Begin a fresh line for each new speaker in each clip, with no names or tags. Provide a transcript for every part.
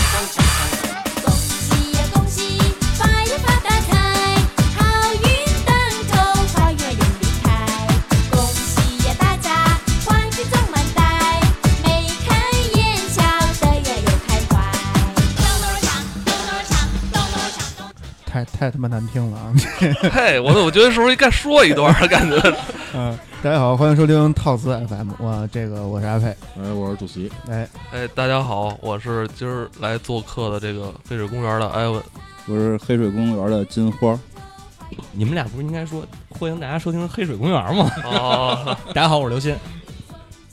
恭喜呀恭喜，发呀发大财，好运当头，好月圆里开。恭喜呀大家，欢聚总满载，眉开眼笑，得月又开怀。咚咚锵，咚咚锵，咚咚锵，咚。
太太他妈难听了啊！
嘿，我我觉得是不是该说一段儿？啊感觉
嗯，大家好，欢迎收听套词 FM，我这个我是阿佩，
哎，我是主席，
哎，
哎，大家好，我是今儿来做客的这个黑水公园的艾文。
我是黑水公园的金花。
你们俩不是应该说欢迎大家收听《黑水公园》吗？
哦，
大家好，我是刘鑫。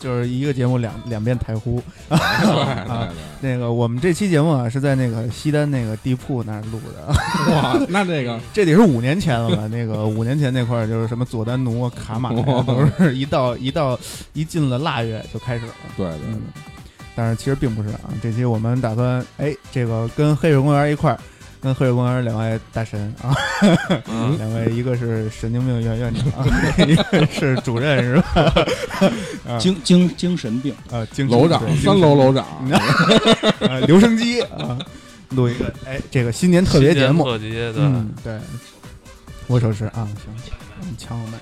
就是一个节目两两遍台 呼。
啊，
那个我们这期节目啊是在那个西单那个地铺那儿录的，
哇，那这个
这得是五年前 了吧？那个五年前那块儿就是什么佐丹奴啊、卡玛呀、都是一到一到一进了腊月就开始了。
对
嗯，但是其实并不是啊。这期我们打算哎，这个跟黑水公园一块儿，跟黑水公园两位大神啊，
嗯
两位一个是神经病院院长，啊，一个是主任是吧？
对，精精精神病
啊，精神
楼长
对，精神
三楼楼长，
啊，留声机啊，录一个哎，这个新年特别节目，
特别对，
嗯，对，我手持啊，行，你抢我麦，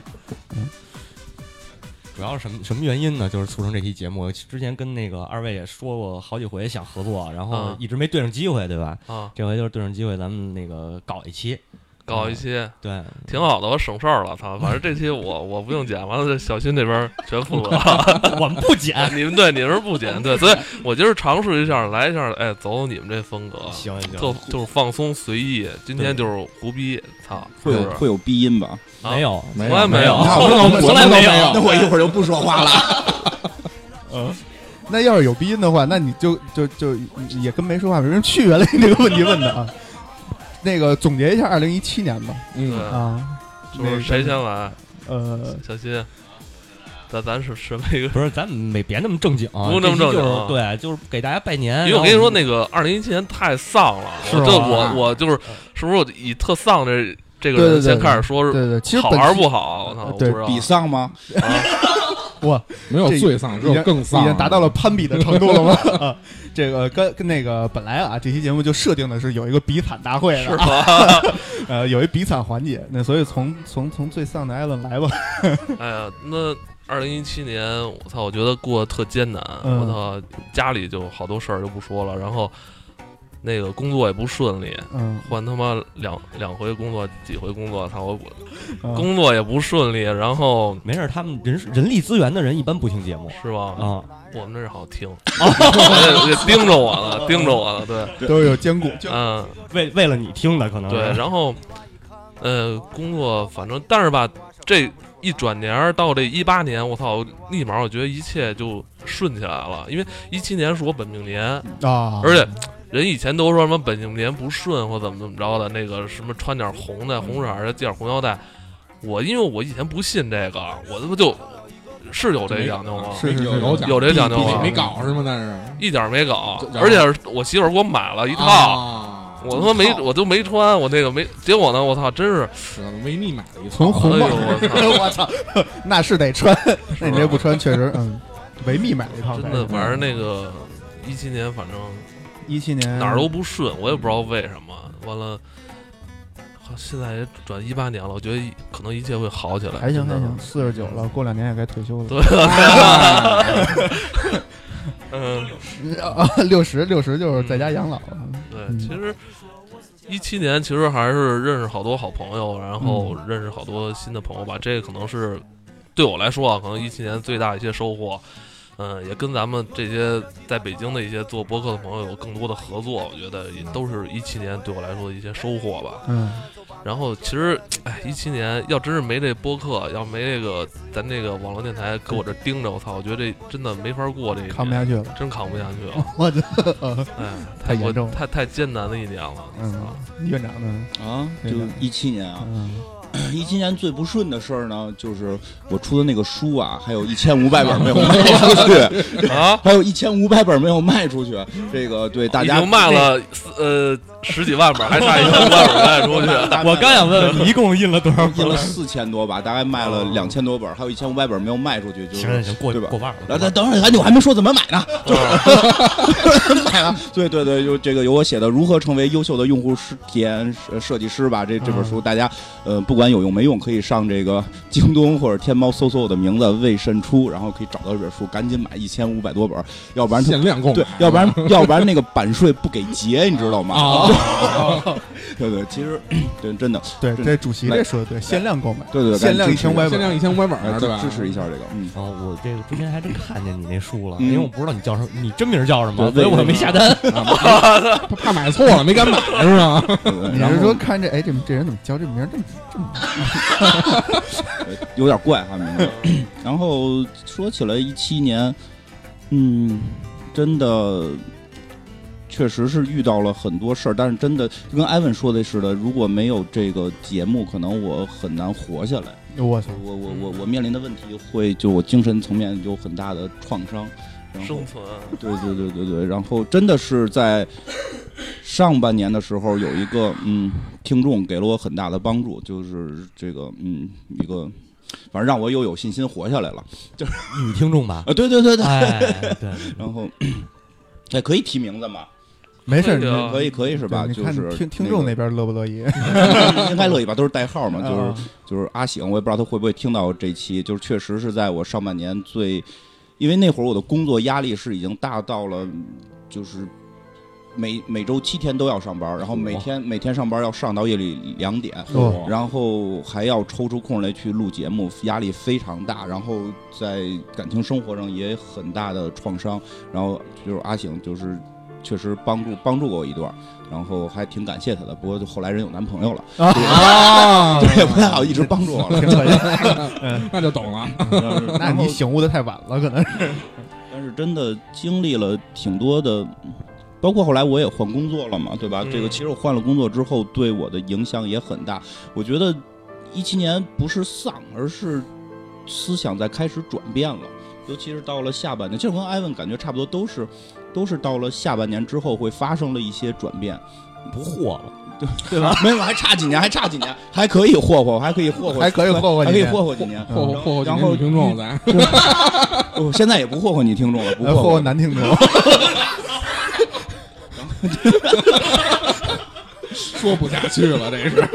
主要什么什么原因呢？就是促成这期节目。之前跟那个二位也说过好几回想合作，然后
啊
一直没对上机会，对吧？
啊，
这回就是对上机会，咱们那个搞一期。
搞一些
对，
挺好的，我省事儿了。操，反正这期我我不用剪，完了这小新那边儿全负责。
哎我们不剪。
你们对你们是不剪对，所以我今儿尝试一下，来一下，哎，走你们这风格，
行行
就就是放松随意。今天就是胡逼，操，
会
是
有
不是
会有鼻音吧？
啊
没有，
没有
从来没有
有，
那
从来
我
从来没有。
那我一会儿就不说话了。
那要是有鼻音的话，那你就就就也跟没说话没人去原来这个问题问的啊。 那个总结一下二零一七年吧，
嗯，
啊，
是不是谁先来？
呃，
小新，咱咱是什么一个？
不是，咱们没别那么正经，
不那么正经
这期就
啊
是对，就是给大家拜年。
因为我跟你说，那个二零一七年太丧了，
哎是
我就
吧嗯
我我就是是不是我以特丧这这个
对
人
对对
先开始说
对对，其实
好
本
还是
期
不好？我操，我不
对
知道啊
比丧吗？
哇，
没有
这
最丧，只
已经
有更丧，
已经达到了攀比的程度了吗？ 啊这个跟跟那个本来啊，这期节目就设定的是有一个比惨大会的，
是吧？
呃，有一比惨环节。那所以从从从最丧的艾伦来吧，
哎呀，那二零一七年，我操，我觉得过得特艰难。
嗯
我操，家里就好多事儿就不说了，然后那个工作也不顺利，
嗯，
换他妈两两回工作，几回工作，操，我我
嗯
工作也不顺利，然后
没事儿，他们人人力资源的人一般不听节目
是吧？
啊。
我们那是好听， 我得盯着我了，盯着我了，对，
都是有兼顾，
嗯。
为为了你嗯听的，可能是
对，然后，呃，工作反正，但是吧，这一转年儿到这一八年，我操，立马我觉得一切就顺起来了，因为一七年是我本命年，
啊，
而且人以前都说什么本命年不顺或怎么怎么着的，那个什么穿点红的红色儿的系点红腰带，我因为我以前不信这个，我他妈就是有这讲究吗？
是是是
有有奖
有这讲究
毕竟
吗
没搞是吗？但是
一点儿没搞
这，
而且是我媳妇儿给我买了一套。
啊
我他妈没，我都没穿，我那个没，结果呢，我操，真是，
维密买了一套，
从红帽，
哎呦我操
我操，那是 得穿，那你这不穿确实，嗯，维密买了一套，
真的，
啊
反正那个一七年，反正
一七年
哪儿都不顺，我也不知道为什么。完了，好现在也转一八年了，我觉得可能一切会好起来。
还行
真
还
的
行，，四十九了，过两年也该退休了，
嗯，
啊，六十六十就是在家养老了，
对，
嗯
其实一七年其实还是认识好多好朋友，然后
嗯
认识好多新的朋友吧。这个可能是对我来说啊，可能一七年最大一些收获。嗯，也跟咱们这些在北京的一些做播客的朋友有更多的合作，我觉得也都是一七年对我来说的一些收获吧。
嗯，
然后其实，哎，一七年要真是没这播客，要没这个咱这个网络电台搁我这盯着，我操，我觉得这真的没法过这一
扛不
年，
下去了，
真扛不下去了，
我操，
哎，
太严
我
重了
太太艰难的一年了，啊
嗯，院长呢？
啊，就一七年啊，
嗯，
一七年最不顺的事儿呢，就是我出的那个书啊，还有一千五百本没有卖出去，
啊，
还有一千五百本没有卖出去。这个对大
已
家
经卖了四呃十几万本，还差一千五百本卖出去。
我刚想问问 你一共印了多少
印
本
了？四千多吧，大概卖了两千多本，还有一千五百本没有卖出去，就是
行行行，过
对吧
过？半了。
然后等等会儿，我还没说怎么买呢，就是 买了。对对对，就这个有我写的《如何成为优秀的用户是体验呃设计师》吧，这这本书大家呃不管有用没用，可以上这个 京东或者天猫搜索我的名字魏慎初，然后可以找到这本书，赶紧买一千五百多本，要不然
限量购买，
对，要不然要不然那个版税不给结，你知道吗？
啊，
对对，其实 对真的
对，
这
这主席这说的对，限量购买，
对对对
限量一千五百
限
本，
量一千五百本
哎
儿，
支
对吧？
支持一下这个，嗯。
然后啊我这个之前还真看见你那书了，
嗯
因为我不知道你叫什么，你真名叫什么，所
对
以我
对
没下单。
怕怕买错了没敢 买是吗？
对
你
然
是
后
说看这哎这这人怎么叫这名儿这么这么
有点怪哈名字。然后说起来，一七年，嗯，真的确实是遇到了很多事儿，但是真的就跟艾文说的似的，如果没有这个节目，可能我很难活下来。
我操！
我我我我面临的问题会就我精神层面有很大的创伤。然后
生存，
对对对对对，然后真的是在上半年的时候，有一个嗯听众给了我很大的帮助，就是这个嗯一个，反正让我又有信心活下来了
女听众吧，
啊！对对对对，
哎，对，
然后哎可以提名字吗？
没事，
那个
你
可以可以是
对
吧？
你
就
看
是
听听众那边乐不乐意？
个应该乐意吧，都是代号嘛，就是
啊
就是阿醒，我也不知道他会不会听到这期，就是确实是在我上半年最，因为那会儿我的工作压力是已经大到了，就是每每周七天都要上班，然后每天每天上班要上到夜里两点，
哦
然后还要抽出空来去录节目，压力非常大，然后在感情生活上也很大的创伤，然后就是阿醒就是。确实帮助帮助过我一段，然后还挺感谢他的。不过就后来人有男朋友了，
啊，
对，不太好一直帮助我了。
啊挺可以。
那就懂了。
那你醒悟的太晚了，可能是。
但是真的经历了挺多的，包括后来我也换工作了嘛，对吧？
嗯
这个其实我换了工作之后，对我的影响也很大。我觉得一七年不是丧，而是思想在开始转变了。尤其是到了下半年，其实我跟艾文感觉差不多，都是都是到了下半年之后会发生了一些转变，
不惑了，
对吧？没有，还差几年，还差几年，还可以霍霍，还可以霍霍，
还可以霍霍几
还可以
年
霍霍几年。嗯
霍霍霍霍几
然
年
后嗯
女听众，咱
我现在也不霍霍你听众了，不
呃
霍
霍
霍
霍男听众，
说不下去了，这是
呃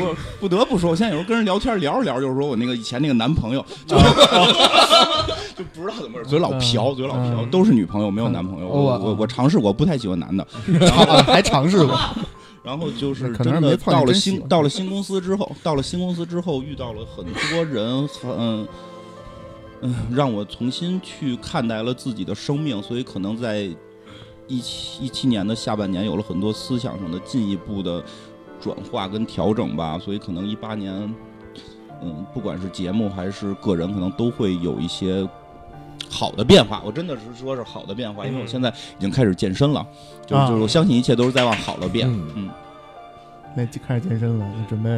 我我不得不说，我现在有时候跟人聊天聊着聊着，就是说我那个以前那个男 朋友，就、就不知道怎么回事，嘴老瓢，嘴老瓢，
嗯
都是女朋友，没有男朋友。
嗯
我
哦
我我尝试过，不太喜欢男 的。
啊还尝试过。
然后就是
那可能
真
是
的
没碰见
到了
真喜
新
欢
到了新公司之后，到了新公司之后遇到了很多人，很嗯、让我重新去看待了自己的生命，所以可能在一七一七年的下半年有了很多思想上的进一步的转化跟调整吧，所以可能一八年，嗯，不管是节目还是个人，可能都会有一些。好的变化，我真的是说是好的变化，因为我
嗯
现在已经开始健身了，就
啊
就是我相信一切都是在往好了变。
嗯
嗯，
那就开始健身了，准备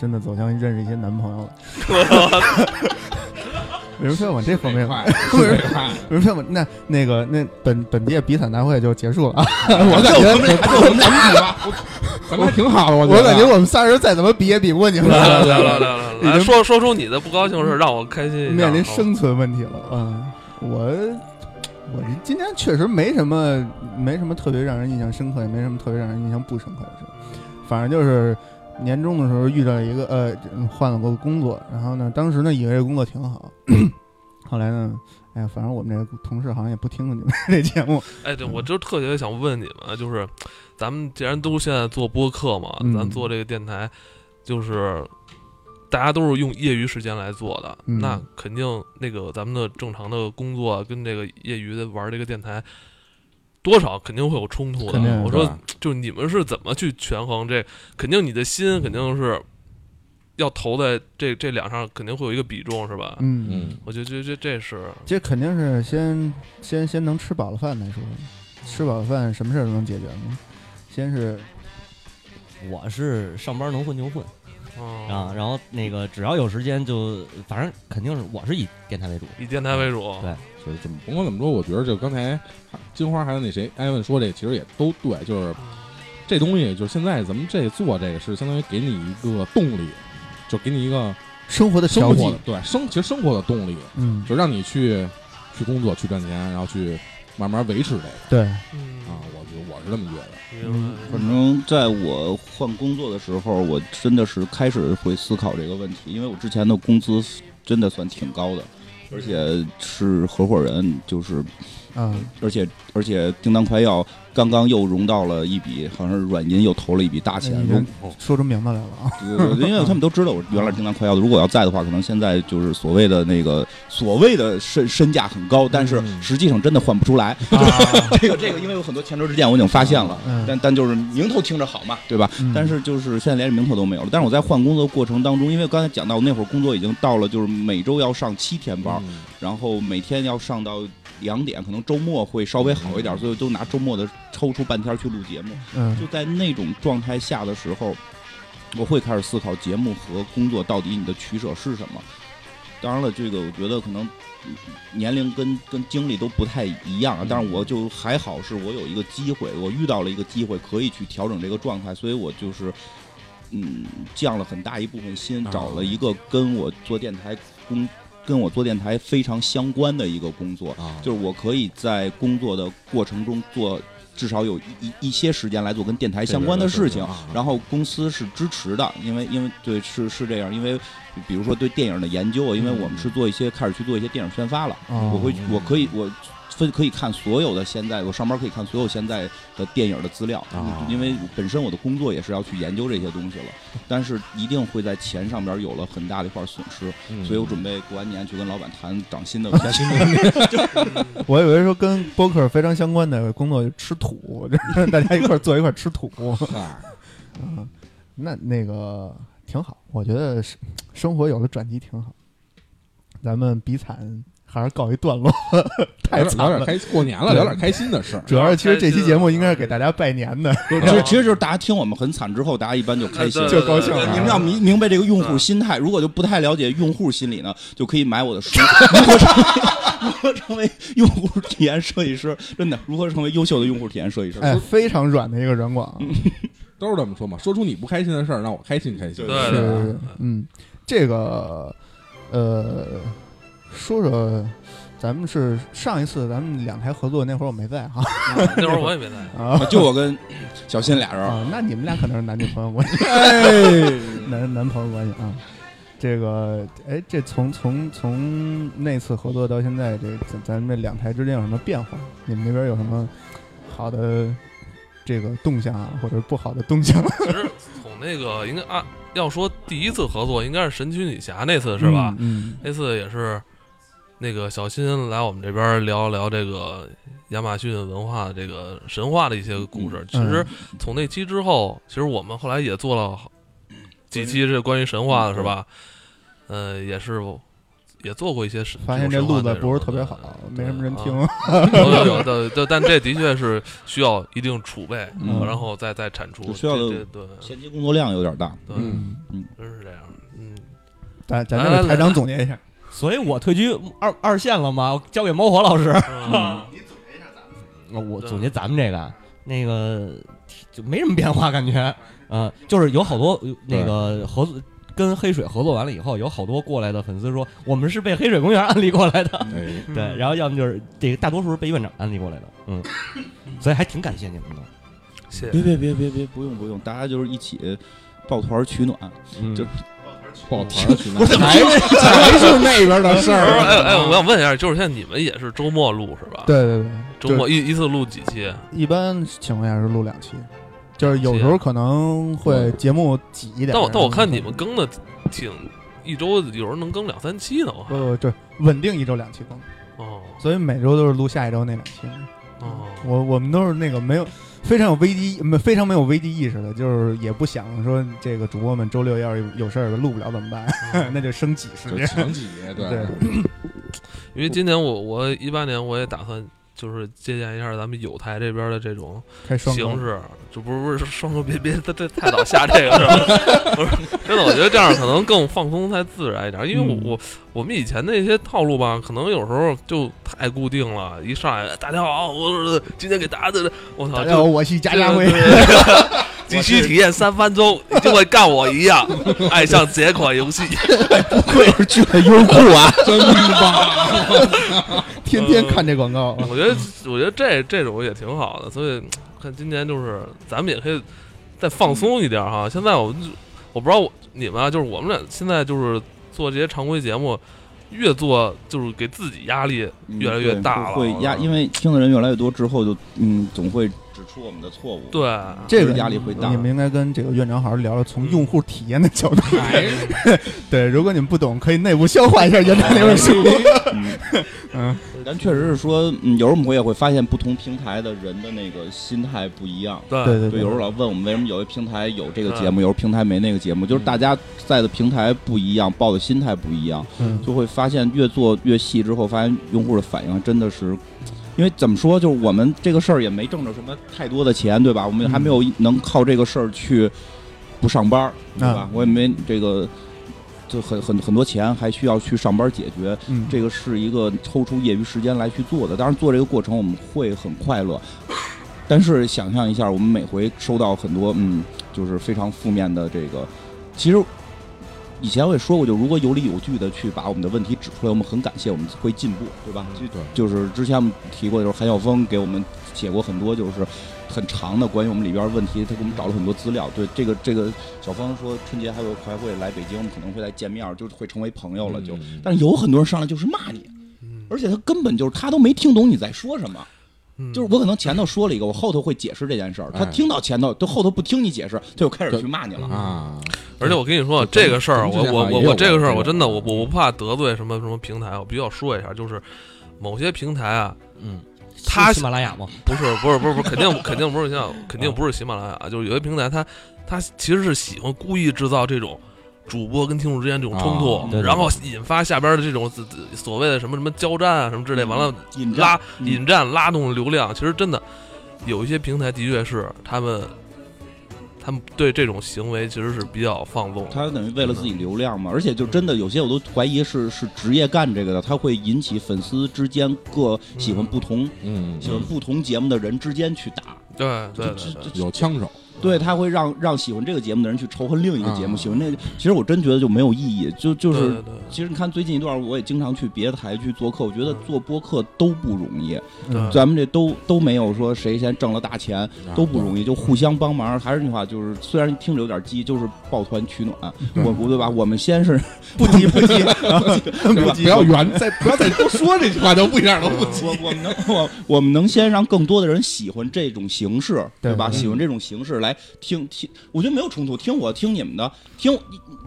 真的走向认识一些男朋友了。为什么非要往这方面？
快，
不是
快，
为什么非要往那那个那本本届比惨大会就结束了啊？
我感觉还就我们俩吧，
咱们还挺好的，我
我感觉
我
我们仨人再怎么比也比不过你们，
来来来来来来
已
来，
经
说说出你的不高兴事，让我开心一下。
面临
好
生存问题了。啊，我我这今天确实没什么没什么特别让人印象深刻，也没什么特别让人印象不深刻的事儿。
嗯
反正就是年终的时候遇到了一个呃换了个工作，然后呢，当时呢以为这工作挺好， 后来呢，哎呀，反正我们这个同事好像也不听你们这节 目，
哎，对，我就特别想问你们，啊就是咱们既然都现在做播客嘛，
嗯
咱做这个电台，就是大家都是用业余时间来做的，
嗯
那肯定那个咱们的正常的工作啊跟这个业余的玩这个电台，多少肯定会有冲突的
肯定。有
我说
是吧，
就你们是怎么去权衡这？肯定你的心肯定是要投在这这两上，肯定会有一个比重，是吧？
嗯，
嗯，
我觉得这这这是
这肯定是先先先能吃饱了饭再说，吃饱了饭什么事儿都能解决嘛，先是
嗯我是上班能混就混
哦
嗯，
啊，然后那个只要有时间就，反正肯定是我是以电台为主，
以电台为主。
对
就是怎么甭管怎么说，我觉得就刚才金花还有那谁艾文说这，其实也都对，就是这东西就是现在咱们这做这个是相当于给你一个动力，就给你一个
生活的
生
调剂
活的，对生其实生活的动力，
嗯，
就让你去去工作去赚钱，然后去慢慢维持这个
对，
嗯
啊，我就我是这么觉得。
明白
反正在我换工作的时候，我真的是开始会思考这个问题，因为我之前的工资真的算挺高的，而且是合伙人，就是
嗯，
而且而且叮当快药刚刚又融到了一笔，好像是软银又投了一笔大钱，哦
你
融
看嗯说出名字来了啊，
对对对，因为他们都知道我原来叮当快药的，如果要在的话，可能现在就是所谓的那个所谓的身身价很高，但是
嗯
实际上真的换不出来。
啊
这个这个，因为有很多前车之鉴，我已经发现了。
嗯，
但但就是名头听着好嘛，对吧？
嗯
但是就是现在连名头都没有了。但是我在换工作过程当中，因为刚才讲到我那会儿工作已经到了，就是每周要上七天班，
嗯
然后每天要上到两点，可能周末会稍微好一点，所以我都拿周末的抽出半天去录节目。
嗯
就在那种状态下的时候，我会开始思考节目和工作到底你的取舍是什么。当然了，这个我觉得可能嗯年龄跟跟经历都不太一样啊，但是我就还好，是我有一个机会，我遇到了一个机会可以去调整这个状态，所以我就是嗯降了很大一部分心，
啊
找了一个跟我做电台工跟我做电台非常相关的一个工作，
啊，
就是我可以在工作的过程中做至少有一一一些时间来做跟电台相关的事情。
啊
然后公司是支持的，因为因为对是是这样，因为比如说对电影的研究，因为我们是做一些开始去做一些电影宣发了，
哦
我会我可以我分可以看所有的现在我上班可以看所有现在的电影的资料，
哦
因为本身我的工作也是要去研究这些东西了，但是一定会在钱上边有了很大的一块损失，
嗯
所以我准备过完年去跟老板谈涨薪的加薪的问题。
我以为说跟播客非常相关的工作就吃土， 就是大家一块儿坐一块儿吃土，
嗨，
嗯，那那个挺好，我觉得生生活有了转机挺好。咱们比惨还是告一段落， 太
聊点
惨
聊点
了。
开过年了，聊点开心的事儿。
主要是其实这期节目应该是给大家拜年的，
不是，其实其实就是大家听我们很惨之后，大家一般就开
嗯
心。
啊
呃
对嗯
就高兴啊
对对
了
对
你们要明明白这个用户心态，如果就不太了解用户心理呢， 就可以买我 的书，如何成为如何成为用户体验设计师，真的如何成为优秀的用户体验设计师。
哎，非常软的一个软广
嗯
啊，
都是这么说嘛，说出你不开心的事儿，让我开心开心。
对
是
对
是，是嗯，这个呃，说说咱们是上一次咱们两台合作那会儿我没在哈
那会儿我也没在，
啊
就我跟小新俩人，
啊，那你们俩可能是男女朋友关系， 男男朋友关系啊。这个哎，这从从从那次合作到现在，这咱咱们这两台之间有什么变化？你们那边有什么好的这个动向啊，或者不好的动向？
其实从那个应该按、要说第一次合作，应该是神奇女侠那次是吧？
嗯？
那次也是那个小新来我们这边聊聊这个亚马逊文化这个神话的一些故事。其实
嗯
从那期之后，其实我们后来也做了好几期是关于神话的是吧？呃，也是也做过一些神，
嗯，发现这
种神
路
话
子
内
不是
容
特别
的
好，
对
没什么人
啊
听。
有有有的，但但这的确是需要一定储备，
嗯
然后再再产出。
需要
这
的
这对
前期工作量有点大，
嗯对，
嗯，
真是这样。嗯，
咱咱
来
这
来
个
来
台长总结一下，
所以我退居二二线了吗？交给猫火老师。呃我
对
总结咱们这个啊那个就没什么变化，感觉，嗯、就是有好多有那个合作。跟黑水合作完了以后，有好多过来的粉丝说，我们是被黑水公园安利过来的，
哎，
嗯
对，然后要么就是这个大多数是被院长安利过来的，嗯，所以还挺感谢你们的，
谢
别
谢。
别别别别，不用不用，大家就是一起抱团取暖。
嗯，
就
抱团儿去那，
我怎么
还还是那边的事
不是， 哎哎，我
儿？
想问一下，就是现在你们也是周末录是吧？，
啊对对对，
周末一一次录几期？
一般情况下是录两期，就是有时候可能会节目挤一点。
啊嗯但我但我看你们更的挺一周，有时候能更两三期呢。我看
呃，对，稳定一周两期更，
哦
所以每周都是录下一周那两期。
哦，
我我们都是那个没有非常有危机，没非常没有危机意识的，就是也不想说这个主播们周六要是有事儿录不了怎么
哦
办， 那就升几十
就啊
年。
强姐，
对，
因为今年我我一八年我也打算就是借鉴一下咱们有台这边的这种
开双更
形式，就不是不是双手别别这这太早下这个是吧？不是，真的，我觉得这样可能更放松、才自然一点。因为我我我们以前那些套路吧，可能有时候就太固定了，一上来大家好，我是今天给大家的，我操，
大家好，
就
哎我是家家辉，
急需体验三分钟，你就会干我一样，爱上这款游戏。
愧是去了优酷啊，
真棒！
天天看这广告。
啊我觉得，我觉得这这种也挺好的，所以看今年就是咱们也可以再放松一点哈。现在我们就我不知道我你们啊，就是我们俩现在就是做这些常规节目，越做就是给自己压力越来越大了，
嗯会压，因为听的人越来越多之后就，嗯，总会指出我们的错误，
对，
这个
压力会大
你。们应该跟这个院长好好聊聊，从用户体验的角度。 对，如果你们不懂，可以内部消化一下院长那本书。
嗯
嗯，
但确实是说，嗯有时候我们会也会发现不同平台的人的那个心态不一样。
对
对对
对，有时候
对，
老问我们为什么有一平台有这个节目，有时候平台没那个节目，
嗯
就是大家在的平台不一样，抱的心态不一样，
嗯，
就会发现越做越细之后，发现用户的反应还真的是。因为怎么说，就是我们这个事儿也没挣着什么太多的钱，对吧？我们还没有能靠这个事儿去不上班儿，对吧
啊？
我也没这个，就很很很多钱，还需要去上班解决。
嗯
这个是一个抽出业余时间来去做的。当然，做这个过程我们会很快乐，但是想象一下，我们每回收到很多嗯，就是非常负面的这个，其实。以前我也说过，就如果有理有据的去把我们的问题指出来，我们很感谢，我们会进步，对吧？就
对
就是之前我们提过，就是韩晓峰给我们写过很多，就是很长的关于我们里边儿问题，他给我们找了很多资料。对这个这个，小芳说春节还有还会来北京，我们可能会再见面儿，就是会成为朋
嗯
友了。就，但是有很多人上来就是骂你，
嗯，
而且他根本就是他都没听懂你在说什么。
嗯
就是我可能前头说了一个，我后头会解释这件事儿，他
哎
听到前头，他后头不听你解释，他就开始去骂你了。
啊，
而且我跟你说，
对
这个事儿，
咱们
我
之
我
前好像
我
也有
我这个事儿，
过
我真的
这
我
个
我不怕得罪什么什么平台，我必须要说一下，就是某些平台啊，
嗯，
他
是喜马拉雅吗？
不 是不是不是不是，肯定肯定不是像肯定不是喜马拉雅，啊就是有些平台它它其实是喜欢故意制造这种主播跟听众之间这种冲突，
哦
对对
然后引发下边的这种自自所谓的什么什么交战啊什么之类，完了
引战
拉、
嗯
引战拉动流量。其实真的有一些平台的确是他们他们对这种行为其实是比较放纵的。
他等于为了自己流量嘛，而且就真的有些我都怀疑是是职业干这个的，他会引起粉丝之间各喜欢不同、
嗯，
喜欢不同节目的人之间去打，
对对
就
对对
这，这
有枪手，
对他会让让喜欢这个节目的人去仇恨另一个节目，
啊
喜欢那个，其实我真觉得就没有意义，就就
对
是
对。对
其实你看最近一段，我也经常去别的台去做客，我觉得
嗯
做播客都不容易，
嗯
咱们这都都没有说谁先挣了大钱，
啊
都不容
易。
易，就互相帮忙。还是那话，就是虽然听着有点激，就是抱团取暖。我我 对吧？我们先是
嗯不急不急，
对吧
不
不
急，
要圆，再不要再多说这句话，就不一样了。
我我们能我我们能先让更多的人喜欢这种形式，
对
对吧？
嗯
喜欢这种形式来听听，我觉得没有冲突。听我听你们的，听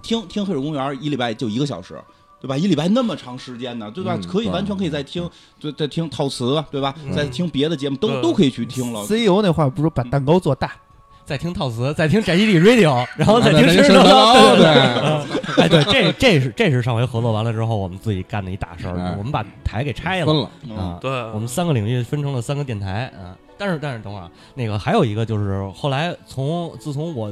听听黑水公园一礼拜就一个小时。对吧？一礼拜那么长时间呢，对吧？
嗯
可以
对
完全可以再听，就再听套词，啊对吧？
嗯
再听别的节目，都
对
都可以去听了。
CEO E 那话不是把蛋糕做大，
在听套词，在听宅基地 Radio，然后再
再
听
听
神
神
神叨叨
叨
对
叨
哎，对，这这是这是上回合作完了之后，我们自己干的一大事
哎
儿，我们把台给拆了
对，分了，
嗯
啊。
对，
我们三个领域分成了三个电台啊。但是但是等会儿啊，那个还有一个就是后来从自从我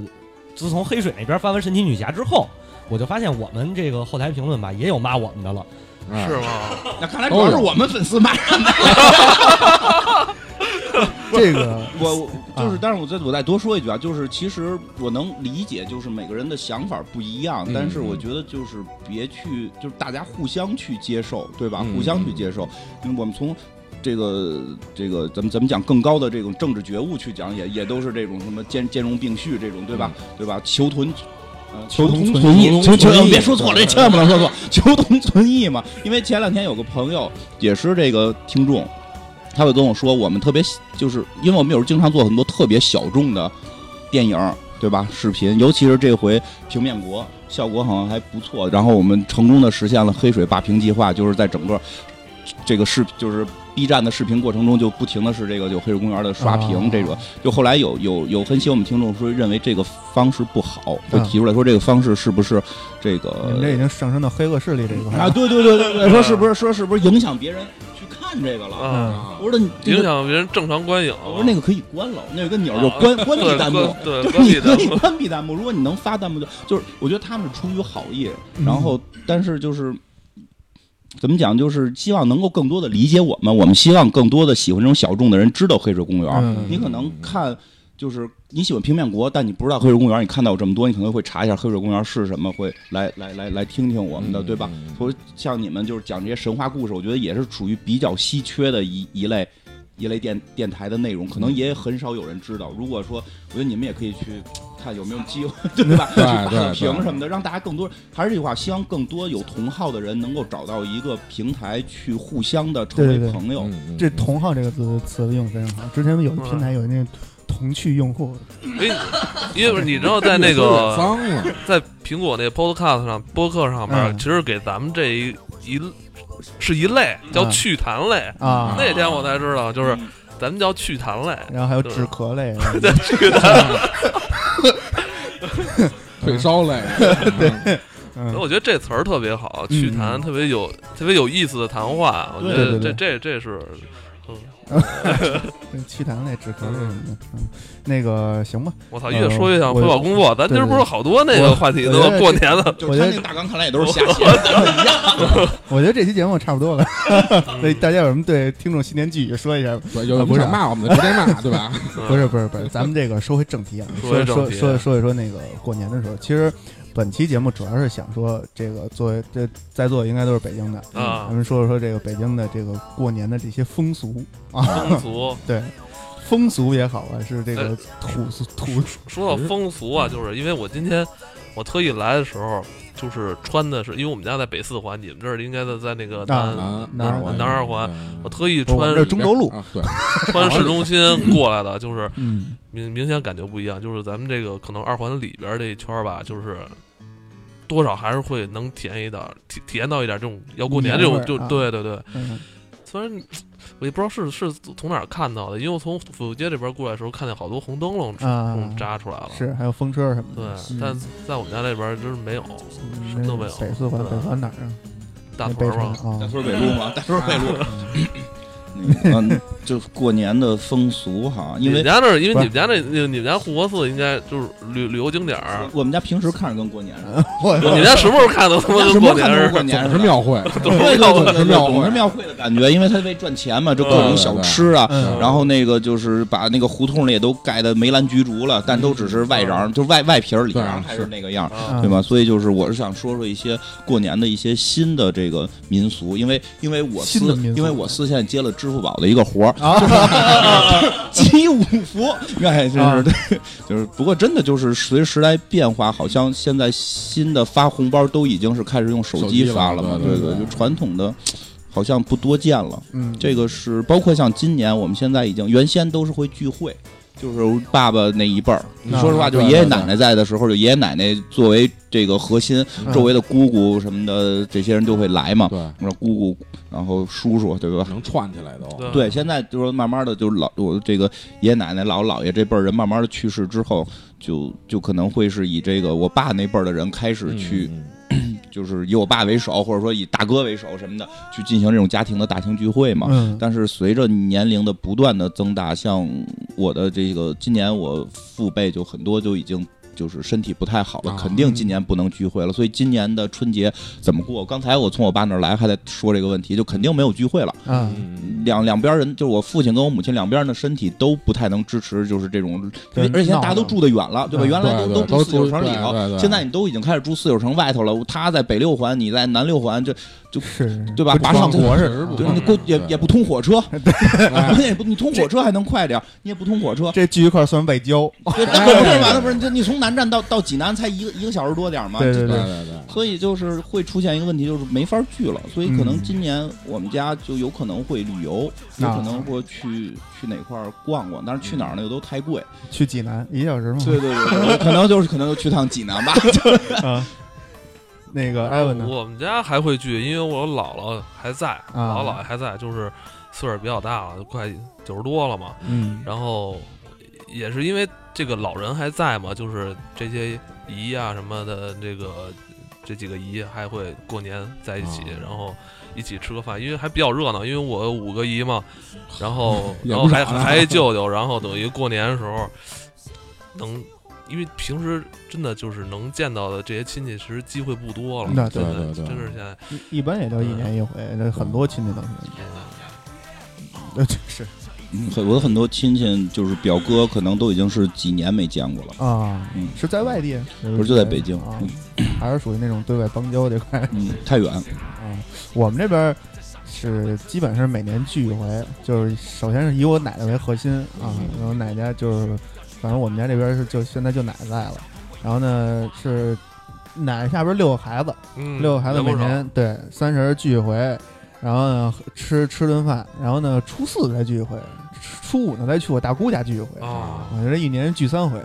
自从黑水那边发完神奇女侠之后，我就发现我们这个后台评论吧也有骂我们的了。
哎
是吗？
那看来主要是我们粉丝骂
这 个
我我就是
啊，
但是我再我再多说一句啊，就是其实我能理解，就是每个人的想法不一样，
嗯
但是我觉得就是别去，就是大家互相去接受，对吧？
嗯
互相去接受，因为我们从。这个这个咱们咱们讲更高的这种政治觉悟去讲，也也都是这种什么兼兼容并蓄这种，对吧？对吧？求同，呃
求同
同
存
存
异
异，
求
求
同存异
别说 错了，这千万不能说错，求同存异嘛。因为前两天有个朋友也是这个听众，他会跟我说，我们特别喜就是因为我们有时候经常做很多特别小众的电影儿，对吧？视频，尤其是这回平面国效果好像还不错，然后我们成功的实现了黑水霸屏计划，就是在整个这个视就是 B 站的视频过程中，就不停的是这个就黑水公园的刷屏
啊
这个，就后来有有有分析我们听众说认为这个方式不好，就
啊
提出来说这个方式是不是这个
你们这已经上升到黑恶势力这一块
啊，
了。
对对对对对，说是不是说是不是影响别人去看看这个了。
啊，
啊，
我说你嗯这
影
个，
响别人正常观影。
我说那个可以关了，那个钮儿就关关闭
对
弹幕。
关 对
就
关
是
闭
你可
弹
以
幕，
关闭弹幕，如果你能发弹幕就就是，我觉得他们是出于好意，然后
嗯
但是就是。怎么讲？就是希望能够更多的理解我们，我们希望更多的喜欢这种小众的人知道黑水公园。
嗯
你可能看，就是你喜欢平面国，但你不知道黑水公园，你看到有这么多，你可能会查一下黑水公园是什么，会来来来来听听我们的，对吧？
嗯？
所以像你们就是讲这些神话故事，我觉得也是属于比较稀缺的一一类一类电电台的内容，
嗯
可能也很少有人知道。如果说，我觉得你们也可以去看有没有机会，对吧？
对
去
对
打评什么的，让大家更多。还是这句话，希望更多有同好的人能够找到一个平台去互相的成
对对
为
对
朋友。
嗯
这“同号”这个字词用得非常好。之前有的平台有那个同趣用户，
哎，因为你知道在那
有点
个
脏了，
在苹果那 Podcast 上播客上面，
嗯
其实给咱们这一一是一类叫
嗯
趣谈类。
啊
那天我才知道，就是
嗯
咱们叫趣谈类，
然后还有止咳类，
对趣谈。
退烧类， 对，
所以
嗯，
我觉得这词儿特别好，
嗯
趣谈特别有特别有意思的谈话。我觉得
对
这
对
这这是
趣谈嗯类、止咳类什么的，嗯，那个行吧，
我操，
嗯
越说越想
我
回宝工作。咱今儿不是好多那个话题呢
我我觉得
吗？过年了，
就是
我觉
他
得
那个大纲看来也都是瞎写，
我觉得这期节目差不多了，所以大家有什么 对听众新年寄语说一下？
有有
不是
想骂我们的直接骂， 对吧？啊
不是不是不是，咱们这个说回正题啊，
说回
说
正
说
题
说说一说那个过年的时候，其实本期节目主要是想说这个作为这在座应该都是北京的，
啊
咱们说说这个北京的这个过年的这些风俗啊，
风俗。
对，风俗也好啊，是这个土俗土
说到风俗啊，就是因为我今天我特意来的时候，就是穿的是，因为我们家在北四环，你们这儿应该在在那个南，
南
南二环
南二环，
嗯
我特意
我
穿
们这中轴路，
啊， 对，
穿市中心过来的，就是
嗯，
明明显感觉不一样，就是咱们这个可能二环里边这一圈儿吧，就是。多少还是会能体验一点，体体验到一点这种要过年这种，
年味
就
儿啊
对对对。
嗯
虽然我也不知道是是从哪儿看到的，因为我从府右街这边过来的时候，看见好多红灯笼
啊
嗯扎出来了。
是还有风车什么
对
的，，
但在我们家这边真是没有，
嗯
什么都嗯没有
北四环
对
北环哪儿啊？
大
那
屯
北
儿
城
嘛，
大
啊，
屯北路吗？大屯北路。那个 嗯，就是过年的风俗哈，因
你
为
们家那儿，因为
不
你
是
们家那那个你们家护国寺应该就是旅旅游景点儿。
我们家平时看着跟过年似的。
我
你们家什么时候看的他妈跟
什么
过年
看
似
都过
的？
年
总是庙 会，
对对对对对，总是
是
庙会的感觉，因为他为赚钱嘛，就各种小吃啊。
嗯
然后那个就是把那个胡同里也都盖的梅兰菊竹了，但都只是外瓤，就外外皮儿里
对
瓤还嗯是那个样儿，
啊
对吧？所以就是我是想说说一些过年的一些新的这个民俗，因为因为我
新的
司
民俗
因为我司现在接了支付宝的一个活儿，
啊，
集五福，哎，真
啊
是对，就是不过真的就是随着时代变化，好像现在新的发红包都已经是开始用手机发了嘛，
手机了
对
对
就
对
传统的好像不多见了。
嗯，
这个是包括像今年，我们现在已经原先都是会聚会。就是爸爸那一辈儿，你说实话，就
啊对
爷爷
对对
奶奶在的时候，就爷爷奶奶作为这个核心，
嗯
周围的姑姑什么的，这些人就会来嘛。
对，
然后姑姑，然后叔叔，对吧？
能串起来都，
对
对，现在就是慢慢的，就是老我这个爷爷奶奶、姥姥姥爷这辈儿人，慢慢的去世之后，就就可能会是以这个我爸那辈儿的人开始去，
嗯
就是以我爸为首，或者说以大哥为首什么的，去进行这种家庭的大型聚会嘛。
嗯，
但是随着年龄的不断的增大，像我的这个今年我父辈就很多就已经就是身体不太好了，
啊
肯定今年不能聚会了。所以今年的春节怎么过？刚才我从我爸那儿来还在说这个问题，就肯定没有聚会了。
啊，
嗯
两两边人，就是我父亲跟我母亲两边人的身体都不太能支持，就是这种，
对
而且
闹
大家都
腾
住得远了，对吧？
嗯
原来
对
都
对
住
都
四九
住
城里
对
头
对，对
现在你都已经开始住四九城外头了。他在北六环，你在南六环，这
是，
对吧？
不
跋上
光
火
国
是
是
不
对
光
你
是
过也
对
也不通火车，
哎
你也不你通火车还能快点儿，你也不通火车。哎
这聚一块儿算外交，
对，那不是完了不是？这你从南站到到济南才一个一个小时多点儿嘛，
对对
对对对，
所以就是会出现一个问题，就是没法聚了。所以可能
嗯
今年我们家就有可能会旅游，有
啊
可能会去去哪块儿逛逛，但是去哪儿呢又都太贵。
去济南一小时嘛，
对对对，对可能就是可能就去趟济南吧。
啊，那个艾文呢？
我们家还会聚，因为我姥姥还在，
啊
姥姥姥爷还在，就是岁数比较大了，都快九十多了嘛。
嗯
然后也是因为这个老人还在嘛，就是这些姨啊什么的，这个这几个姨还会过年在一起
啊，
然后一起吃个饭，因为还比较热闹，因为我有五个姨嘛，然后
也
然
不
后
少
还
呢
还一舅舅，然后等于过年的时候能。因为平时真的就是能见到的这些亲戚，其实机会不多了。
那
真的
对对对
真是现在，
一一般也就一年一回，这很多亲戚都是。呃，这 是
嗯很我有很多亲戚就是表哥，可能都已经是几年没见过了。
啊
嗯，
是在外地，
不是就在北京
啊
嗯，
还是属于那种对外邦交这 块。
嗯，太远。
嗯，我们这边儿是基本上是每年聚一回，就是首先是以我奶奶为核心啊，然后奶家就是，反正我们家这边是就现在就奶奶在了，然后呢是奶奶下边六个孩子，
嗯，
六个孩子
人不
每
少
年对三十儿聚一回，然后呢吃吃顿饭，然后呢初四再聚一回，初五呢再去我大姑家聚一回，
啊，
我这一年聚三回，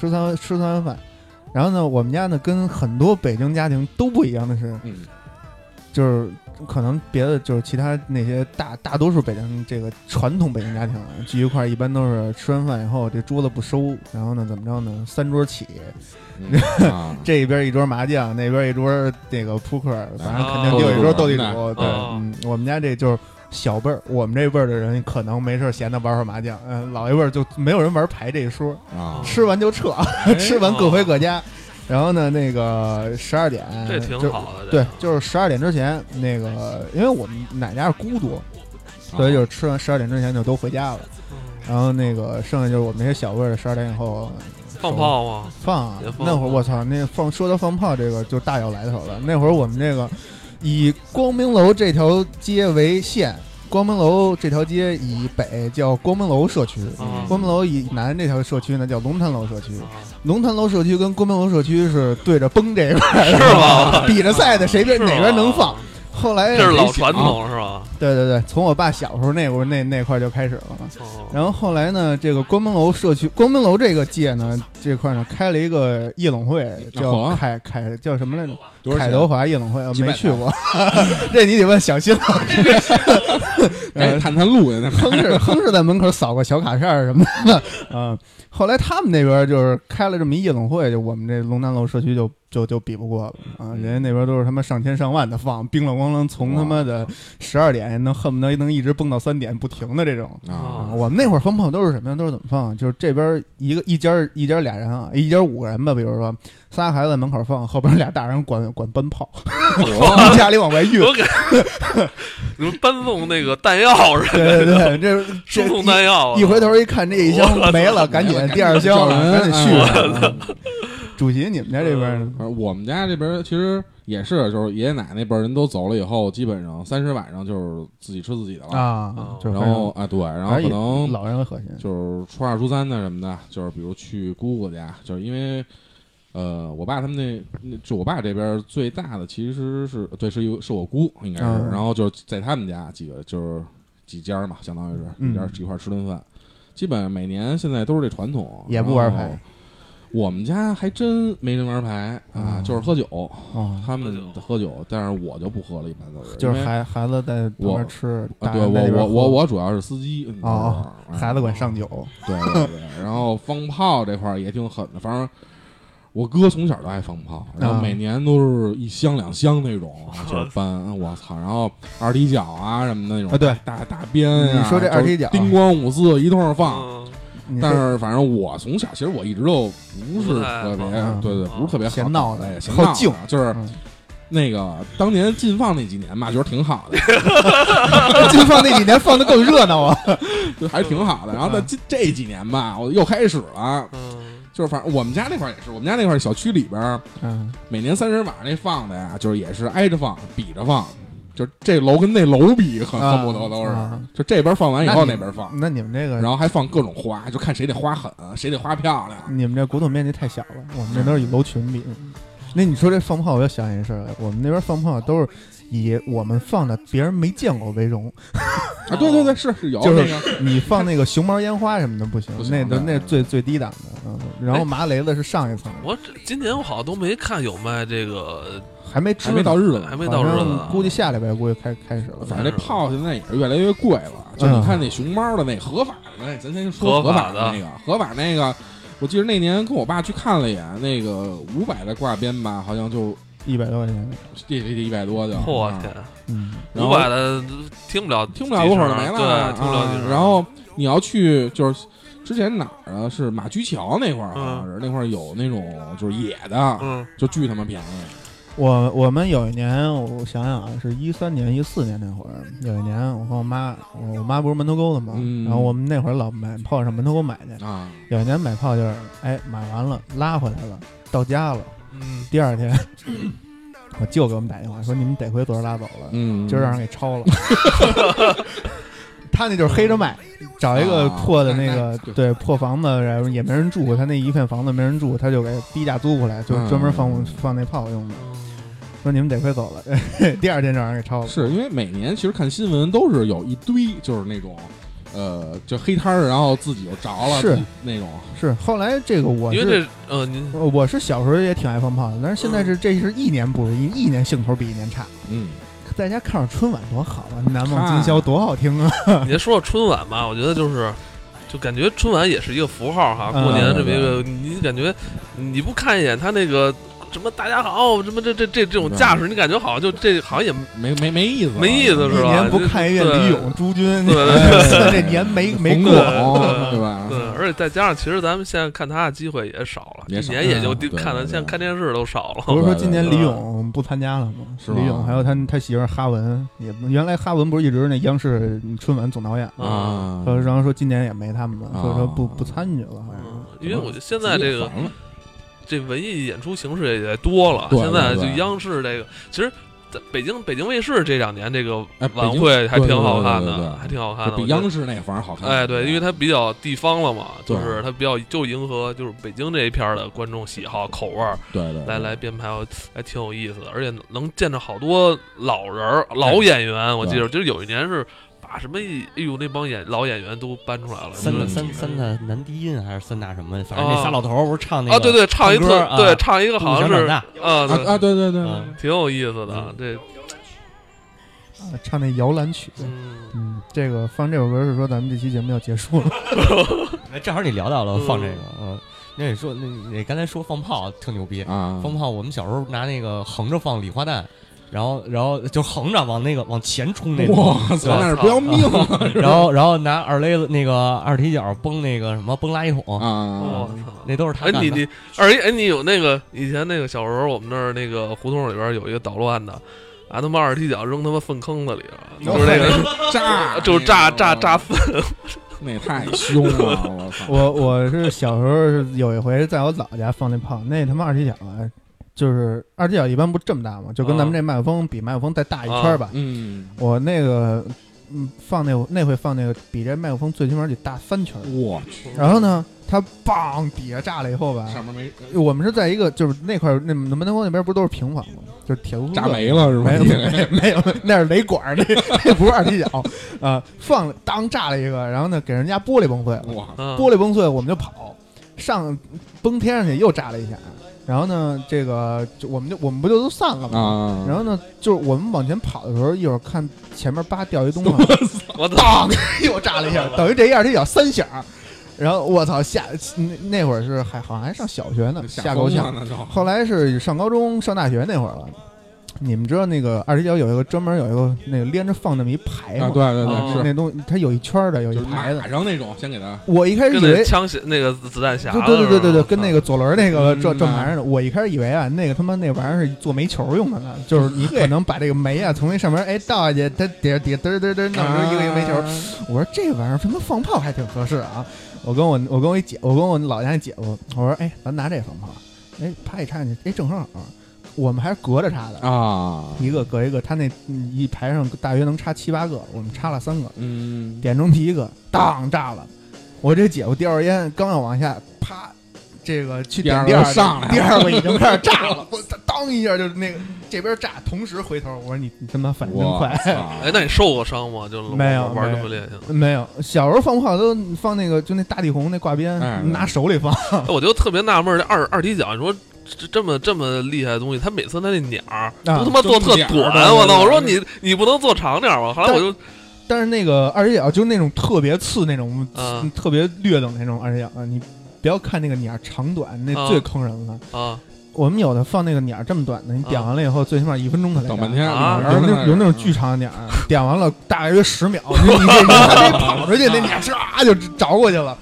吃三吃三碗饭。然后呢，我们家呢跟很多北京家庭都不一样的是，
嗯，
就是可能别的就是其他那些大大多数北京这个传统北京家庭啊聚一块儿，一般都是吃完饭以后这桌子不收，然后呢怎么着呢三桌起，
嗯啊，
这边一桌麻将，那边一桌那个扑克，反正肯定
哦
有一桌斗地
斗地
主。对，
哦
嗯，我们家这就是小辈儿，我们这辈儿的人可能没事儿闲的玩会儿麻将，嗯，老一辈儿就没有人玩牌这一说，
哦
啊，
吃完就撤，
哎
吃完各回各家。然后呢，那个十二点，
这挺
就
好的。
对
这，
就是十二点之前，那个因为我们奶家是孤
哦
独，所以就是吃完十二点之前就都回家了。
嗯
然后那个剩下就是我们这些小辈儿，十二点以后
放炮 吗？
放啊
也！放
那会儿我操，那放说到放炮这个就大有来头了。那会儿我们这个以光明楼这条街为线，光明楼这条街以北叫光明楼社区，
啊
光明楼以南这条社区呢叫龙潭楼社区。
啊
龙潭楼社区跟光明楼社区是对着崩这一块儿
是吗
比着赛的，谁
哎
边
是吗
哪边能放。后来
这是老
啊
传统是吧？
对对对，从我爸小时候那会儿那那块儿就开始了嘛。
哦，
然后后来呢，这个光明楼社区，光明楼这个界呢，这块呢开了一个夜总会，
好
叫
啊
凯凯叫什么来着？
多少
凯
钱啊
德华夜总会，呃
几百
没
台
去过， 这你得问小 新老师。
哎，
呃
探探路去，那
亨氏亨氏在门口扫个小卡片儿什么的， 嗯，后来他们那边就是开了这么一夜总会，就我们这龙南楼社区就就就比不过了啊，
嗯
人家那边都是他妈上千上万的放，冰冷咣啷从他妈的十二点能恨不得能一直蹦到三点不停的这种，
啊
啊，
哦
我们那会儿放炮都是什么呀？都是怎么放啊？就是这边儿一个一家儿一家儿俩人啊，一家儿五个人吧，比如说仨孩子在门口放，后边儿俩大人管管搬炮， 从家里往外 运。
我 给你们搬送那个弹药是吧？
对对对， 这
输
这
送弹药啊
一一回头一看，这一箱没了，赶紧嗯第二箱了，赶紧续上。
上。
主席，你们家这边呢？
而啊我们家这边其实也是，就是爷爷奶奶那辈儿人都走了以后，基本上三十晚上就是自己吃自己的了。
啊，就是
然后
哎
啊，对，然后
反正
可
以
能
老人为核心，
就是初二、初三的什么的，就是比如去姑姑家，就是因为，呃，我爸他们那，那就我爸这边最大的其实是对，是一个是我姑应该是，
嗯
然后就是在他们家几个就是几家嘛，相当于是
嗯
一家一块儿吃顿饭，基本每年现在都是这传统，
也不玩牌
然后。我们家还真没人玩牌啊，
哦
就是喝酒，
啊，
他们喝酒，但是我就不喝了，一般都是
就是
因为
孩孩子在旁
我
边吃，
啊
大
对
人在
我
那边喝哦
我我我主要是司机，你知道吗啊
孩子管上酒，
对对对，然后放炮这块儿也挺狠的，反正我哥从小都爱放炮，然后
啊
每年都是一箱两箱那种，就是搬，嗯我操，然后二踢脚啊什么的那种，
啊对
大大鞭啊，
你说这二踢脚
就是叮咣五四一通儿放。
嗯
你
但
说
是反正我从小其实我一直都不是
不太
特别
嗯，
对对，不是特别好
嫌闹的
哎嫌
好
闹
静
的，就是
嗯
那个当年禁放那几年吧，觉得挺好的，
就放那几年放的更热闹啊！
就还挺好的。然
嗯
后在这这几年吧，我又开始了，
嗯，
就是反正我们家那块儿也是，我们家那块儿小区里边儿，
嗯，
每年三十晚上那放的呀，就是也是挨着放，比着放，就是这楼跟那楼比，恨
啊
恨不得都是
啊，
就这边放完以后
那
那
你
边放，
那你们这个，
然后还放各种花，就看谁这花狠，谁这花漂亮。
你们这国土面积太小了，我们这都是以楼群比。那你说这放炮，我又想起一事儿来，我们那边放炮都是以我们放的别人没见过为 荣，
啊，对对对，是是有
就
那
是
个，
你放那个熊猫烟花什么的不行
不，行哎
那
对
都那是最最低档的。嗯，然后麻雷子是上一层，
我这今年我好像都没看有卖这个，
还没吃
还没到
呢
日子呢
还。没到日子
反正
呢，
估计下礼拜估计开开始了。
反正这炮现在也是越来越贵了，就
嗯
你看那熊猫的那合法的，那咱先说合
合
法
法
的
的
那个，合法那个，我记得那年跟我爸去看了一眼，那个五百的挂鞭吧，好像就
一百多块钱，
这这这一百多就，
我
啊
天，
嗯，
然
五
后
百的听不了，
听不了一会儿就没了，
对，听不了
啊
几声。
然后你要去就是之前哪儿啊？是马驹桥那块儿，好像是那块儿有那种就是野的，
嗯，
就巨他妈便宜。
我我们有一年，我想想啊，是一三年、一四年那会儿，有一年我和我妈，我我妈不是门头沟的嘛，
嗯
然后我们那会儿老买泡上门头沟买去，
啊，
有一年买泡就是，哎，买完了拉回来了，到家了，
嗯，
第二天我舅给我们打电话说你们得亏昨儿拉走了，
嗯，
今儿让人给抄了。 他那就是黑着卖，找一个
啊
破的那
那
个
那
对破房子，然后也没人住，他那一片房子没人住，他就给低价租回来，就专门放
嗯
放那炮用的。说你们得亏走了， 第二天就让人给抄了。
是因为每年其实看新闻都是有一堆就是那种。呃，就黑摊儿，然后自己就着了，
是
自己那种，
是，后来这个我
因为
是
这嗯呃，您
呃我是小时候也挺爱放炮的，但是现在是这是一年不如一，一年兴头比一年差。
嗯，
在家看会儿春晚多好啊，难忘
啊
今宵多好听 啊！
你说说春晚吧，我觉得就是，就感觉春晚也是一个符号哈。
嗯
过年这么一个，你感觉你不看一眼他那个什么大家好，什么这这这这种架势，你感觉好像就这好像也
没没没意思了，
没意思
一
是吧
年不看一遍
对
李勇、朱军，
对
对对
这 年没没
冯
过
巩。
对
对吧？
对，而且再加上其实咱们现在看他的机会也少了，
也
一
少
年也就看
嗯对
他
对
现在看电视都少了。
不是说今年
对
对
李
对
咏不参加了吗？
是吗
李咏还有他他媳妇儿哈文，也不原来哈文不是一直是那央视春晚总导演吗？
嗯
啊，
说然后说今年也没他们了，
啊
所以说不不参与了，好像
嗯
是。，
因为我觉得现在这个
烦了
这文艺演出形式也多了，
对
现在就
对对
央视这个，其实在北京北京卫视这两年这个
哎
晚
北京
会还挺好看
对对对对
的，
对
还挺好看的。
比
啊我觉得
央视那反而好看。
哎，对，因为
它
它比较地方了嘛，就
对
是它比较就迎合就是北京这一片儿的观众喜好口味儿
对对
来来编排，还挺有意思的，而且能见着好多老人儿、
哎
老演员。我记得就是有一年是把什么一哎呦那帮演老演员都搬出来了，
三
就是
大
嗯
三三大男低音还是三大什么？反正那仨老头儿不是唱那
哦
个
啊，对对，唱一
唱
特
歌啊
对唱一个
不
好
想
像
长
是
大，
啊
啊
对
啊，对对对对
嗯
挺有意思的
嗯
这
啊唱那摇篮曲。
嗯。
嗯，这个放这首歌是说咱们这期节目要结束了。
哎正好你聊到了放这个，嗯，那你说那你刚才说放炮特牛逼，
啊，
放炮我们小时候拿那个横着放礼花弹，然后然后就横着往那个往前冲那种，
哇塞，那是不要命了
然后然后拿二勒子那个二踢脚崩那个什么崩垃圾桶，
啊！
我操！
那都是他
哎，
干
你
的
你，而且哎，你有那个以前那个小时候，我们那儿那个胡同里边有一个捣乱的，拿他妈二踢脚扔他妈粪坑子里了，就是那个
个炸，
就炸炸炸，粪，
那也太凶了！我操，
我我是小时候是有一回在我姥姥家放那炮，那他妈二踢脚啊，就是二踢脚一般不这么大嘛，就跟咱们这麦克风比麦克风再大一圈儿吧。
嗯，
我那个嗯放那那回放那个比这麦克风最起码得大三圈儿。
我去，
然后呢，它梆底下炸了以后吧，
上面没
我们是在一个就是那块儿那门头沟那边不都是平房吗？就是铁路
炸没了是吗？
没有 没有没有，那是雷管儿，那那不是二踢脚啊、放了当炸了一个，然后呢给人家玻璃崩碎了，
哇，
嗯
玻璃崩碎我们就跑，上崩天上去又炸了一下，然后呢这个就我们就我们不就都散了吗？
啊！
然后呢，就是我们往前跑的时候，一会儿看前面叭掉一东 西，
我操！
当又炸了一下，等于这一下这脚三响，然后我操吓那那会儿是还好像还上小学呢，吓够呛。
那就
后来是上高中上大学那会儿了，你们知道那个二踢脚有一个专门有一个那个连着放那么一排
啊，对
吗？
对对，是
那东西它有一圈儿的，有一
就是
排的
马。上那种，先给他
我一开始
跟
以
那
为，
枪匣那个子弹匣子
对对对对对对，
是吧
跟那个左轮那个
嗯
转转
啊
盘似的。我一开始以为啊，那个他妈那玩意儿是做煤球用的呢，就是你可能把这个煤啊从那上面哎倒下去，它底下底下嘚儿嘚儿嘚儿弄成一个一个煤球，我说这玩意儿他妈放炮还挺合适啊！我跟我我跟我一姐，我跟我老家那姐夫，我说哎，咱拿这放炮，哎，啪一插进去，哎，正好，我们还是隔着插的，
啊，
一个隔一个，他那嗯一排上大约能插七八个，我们插了三个，
嗯，
点中第一个，当炸了，我这姐夫叼着烟刚要往下，啪，这个去点
第
第
二
二
个
个
上来了
第二个已经开始炸 了，我当一下就那个这边炸，同时回头，我说你你他妈反应真
我
快。
哎，那你受过伤吗？就
没有
玩这
没
么
有
烈性。
没有，小时候放炮都放那个，就那大地红那挂鞭，
哎
拿手里放。
哎我就特别纳闷儿，这二二踢脚，你说这这么这么厉害的东西，他每次他那鸟儿
啊
都他妈做特
就那点儿
短，
对
我操！
对
我说
对
你你不能做长点儿吗？后来
但
我就
但是那个二踢脚就那种特别刺那种，
啊
嗯啊特别劣等那种二踢脚，你不要看那个鸟长短，那
啊
最坑人了。
啊
我们有的放那个鸟儿这么短的，你点完了以后，最起码一分钟才来。
等半天嗯
啊
有哎那有那种巨长的鸟儿，点完了大约十秒，你你这你还得跑出去，那鸟唰就着过去了。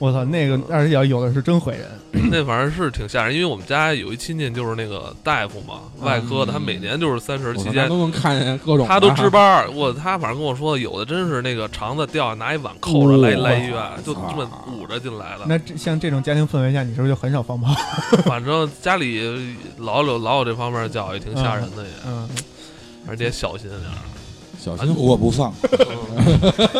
我操，那个二十脚有的是真毁人。
那玩意儿是挺吓人，因为我们家有一亲戚就是那个大夫嘛，外科的，他每年就是三十期
他
间，
都能看见各种的，啊
他都值班儿。我他反正跟我说，有的真是那个肠子掉，拿一碗扣着来
哇
来医院，就这么捂着进来的。
哦那这像这种家庭氛围下，你是不是就很少放炮？
反正家里老有老有这方面的教育，挺吓人的也，
嗯，
而且小心点儿。
小心
我不放。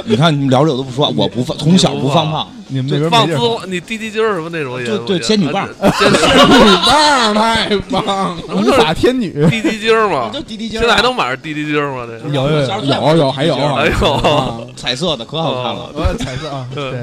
你看你们聊着我都不说，我不放，从小不放炮。
你们那
就
边
放
没地
滋
儿放，，
你滴滴筋儿什么那种也
就对
也
仙女棒
啊仙女
女棒太棒了，
不
无
就是
法天女。
滴滴筋儿嘛，
滴滴
啊
啊
现在还能买着滴滴筋儿吗？这个
有有有
小时候
有有还有，
哎呦哦
啊
彩色的可好看了，
我彩色啊，对，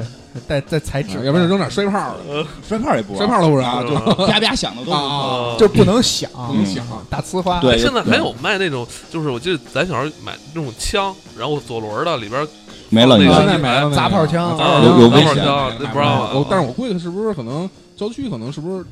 带带彩纸，
要不然就扔点摔炮的，
摔炮也不玩
摔炮都不
嗯
扔，
是
啊就
吧
啪啪响的都不哎玩
啊
啊
嗯就不能响，
能响，
打呲花。
对
现在还有卖那种，就是我记得咱小时候买那种枪，然后左轮的里边
没了
那
你
个
知道
现
吗。
在没了
砸炮枪
砸炮
有有
枪哎
打
危
火
险
枪，那不
啊
让
我
了，。
但是我估计是不是可能郊区可能是不是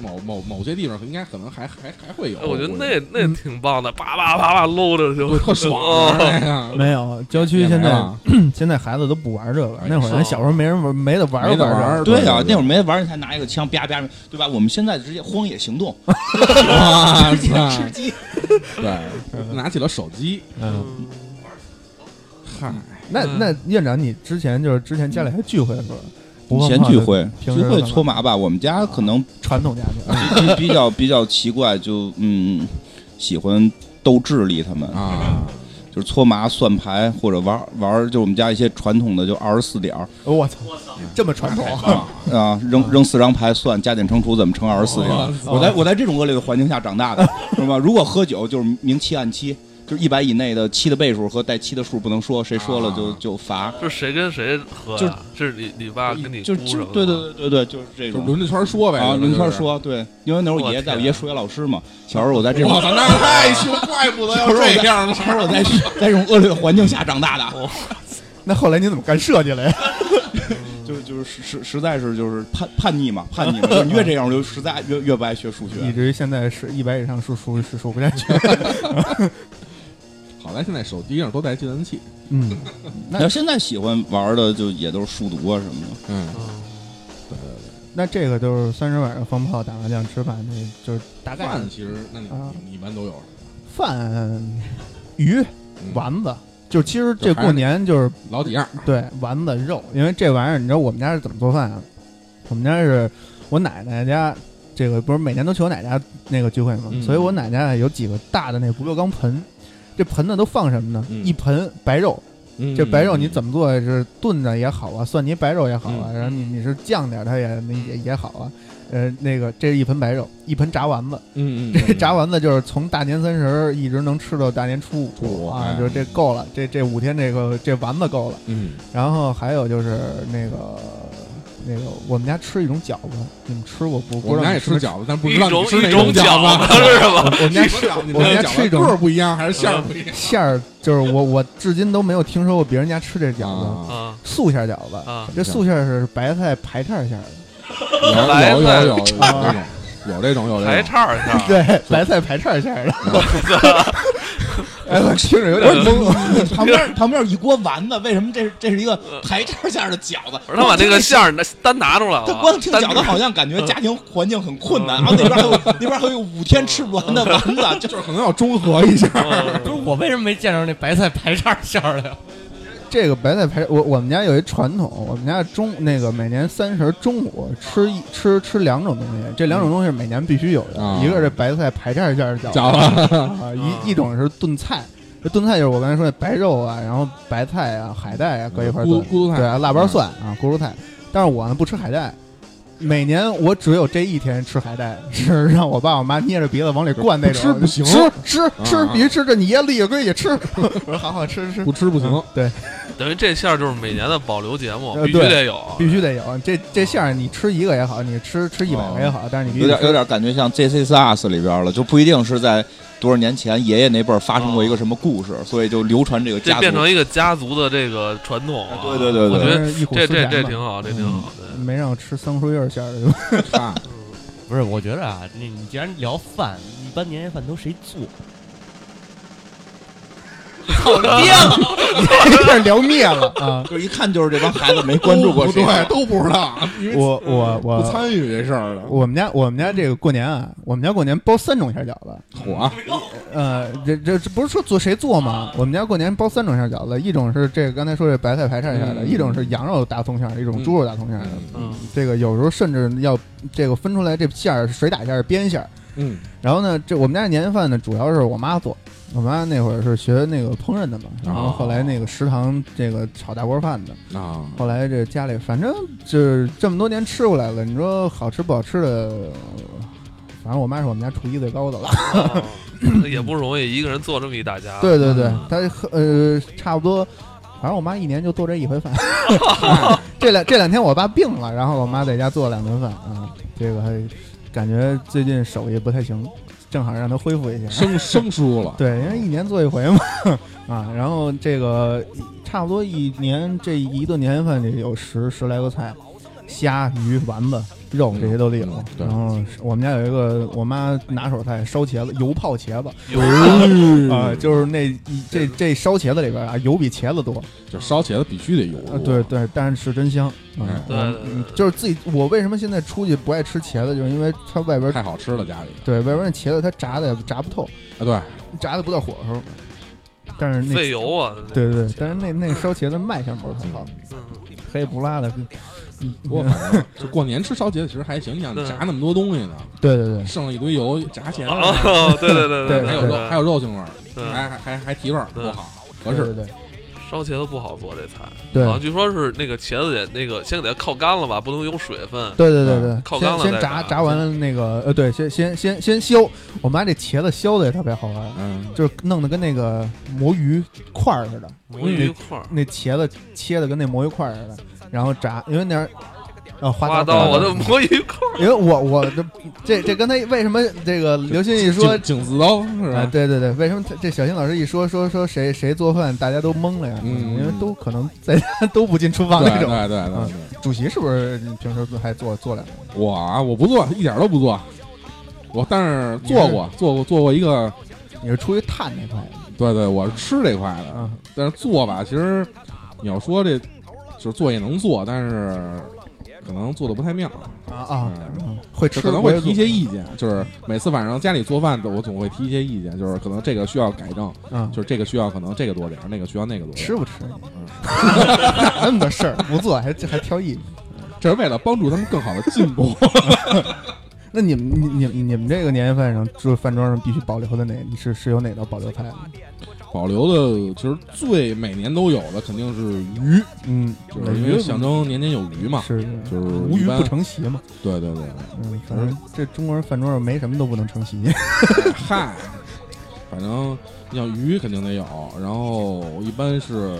某某某些地方应该可能还还还会有，
哎我觉得
估计
那那挺棒的，叭叭叭叭搂着就
特爽
哦
啊，那个
没有郊区现在啊嗯现在孩子都不玩这个了，那会儿咱小时候没人玩，没得玩儿
没得
儿
玩，
对呀，那会儿
儿
没玩儿，才拿一个枪啪啪，对吧？我们现在直接荒野行动，
哇
直接吃
塞，
鸡。
对，拿起了手机，
嗯，
嗨，
那那院长，你之前就是之前家里还聚会的时候，不
以
放
前
炮
聚
的
会，
平时
聚会
干嘛
搓麻吧。我们家可能
传统家 庭，
比比比较比较奇怪，就嗯，喜欢斗智力，他们
啊，
就是搓麻、算牌或者玩玩，就我们家一些传统的，就二十四点儿
我操，这么传统，
啊，扔扔四张牌算，加减乘除怎么乘二十四点儿
哇。
塞
我在我在这种恶劣的环境下长 大的，是吧？如果喝酒就是明七暗七，就是一百以内的七的倍数和带七的数不能说，谁说了就
啊
就罚。
是谁跟谁喝
就
呀？是你你爸跟你
就
姑什
就
么的
对对对对对，就是这
就
种。
轮着圈说呗，
啊，轮圈
就是。啊
说对，因为那时候我爷爷在我爷爷数学老师嘛，小时 候我在这种
我操，那太凶，怪不得要这样 了。
小时候我在在这种恶劣的环境下长大的，
哦
那后来你怎么干设计了呀？
就就是实实实在是就是叛叛逆嘛，叛逆嘛，就是越这样我就实在越越不爱学数
以
学。
至于现在是一百以上数数是数不下去。
好在现在手机上都带计算器，
嗯，
然后现在喜欢玩的就也都是数独啊什么的，
嗯，
那这个就是三十晚上放炮、打麻将、吃饭，那就是大概
饭其实那你
嗯
你一般都有什么？
饭、鱼、
嗯
丸子。就其实这过年就是
老几样，
对丸子肉，因为这玩意儿你知道我们家是怎么做饭啊？我们家是我奶奶家，这个不是每年都去我奶家那个聚会嘛，
嗯
所以我奶奶有几个大的那不锈钢盆，这盆子都放什么呢？
嗯
一盆白肉，这白肉你怎
么
么做是炖着也好啊，蒜泥白肉也好啊，
嗯
然后你你是酱点儿它也那也也好啊，呃，那个这是一盆白肉，一盆炸丸子，
嗯
这 炸丸子就是从大年三十儿一直能吃到大年初
初
五
五
啊
哎，
就是这够了，这这五天这个这丸子够了。
嗯
然后还有就是那个那个我们家吃一种饺子，你们吃过不？
我
不知
们
道
家
你
也吃
什么
饺子，但不
一
知道
种
你吃哪
种
饺
饺子 是
我
吧？
我们家吃我们家吃一种
个儿不一样还是馅儿不一样？
馅儿，就是我我至今都没有听说过别人家吃这饺子，
啊，
啊
素馅儿饺子。
啊，
这素馅儿是白菜排叉馅儿的，
啊有有有有有这种，有这种有
排
哎
这种，
叉儿一 下，
对，白菜排叉馅儿的。哎，我听着有点懵。
呃
旁边旁边有一锅丸子，为什么这是这是一个排叉馅儿的饺子？
呃不是他把那个馅儿那单拿出来
这
了，啊
光听
单嗯
饺子好像感觉家庭环境很困难，然后那边还有那边还有五天吃不完的丸子，就
就是可能要中和一下。
嗯
不是我为什么没见着那白菜排叉馅儿啊的呀？
这个白菜排，我我们家有一传统，我们家中那个每年三十中午吃一吃吃两种东西，这两种东西是每年必须有的，
啊
一个是这白菜排叉馅儿的饺子，
饺子，
啊，一一种是炖菜，这炖菜就是我刚才说那白肉啊，然后白菜啊、海带啊搁一块儿
嗯咕
炖，
咕嘟菜嗯
对啊，腊八蒜啊、咕噜菜。但是我呢不吃海带，每年我只有这一天吃海带，是让我爸我妈捏着鼻子往里灌那种，
不吃不行
吃吃吃
啊
必须吃，这你爷立着规矩吃。我说好好吃吃
不，吃不行。
对，
等于这馅儿就是每年的保留节目，
呃
必须
对
得有，啊
必须得有这这馅儿，你吃一个也好，你吃吃一百个也好，但是你必须
有点
吃
有点感觉像 J.C. Sars 里边了，就不一定是在多少年前爷爷那辈儿发生过一个什么故事，所以就流传这个
哦这
家
变
族
成一个家族的这个传统啊。
对对对
我
对
觉得
一股
这
思
这这
甜吧
嗯
挺好，这挺好。对
没让我吃桑树叶馅儿的就，
啊，
不是，我觉得啊，你你既然聊饭，一般年夜饭都谁做？
好 爹 了，开始聊灭了 啊！
就是一看就是这帮孩子没关注过
都
谁
不。对，都不知道，因为
我我
不
我，
参与这事儿的。
我们家我们家这个过年啊，我们家过年包三种馅儿饺子。
火，
呃，这这这不是说做谁做吗？我们家过年包三种馅儿饺子，一种是这个刚才说这白菜排叉馅儿的，
嗯
一种是羊肉大葱馅儿的，一种
嗯
猪肉大葱馅儿的。
嗯，
这个有时候甚至要这个分出来这馅儿是水打馅儿是边馅儿。
嗯
然后呢，这我们家年夜饭呢，主要是我妈做。我妈那会儿是学那个烹饪的嘛，然后后来那个食堂这个炒大锅饭的，
啊，
后来这家里反正就是这么多年吃过来了，你说好吃不好吃的，反正我妈是我们家厨艺最高的了。
哦也不容易，一个人做这么一大家。
对对对
嗯，
她呃差不多，反正我妈一年就做这一回饭。 这 两这两天我爸病了，然后我妈在家做了两顿饭啊，这个还感觉最近手艺不太行，正好让她恢复一下。
生生疏了，
对，因为一年做一回嘛，啊，然后这个差不多一年这一顿年夜饭里有十十来个菜，虾、鱼、丸子、肉这些都得有。
嗯对
然后是我们家有一个我妈拿手菜，烧茄子，油泡茄子
有
哎
啊、就是那一这这烧茄子里边啊，油比茄子多。
就烧茄子必须得油
啊，。对，对，但是是真香。嗯
嗯，
对
嗯
对对
嗯就是自己，我为什么现在出去不爱吃茄子，就是因为它外边
太好吃了，家里
对外边那茄子它炸的也炸不透，
啊，对，
炸的不到火候。但是那
费油啊。
对对，但是那那烧茄子卖相不是很好，
嗯
黑不拉的。嗯
我反正就过年吃烧茄子其实还行，你想
对
炸那么多东西呢，
对对对，
剩了一堆油，炸茄子
哦， 对对对
对
还有肉，还有哎肉腥味儿，
对
还还还还提味儿，不好，合
对
适。
对对
烧茄子不好做这菜，
对
好像据说是那个茄子得那个先给它靠干了吧，不能有水分。
对对对对，
靠干
先
了
先
再
炸
炸
炸完那个呃，对，先先先先削。我妈这茄子削的也特别好玩，
嗯，
就是弄得跟那个魔芋块儿似的，
魔芋
嗯
一块儿，
那茄子切的跟那魔芋块儿似的，然后炸，因为那儿。啊，花
花刀，我的
都，
魔芋块儿。
因为我我这这这刚才为什么这个刘鑫一说
井井字刀是
啊，
吧？
对对对，为什么他这小新老师一说说说谁谁做饭，大家都懵了呀？
嗯
因为都可能在家 都不进厨房
对
那
对
种。
对对对，
主席是不是平时还做做两个？
我啊，我不做，一点都不做。我但是做过，做过做过一个，
你是出于探那块的
对对，我是吃这块的，
啊？
但是做吧，其实你要说这就是做也能做，但是可能做的不太妙，
啊啊
嗯，
嗯会吃
可能
我
会
也
提一
做
些意见。就是每次晚上家里做饭，我总会提一些意见，就是可能这个需要改正，
啊，
就是这嗯个需要可能这个多点儿，那个需要那个多点
吃
儿。
不吃？哪 那么多事儿不做还还挑意见？
这是为了帮助他们更好的进步。
那你们你你你们这个年夜饭上，就是饭桌上必须保留的哪是是有哪道保留菜？
保留的其实最每年都有的肯定是鱼，
嗯，
就是因为象征年年有余嘛。
是是
就是
无
一
鱼
般
不成席嘛。
对对对，
嗯，反正这中国人饭桌上没什么都不能成席。
嗨，反正你像鱼肯定得有，然后一般是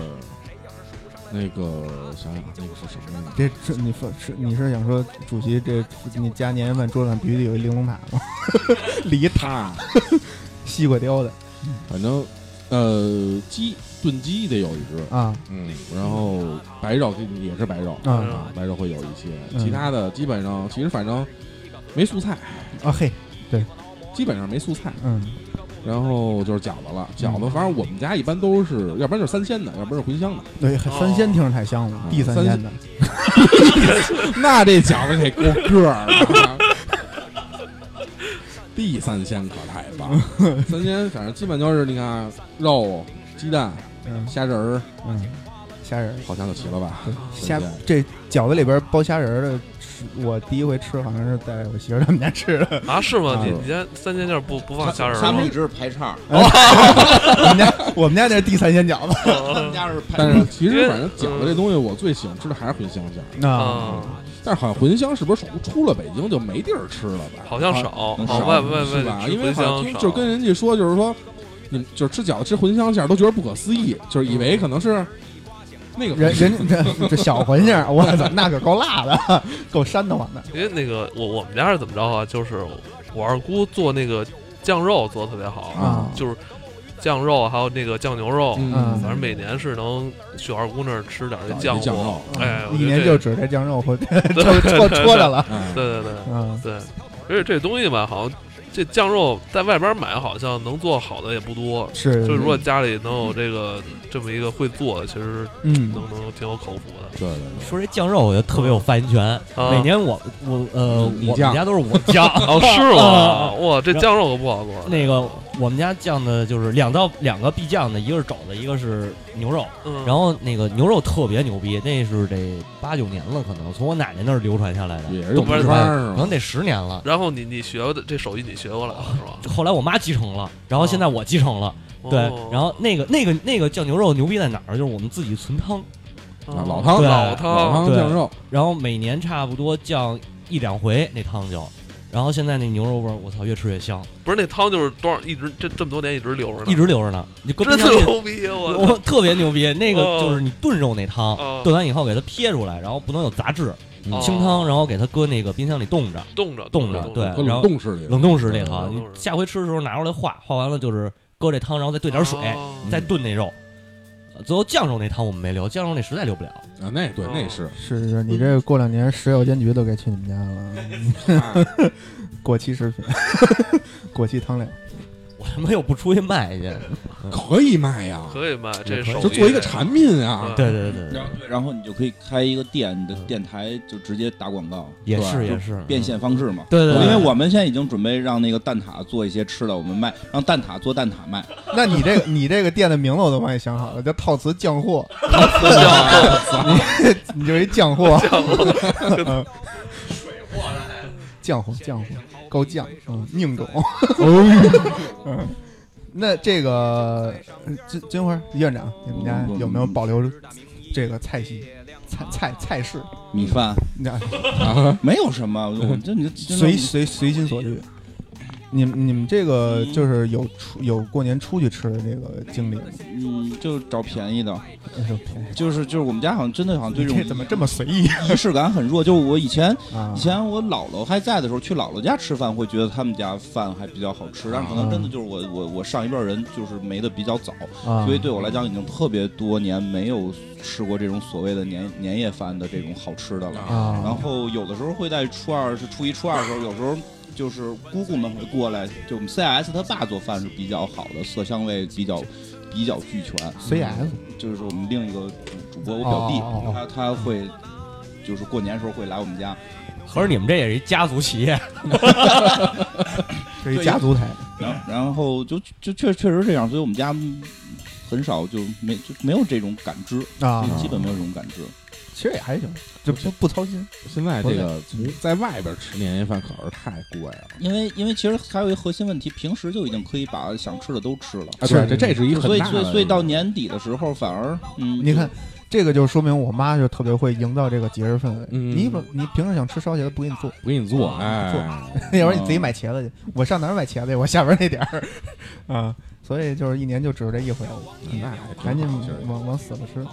那个想想那个是什么来着？
这这你说是你是想说主席这你家年夜饭桌上必须得有一玲珑塔吗？
梨塔，
西瓜雕的
反正呃鸡炖鸡得有一只，
啊
嗯，然后白肉也是白肉
啊
白肉会有一些，
嗯
其他的基本上其实反正没素菜，
啊嘿
基本上没素菜。
嗯
然后就是饺子了，饺子反正我们家一般都是，要不然就是三鲜的，要不然是茴香的。
对三
哦
鲜听着太香了，地三鲜的
那这饺子得够个儿啊！地三鲜可太棒， 了，三鲜反正基本就是你看肉、鸡蛋、
嗯
虾仁儿，
嗯虾仁儿
好像就齐了吧？
对虾
三鲜
这饺子里边包虾仁儿的是我第一回吃好像是在我媳妇儿他们家吃 的，
啊，是吗？
啊
你你家三鲜馅不不放虾仁儿
他
吗
们？一直是排叉，
我们家我们家那是地三鲜饺子
他
啊
们家是排。
但是其实反正饺子这东西，我最喜欢吃的还是茴香馅儿。哦
啊，
但是好像茴香是不是出了北京就没地儿吃了吧？
好像少，哦
嗯少
外外
是吧？
外
因为
茴
好像
香
听
少，
就跟人家说，就是说，你们就是吃饺子吃茴香馅儿都觉得不可思议，就是以为可能是那个
人人这这小茴香儿，我操，那可够辣的， 够煽得慌的。
因为那个我我们家是怎么着啊？就是我二姑做那个酱肉做的特别好，
哦
啊
就是酱肉还有那个酱牛肉，
嗯
嗯
反，
啊
正每年是能去二姑那儿吃点儿这
找一
酱
酱
货
肉
哎，我
嗯一
觉得
年
这
就指这酱肉或戳戳戳着了。
嗯
对对对
嗯，
对，而且这东西吧，好像这酱肉在外边买，好像能做好的也不多。
嗯
是，
就是如果家里能有这个这么一个会做的，其实
嗯
能能挺有口福的。
对对对，
说这酱肉，我就特别有发言权。
啊。
每年我我呃，
你
我们
酱
家都是我酱
哦，是 吗？
啊
哇，这酱肉可不好做。
那个我们家酱的就是两道两个必酱的，一个是肘子，一个是牛肉。
嗯，
然后那个牛肉特别牛逼，那是得八九年了，可能从我奶奶那儿流传下来的，
也是
东北
有
传
圈儿啊是吧
可能得十年了。
然后你你学的这手艺你学过来了是吧？
后来我妈继承了，然后现在我继承了， 对
哦。
然后那个那个那个酱牛肉牛逼在哪儿？就是我们自己存汤，
哦
啊老汤
对
老
老
汤，
汤
对
酱肉，
然后每年差不多酱一两回那汤就，然后现在那牛肉味儿，我操，越吃越香，
不是那汤就是多少一直这这么多年一直留着呢，
一直留着呢。你搁
真
冰
的
箱里，
牛逼我操
我 特别牛逼。那个
哦
就是你炖肉那汤
哦，
炖完以后给它撇出来，然后不能有杂质，
哦
清汤，然后给它搁那个冰箱里冻着，
冻着
冻着对
搁
然
冷
后
冻室里，
冷冻室里头。
冷
你
冻室
下回吃的时候拿出来化，化完了就是搁这汤，然后再兑点水，嗯
哦
再炖那肉。呃最后酱肉那汤我们没留，酱肉那实在留不了。
啊，那对那是
是是，你这过两年食药监局都该去你们家了，
嗯
啊
过期食品， 过期汤料。
我他妈又不出去卖 去。
可以卖呀，
可以卖，这
也可以
手艺
就做一个产品啊，
对对对对
然，后然后你就可以开一个店，你的电台就直接打广告，
嗯也是
对
也是
变现方式嘛。
对对对
因为我们现在已经准备让那个蛋挞做一些吃的，我们卖，让蛋挞做蛋挞 卖。
那你这个你这个店的名字我都帮你想好了，叫套词酱货， 你就是一酱货，
酱肉
嗯酱货酱货高酱，嗯，宁种， 嗯，那这个呃金金花院长，你们家有没有保留这个菜系菜菜菜式？
米饭
那
啊
没有什么， 我这你就
随随随心所欲。你们你们这个就是有出有过年出去吃的这个经历吗？
嗯，就找便宜的，
哎呦天呀
就是就是我们家好像真的好像对
你
这
这
种
怎么这么随意
仪式感很弱。就我以前
啊
以？前我姥姥还在的时候，去姥姥家吃饭，会觉得他们家饭还比较好吃，但是可能真的就是我我我上一辈儿人就是没的比较早，
啊
所以对我来讲已经特别多年没有吃过这种所谓的年年夜饭的这种好吃的了。
啊，
然后有的时候会在初二是初一初二的时候，有时候就是姑姑们会过来，就我们 CIS 他爸做饭是比较好的，色香味比较比较俱全。
CS
就是我们另一个主主播，我表弟，
哦哦哦
他他会就是过年时候会来我们家，
合着你们这也是一家族企业，
是一家族台，
然后然后就就确确实这样，所以我们家很少就没就没有这种感知，
啊
基本没有这种感知。
其实也还行，就不不操心。
现在这个从在外边吃年夜饭可是太贵了。
因为因为其实还有一个核心问题，平时就已经可以把想吃的都吃了，
啊，
是
对，这这是一个
所
很
以
大的
所以所以到年底的时候反而嗯，
你看，这个就说明我妈就特别会营造这个节日氛围。
嗯
你不，你平时想吃烧茄子不给你 做，
我给你做，
不错
哎，
要不然你自己买茄子去。我上哪儿买茄子去？我下边那点儿 啊，所以就是一年就只有这一回了，
那还
赶紧
挺好其实
往往死了吃。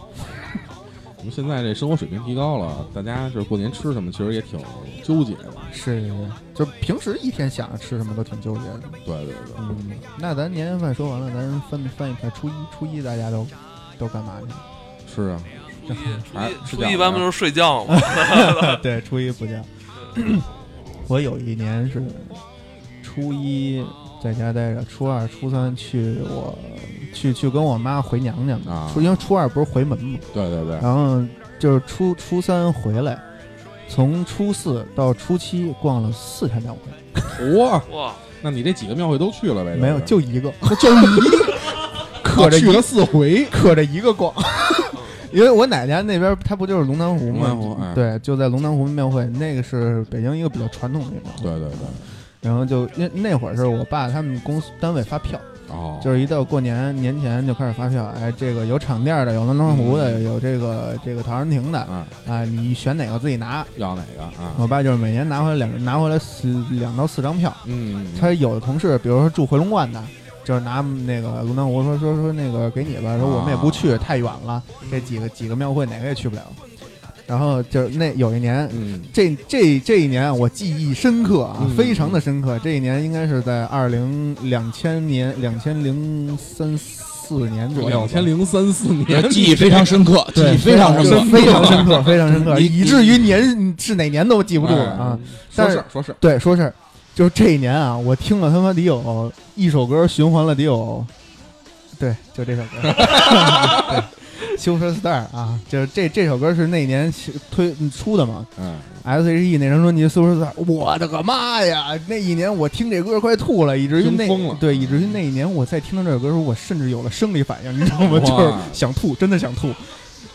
我们现在这生活水平提高了，大家就是过年吃什么，其实也挺纠结的。
是是是，就平时一天想着吃什么都挺纠结的。
对对对，
嗯，那咱年夜饭说完了，咱翻翻一翻初一，初一大家都都干嘛去？
是啊，还是
初一初
这样
一一般不就是睡觉吗？
对，初一不叫。 我有一年是初一在家待着，初二、初三去我去去跟我妈回娘家嘛
啊。
初因为初二不是回门嘛，
对对对，
然后就是初初三回来，从初四到初七逛了四天庙会，
哇，
哇，
那你这几个庙会都去了呗？
没有
是
就一个，哎 就一 个，可着
啊去
一
了四 回，
可着一个逛。因为我奶奶那边，她不就是龙潭湖
龙潭湖
吗
哎？
对，就在龙潭湖庙会，那个是北京一个比较传统的一个。
对对对，
然后就那那会儿是我爸他们公司单位发票，
哦，
就是一到过年年前就开始发票，哎，这个有场店的，有南昌湖的，有这个这个陶然亭的，
啊，
啊，你选哪个自己拿。
要哪个啊？
我爸就是每年拿回来两拿回来四两到四张票，
嗯，
他有的同事，比如说住回龙观的。就是拿那个龙潭湖说说说那个给你吧，说我们也不去，太远了，这几个几个庙会哪个也去不了。然后就是那有一年
嗯，
这这这一年啊我记忆深刻啊，
嗯
非常的深刻。这一年应该是在二零两千年两千零三四年左右吧，
两千零三四年，
记忆非常深刻，记
对
忆非常深
就
刻
是，非常深刻，非常深刻，
你哎
以至于年是哪年都记不住了啊。
哎说事儿说事儿，
对，说是就是这一年啊，我听了他妈得有一首歌循环了得有，对，就这首歌， 对，Super Star 啊，就是这这首歌是那年推出的嘛，
嗯，
S.H.E E 那张专辑《Super Star》，我的个妈呀！那一年我听这歌快吐了，以至于那
听疯了
对，以至于那一年我在听到这首歌的时候，我甚至有了生理反应，你知道 吗？就是想吐，真的想吐。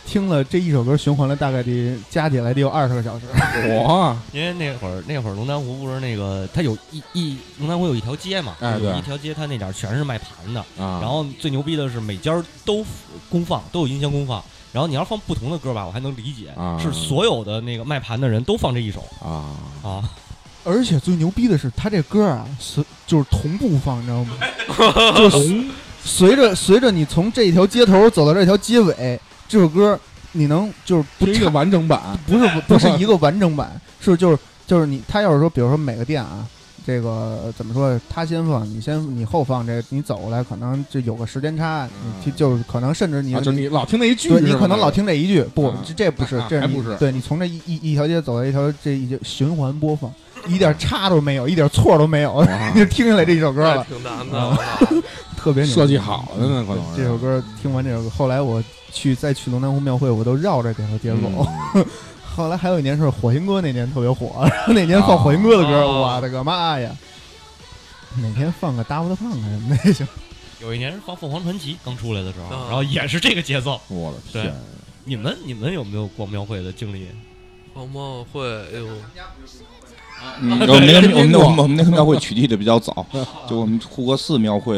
听了这一首歌循环了大概得加起来得有二十个小时，
我
因为那会儿那会儿龙潭湖不是那个，它有一一龙潭湖有一条街嘛，
哎
有
对
一条街，它那点儿全是卖盘的。
啊，
然后最牛逼的是每家儿都公放，都有音箱公放。然后你要放不同的歌吧，我还能理解
啊，
是所有的那个卖盘的人都放这一首
啊，
啊。
而且最牛逼的是，他这歌啊是就是同步放，你知道吗？ 就是随着随着你从这条街头走到这条街尾，这首歌你能就是不
是一
差
个完整版，
不 是不是一个完整版，是就是就是你，他要是说，比如说每个店啊，这个呃怎么说，他先放，你先你后放，这你走过来可能就有个时间差，你
嗯
就就是可能甚至你、
啊，就你老听那一句
对
是吧，
你可能老听这一句，不，
啊
这这不是
啊，
这
还
你
不是
对你从这一一一条街走到一条这一循环播放，一点差都没有，一点错都没有，
哇
你就听下来这一首歌
那
了，
挺难
啊
的。我
特别牛嗯
哎设计好的呢，可能是
这首歌听完这首歌，后来我去再去龙南湖庙会，我都绕着这条
嗯
街走。后来还有一年是火星哥那年特别火，然后那年放火星哥的歌，
哦
我的个妈呀！哪天放个 Daft Punk 什么的啊也行。
有一年是放凤凰传奇刚出来的时候，
啊
然后也是这个节奏。
我的天，
你们你们有没有逛庙会的经历？
操，庙会，哎呦，
嗯，我们那个我们那我们我们那个庙会取缔的比较早，就我们护国寺庙会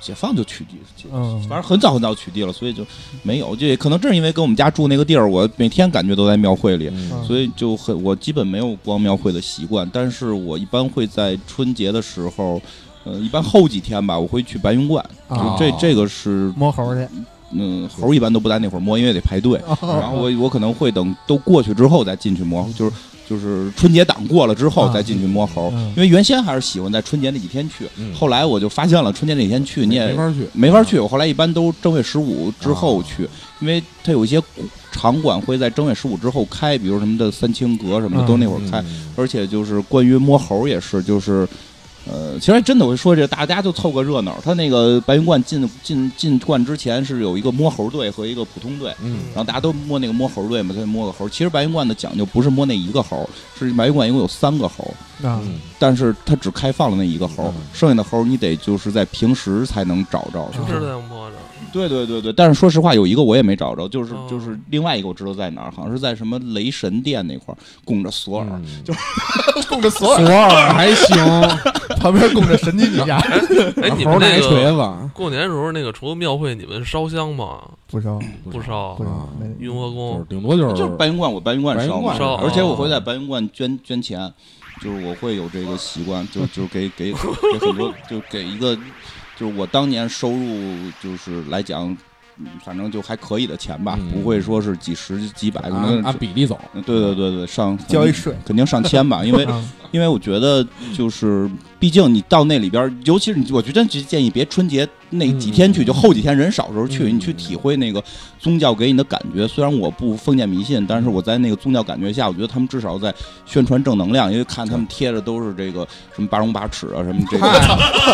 解放就取缔，解
嗯
反正很早很早取缔了，所以就没有。这可能正是因为跟我们家住那个地儿，我每天感觉都在庙会里，
嗯
所以就很我基本没有逛庙会的习惯，但是我一般会在春节的时候。呃，一般后几天吧，我会去白云观，就
啊
这这个是，
摸猴去，
嗯，猴儿一般都不在那会儿摸，因为得排队。然后我我可能会等都过去之后再进去摸，就是就是春节档过了之后
啊
再进去摸猴，
嗯
因为原先还是喜欢在春节那几天去，
嗯
后来我就发现了春节那几天去你也
没法去，
没法去，我后来一般都正月十五之后
啊
去，因为它有一些场馆会在正月十五之后开，比如什么的三清阁什么的都那会儿开，
嗯
而且就是关于摸猴也是，就是。呃，其实还真的，我说这大家就凑个热闹。他那个白云观进进进观之前是有一个摸猴队和一个普通队，
嗯
然后大家都摸那个摸猴队嘛，他就摸个猴。其实白云观的讲究不是摸那一个猴，是白云观一共有三个猴，
啊，
嗯，
但是它只开放了那一个猴
嗯，
剩下的猴你得就是在平时才能找着。
嗯
是在摸着，
对对对对，但是说实话，有一个我也没找着，就是
哦
就是另外一个我知道在哪儿，好像是在什么雷神殿那块儿供着索尔。
就
供着索
索
尔，
尔嗯还行，
旁边供着神经女侠，
哎，你
猴
们
拿
那
一锤
个
子，
过年时候那个除了庙会，你们烧香吗？
不烧
不烧
不，烧
啊，
没
雍和
就
宫
是顶多就是
就是白云观，我白云观
白云
烧嘛
观
烧
而且我会
哦
在白云观捐捐钱，就是我会有这个习惯，就就给给给很多，就给一个，就是我当年收入就是来讲，嗯反正就还可以的钱吧，
嗯啊
不会说是几十几百，可能
按
是
按比例走，
嗯对对对对，上
交一税，
肯定上千吧，因为
啊
因为我觉得就是，毕竟你到那里边儿，尤其是你，我觉得建议别春节那几天去，
嗯
就后几天人少的时候去，
嗯
你去体会那个宗教给你的感觉。虽然我不封建迷信，但是我在那个宗教感觉下，我觉得他们至少在宣传正能量，因为看他们贴着都是这个什么八荣八耻啊，什么 这个，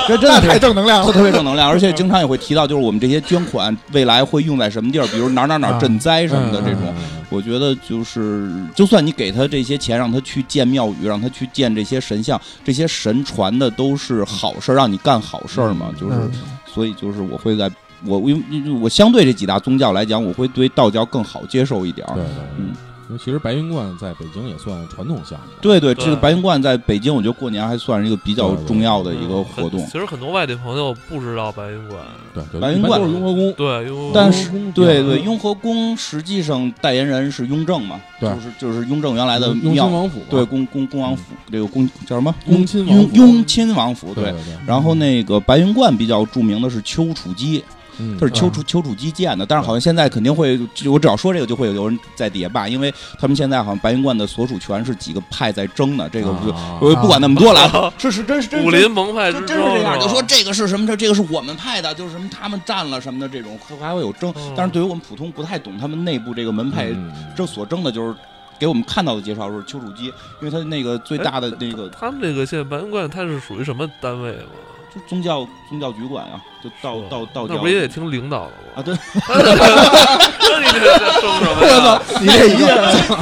这真
那
的
太
是
正能量
特
了。
特别正能量，而且经常也会提到，就是我们这些捐款未来会用在什么地儿，比如哪儿哪儿哪儿赈灾什么
嗯
的这种。我觉得就是，就算你给他这些钱，让他去建庙宇，让他去建这些神像，这些神传的都是好事儿，让你干好事儿嘛。就是，
嗯，
所以就是我会在我因为因为我相对这几大宗教来讲，我会对道教更好接受一点儿
对。对对，
嗯
因为其实白云观在北京也算传统项目，
对对，
对
这个白云观在北京，我觉得过年还算是一个比较重要的
嗯
一个活动
嗯很。其实很多外地朋友不知道白云观，
对对，
白云
一般
观
都是雍和宫，嗯
对，因为
但是
雍和宫
对
比较
对，雍和宫实际上代言人是雍正嘛，
对
就是就是雍正原来的
雍亲
庙，
王府嘛，啊
对恭恭恭王府这个恭叫什么？
雍亲
啊嗯
王
雍
府
雍亲王府，
对
对。
对对，
然后那个白云观比较著名的是丘处机，
嗯
它是丘处丘处机建的，但是好像现在肯定会，就我只要说这个就会有人在底下骂，因为他们现在好像白云观的所属权是几个派在争的，这个不就
啊
我就不管那么多了，啊 是是真是真
武林蒙派
就
之啊
真是这样，
争
就说这个是什么，这这个是我们派的，就是什么他们占了什么的这种，还会有争
嗯。
但是对于我们普通不太懂他们内部这个门派
嗯
这所争的就是给我们看到的介绍是丘处机，因为他那个最大的那个
他们这个现在白云观它是属于什么单位啊吗？
就宗教宗教局管啊，就道道道
那
教
不也得听领导的
啊？
吗？
对，
那你这这争什么呀？
你这一个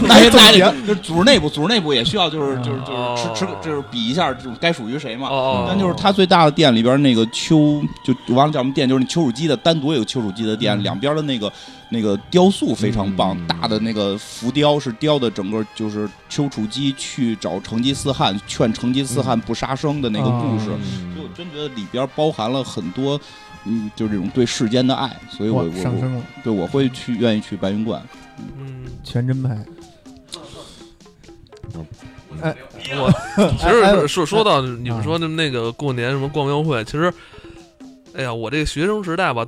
那也那也就是组织内部，组织内部也需要就是就是就是
哦
吃吃就是比一下这种该属于谁 嘛。
哦，
但就是它最大的店里边那个丘，就我忘了叫什么店，就是那丘处机的单独有个丘处机的店，两边的那个那个雕塑非常棒，
嗯
大的那个浮雕是雕的整个就是丘处机去找成吉思汗劝成吉思汗不杀生的那个故事，所以
嗯
我真觉得里边包含了很多。嗯，就是这种对世间的爱，所以我
哇
我
上
我
升了，
对我会去愿意去白云观。
嗯，
全真派。
我其实
哎哎
是说说到你
啊
们说的那个过年什么逛庙会，其实，哎呀，我这个学生时代吧，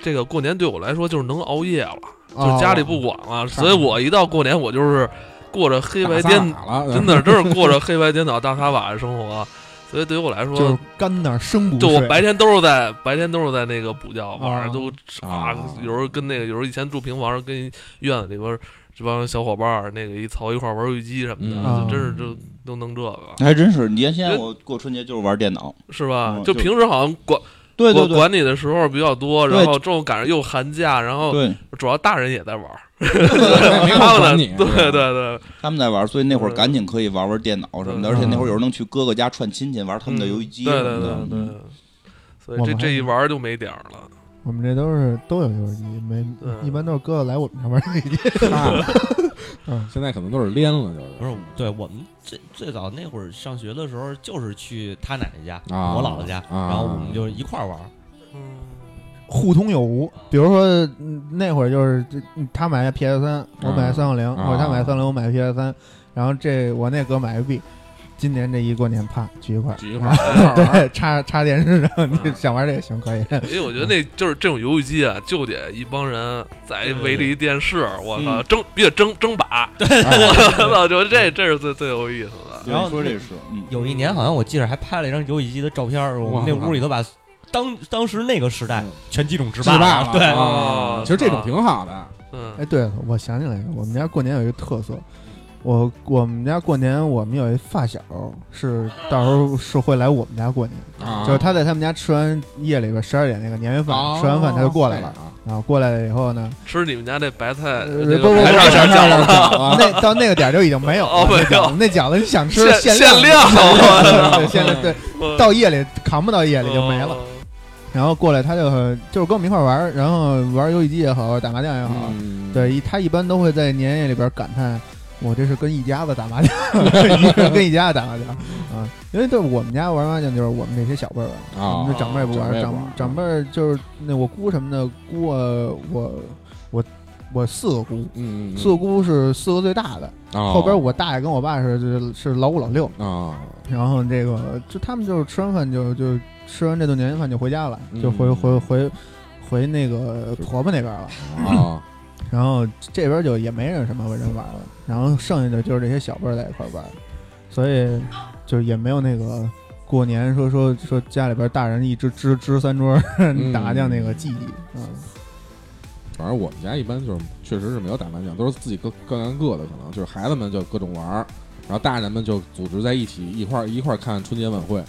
这个过年对我来说就是能熬夜了，
哦
就是家里不管了，
啊
所以我一到过年我就是过着黑白颠，
了，
真
嗯
的真是 过着黑白颠倒大撒把的生活，所以对于我来
就是
说。
干哪儿生不
就
睡，
我白天都是在白天都是在那个补觉，晚上都
啊
啊，有时候跟那个有时候以前住平房，跟院子里边儿这帮小伙伴儿那个一凑一块儿玩游戏机什么的，
嗯
就真是就都弄这个。
还真是，你看现在我过春节就是玩电脑，
是吧
嗯？
就
就
平时好像管
对对
管
对
管你的时候比较多，
对
然后正好赶上又寒假，然后
对，
主要大人也在玩儿，
没
他
管
们
你
呢，，对对对，
他们在玩，所以那会儿赶紧可以玩玩电脑什么的，
嗯
而且那会儿有时候能去哥哥家串亲戚，玩他们的游戏机
对
什
对
么
对
的。
对，所
我
以这
们还
这一玩儿就没点儿了。
我们这都是都有游戏机，没
嗯
一般都是哥哥来我们这玩游戏机。
啊
嗯
现在可能都是连了，就是
不是，对我们最最早那会儿上学的时候，就是去他奶奶家，
啊
我姥姥家，
啊
然后我们就一块儿玩儿。
嗯，
互通有无。比如说嗯那会儿就是这嗯他买 PS 三，我买三六零，
啊
或者他买三六，我买 PS 三，然后这我那哥买个币，今年这一过年啪聚一块儿，
聚 一块儿啊
对，插插电视上，你
嗯
想玩这个行可 以。
因为我觉得那就是这种游戏机啊，就得一帮人在围着一电视，我操，
嗯
争必须得争争把， 我 操，就这这是最最有意思的。
对
然后
你说这是，嗯，
有一年好像我记着还拍了一张游戏机的照片儿，我
哇
们那屋里头把当当时那个时代
嗯
全机种制
制霸
了，对，
哦
啊其实这种挺好的，
嗯
哎，对了，我想起来了，我们家过年有一个特色。
嗯
我我们家过年，我们有一发小是到时候是会来我们家过年，
啊
就是他在他们家吃完夜里边十二点那个年夜饭，
哦
吃完饭他就过来了，
啊，
然后过来了以后呢，
吃你们家那白菜，
呃
那
不不
个
不
白
不
菜
不
馅儿
不
饺子
啊
那到那个点儿就已经没有了
哦没有
那饺子那饺子你想吃
限
量，
量我操
对限量对，
嗯
到夜里扛不到夜里就没了。
哦
然后过来他就很就是跟我们一块玩儿，然后玩游戏机也好，打麻将也好，
嗯
对一他一般都会在年夜里边感叹。我这是跟一家子 打麻将，一个人跟一家子打麻将啊，因为对我们家玩麻将就是我们这些小辈儿玩，我
哦
啊
们这长辈不玩，
长辈不
长
玩
长辈儿就是那我姑什么的，姑啊我我我四个姑，
嗯，嗯
四个姑是四个最大的，
哦
后边我大爷跟我爸是是是老五老六，
啊，
然后这个就他们就是吃完饭就就吃完这顿年夜饭就回家了，
嗯
就回回回回那个婆婆那边了，
啊，
然后这边就也没人什么人玩了，然后剩下的就是这些小辈儿在一块儿玩，所以就也没有那个。过年说说说家里边大人一支支支三 桌
嗯
嗯打麻将那个记忆啊，
反正我们家一般就是确实是没有打麻将，都是自己各各干各的，可能就是孩子们就各种玩儿，然后大人们就组织在一起一块儿一块儿看春节晚会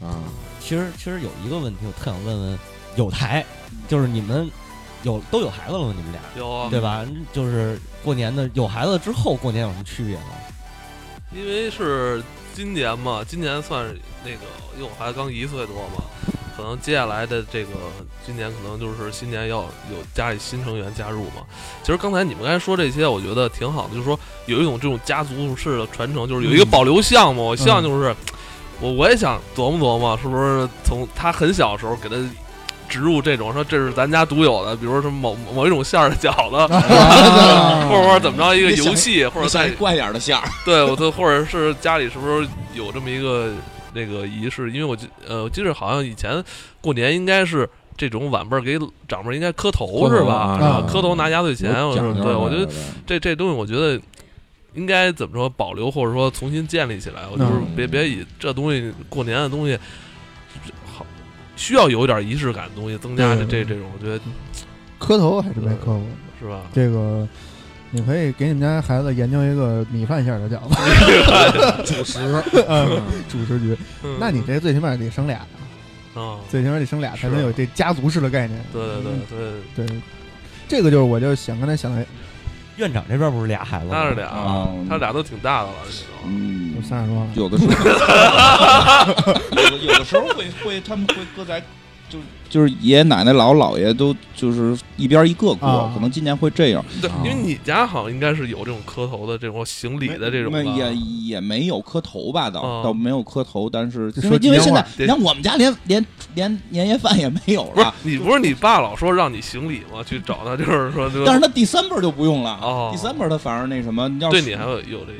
啊。
其实其实有一个问题，我特想问问有台，就是你们有都有孩子了吗？你们俩
有啊，
对吧？就是过年的有孩子之后，过年有什么区别吗？
因为是今年嘛，今年算是那个，因为我孩子刚一岁多嘛，可能接下来的这个今年可能就是新年要有家里新成员加入嘛。其实刚才你们刚才说这些，我觉得挺好的，就是说有一种这种家族式的传承，就是有一个保留项目，我希望就是我我也想琢磨琢磨，是不是从他很小的时候给他。植入这种说这是咱家独有的，比如说什么某某某一种馅儿的饺子，或者说怎么着一个
你想
游戏，或者
你
在
想一怪点儿的馅儿，
对，我的或者是家里是不是有这么一个那个仪式？因为我记呃，我记得好像以前过年应该是这种晚辈儿给长辈儿应该磕头
磕头
是吧
啊？
然
啊
后磕头拿压岁钱，
有
我
讲
说
究
对，
的
我觉得这
对对
这东西我觉得应该怎么说保留或者说重新建立起来，我就是
嗯
别别以这东西过年的东西好。需要有一点仪式感的东西，增加这
对
这
对对
这种，我觉得
磕头还是没磕过，
是吧？
这个你可以给你们家孩子研究一个米饭馅儿的饺子，
主食，
嗯
嗯
主食局。
嗯
那你这最起码得生俩，
啊，
最起码得生俩才能
是
有这家族式的概念。嗯
对对对对，
对，这个就是我就是想刚才想的，
院长这边不是俩孩子吗？
他是俩，
嗯
啊
他俩都挺大的了，这种
嗯
有，三十多了，
有的时候，有的有的时候会会他们会搁在，就是就是爷爷奶奶姥姥姥爷都就是一边一个过，
啊
可能今年会这样。
对，因为你家好像应该是有这种磕头的这种行礼的这种吧
没也也没有磕头吧，倒、
啊
倒没有磕头，但是
就
因
说
为
吉
因为
祥
现
话
在你看我们家连连连年夜饭也没有啊
不是
了，
你不是你爸老说让你行礼吗？去找他就是说，
但是他第三辈儿就不用了，
哦
第三辈儿他反而那什么，要
对
是
你还有有这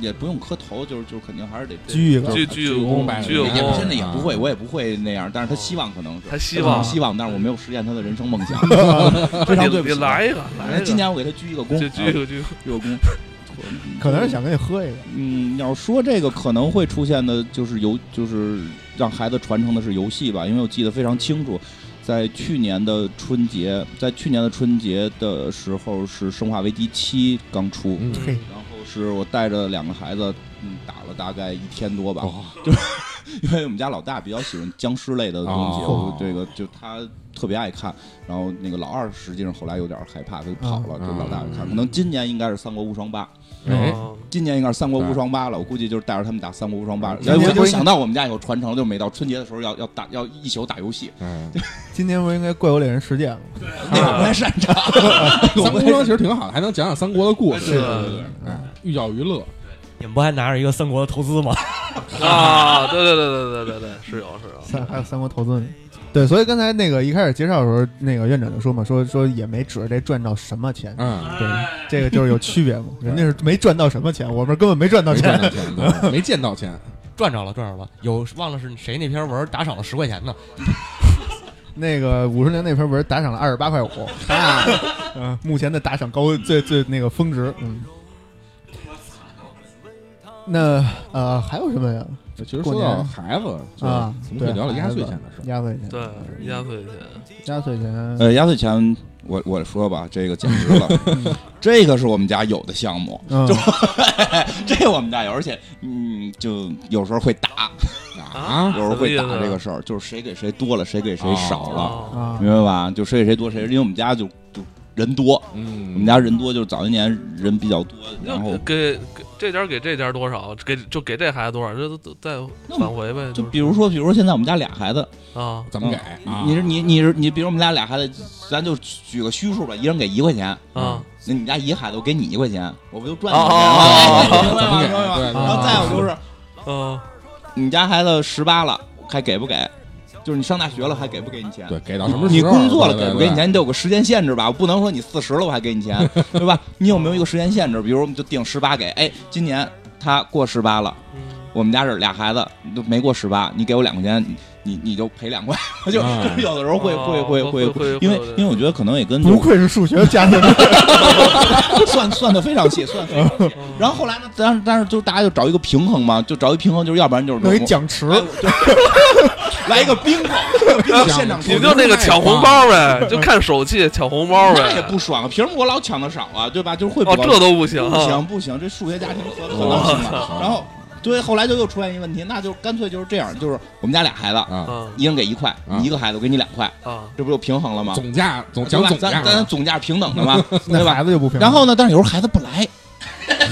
也不用磕头，就是就是肯定还是得
鞠一个
鞠鞠
鞠
有
躬
功
拜，
鞠有
也也
躬
现
功，
在也不会，我也不会那样，但嗯是他希望可能是
他希望
希望，但是我没有实现他的人生梦 想，非常
你
对不
你
起。
来一个来一
那
个，
今年我给他鞠一个躬，
就鞠一
啊
个鞠一个，
鞠 个躬。
可能是想跟你喝一个。
嗯，要说这个可能会出现的，就是游，就是让孩子传承的是游戏吧，因为我记得非常清楚，在去年的春节，在去年的春节的时候是《生化危机七》刚出，
嗯
嘿
嗯
然后是我带着两个孩子，嗯，打了大概一天多吧，
哦
因为我们家老大比较喜欢僵尸类的东西，
哦
我这个就他特别爱看。然后那个老二实际上后来有点害怕，他就跑了，
嗯
就老大爱看。
嗯
可能今年应该是《三国无双八》，
哎，
哦
今年应该是《三国无双八》了。我估计就是带着他们打《三国无双八》。
今
嗯哎，
年
我
不
就是想到我们家有传承，就每到春节的时候要要打要一宿打游戏，
哎，
今年不是应该怪物猎人世界吗？
那个我不太擅 长。
三国无双其实挺好的，还能讲讲三国的故事，
对
对对
哎，寓教于乐，
你们不还拿着一个三国的投资吗？
啊，对对对对对对对，是有是有，
三还有三国投资呢。对，所以刚才那个一开始介绍的时候，那个院长就说嘛，说说也没指着这赚到什么钱，
嗯，
对，这个就是有区别嘛。人家是没赚到什么钱，我们根本没赚到
没
钱
赚。到 钱，对没见到钱，
赚着了，赚着了，有忘了是谁那篇文儿打赏了十块钱呢？
那个五十年那篇文打赏了二十八块五，嗯，目前的打赏高最最那个峰值，嗯。那呃还有什么呀？
其实
过
说
年
到孩子，就是
啊
我们
对
会聊聊压岁
孩子
钱的事儿。
压岁钱，
对，压岁钱，
压岁钱，
呃，压岁钱，我我说吧，这个简直了， 这个是我们家有的项目。
嗯，
这我们家有，而且嗯，就有时候会打，
啊
有时候会打
什么意思
这个事儿，就是谁给谁多了，谁给谁少了，
哦
啊
明白吧？就谁给谁多，谁因为我们家就就人多，
嗯，
我们家人多，就是早些年人比较多，然后
那给给这家给这家多少，给就给这孩子多少，这都都再返回呗。
就是比如说，比如说现在我们家俩孩子，
啊，
怎么给
嗯
啊？
你是你你是你，比如我们家俩孩子，咱就举个虚数吧，一人给一块钱，
啊，
那你家一个孩子我给你一块钱，我不就赚一
哦
块钱
哦
了？
哦
哎明白吗？
怎么给
明白
对
吗？
对
然后再有就是。
嗯，
你家孩子十八了，还给不给？就是你上大学了还给不给你钱？
对，给到什么时候？啊
你工作了
对
给不
对
给你钱？你得有个时间限制吧，我不能说你四十了我还给你 钱，对吧？你有没有一个时间限制？比如我们就定十八给，哎，今年他过十八了，
嗯
我们家是俩孩子都没过十八，你给我两块钱，你你你就赔两块，就
啊
就是 有的时候会会会
哦
会
会会
因为
会
因为我觉得可能也跟
不愧是数学家庭，
算算的非常细，算得非常细。
嗯
然后后来呢，但是但是就大家就找一个平衡嘛，就找一平衡，就是要不然就是
弄一奖池，
哎我就来一个冰口， 冰口现场
你
抽
就那个抢红包呗，就看手 气抢红包
那也
呗。
不爽啊！凭什么我老抢的少啊？对吧？就是会
哦，
不高
这都不行
不
啊
行哦不行，这数学家庭可可
我
闹心了。
操
然后对，后来就又出现一问题，那就干脆就是这样，就是我们家俩孩子，
啊，
啊
一人给一块，
啊
你一个孩子我给你两块，
啊！
这不就平衡了吗？
总价总
对
讲
吧
总价
咱咱
啊，
总价平等的 嘛，对
那
吧？
孩子就不平衡。
然后呢，但是有时候孩子不来，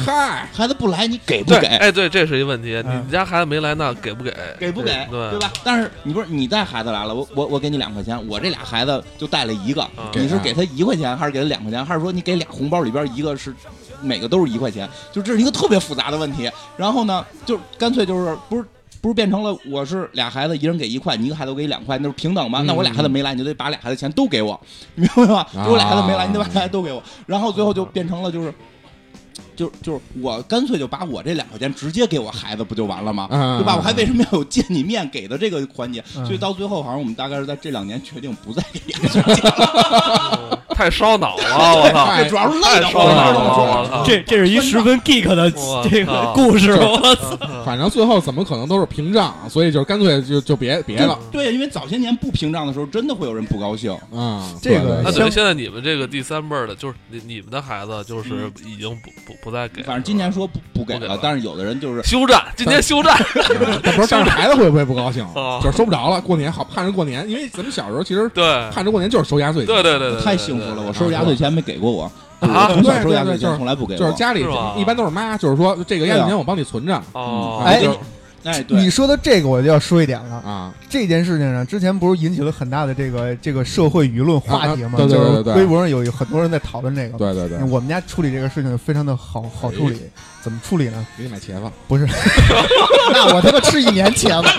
嗨，
孩子不来，你给不
对，
给？
哎，对，这是一问题。你
嗯
们家孩子没来，那给不给？
给不给？
对
对吧？但是你不是你带孩子来了，我我我给你两块钱，我这俩孩子就带了一个，
啊
你是给他一块钱，还是给他两块钱，还是说你给俩红包里边一个是每个都是一块钱？就这是一个特别复杂的问题。然后呢，就干脆就是不是。不是变成了我是俩孩子，一人给一块，你一个孩子我给两块，那是平等吗？
嗯
那我俩孩子没来，你就得把俩孩子钱都给我，明白吗？
啊
我俩孩子没来，你得把俩孩子都给我。然后最后就变成了就是，就就是我干脆就把我这两块钱直接给我孩子，不就完了吗？
嗯
对吧？我还为什么要有见你面给的这个环节？
嗯
所以到最后，好像我们大概是在这两年决定不再给。
嗯 太烧脑了，我 操！
太
主要是累
太
的
烧
慌
脑
了，
了，我操！
这这是一十分 geek 的
我嗯
这个
靠
故事，
对
我操
反正最后怎么可能都是平账，所以就是干脆就就别别了
就对，因为早些年不屏障的时候，真的会有人不高兴。
啊。
这个
那
对对
等于现在你们这个第三辈儿的，就是你你们的孩子，就是已经不不不再给了，
反正今年说不不给
不给
了
了，
但是有的人就是
休战，今年休战，
嗯但不是，但是孩子会不会不高兴
啊？
就是收不着了，过年好盼着过年，因为咱们小时候其实
对哦
盼着过年就是收压岁钱，
对对对对，
太幸福了，我收压岁钱没给过我，
啊
我从小收压
对对
岁
对就
钱
是
从来不给
就是
我。
家里
是吧
一般都是妈，就是说这个压岁
对
钱
啊
我帮你存着
哦，
哎
就是
嗯哎，
你
对，
说到这个，我就要说一点了。
啊，
这件事情上，之前不是引起了很大的这个这个社会舆论话题吗？
啊对对对对
就是微博上有很多人在讨论这个。哎
对对对，哎
我们家处理这个事情非常的好好处理，怎么处理呢？
给你买茄子，
不 是，那我他妈吃一年茄子。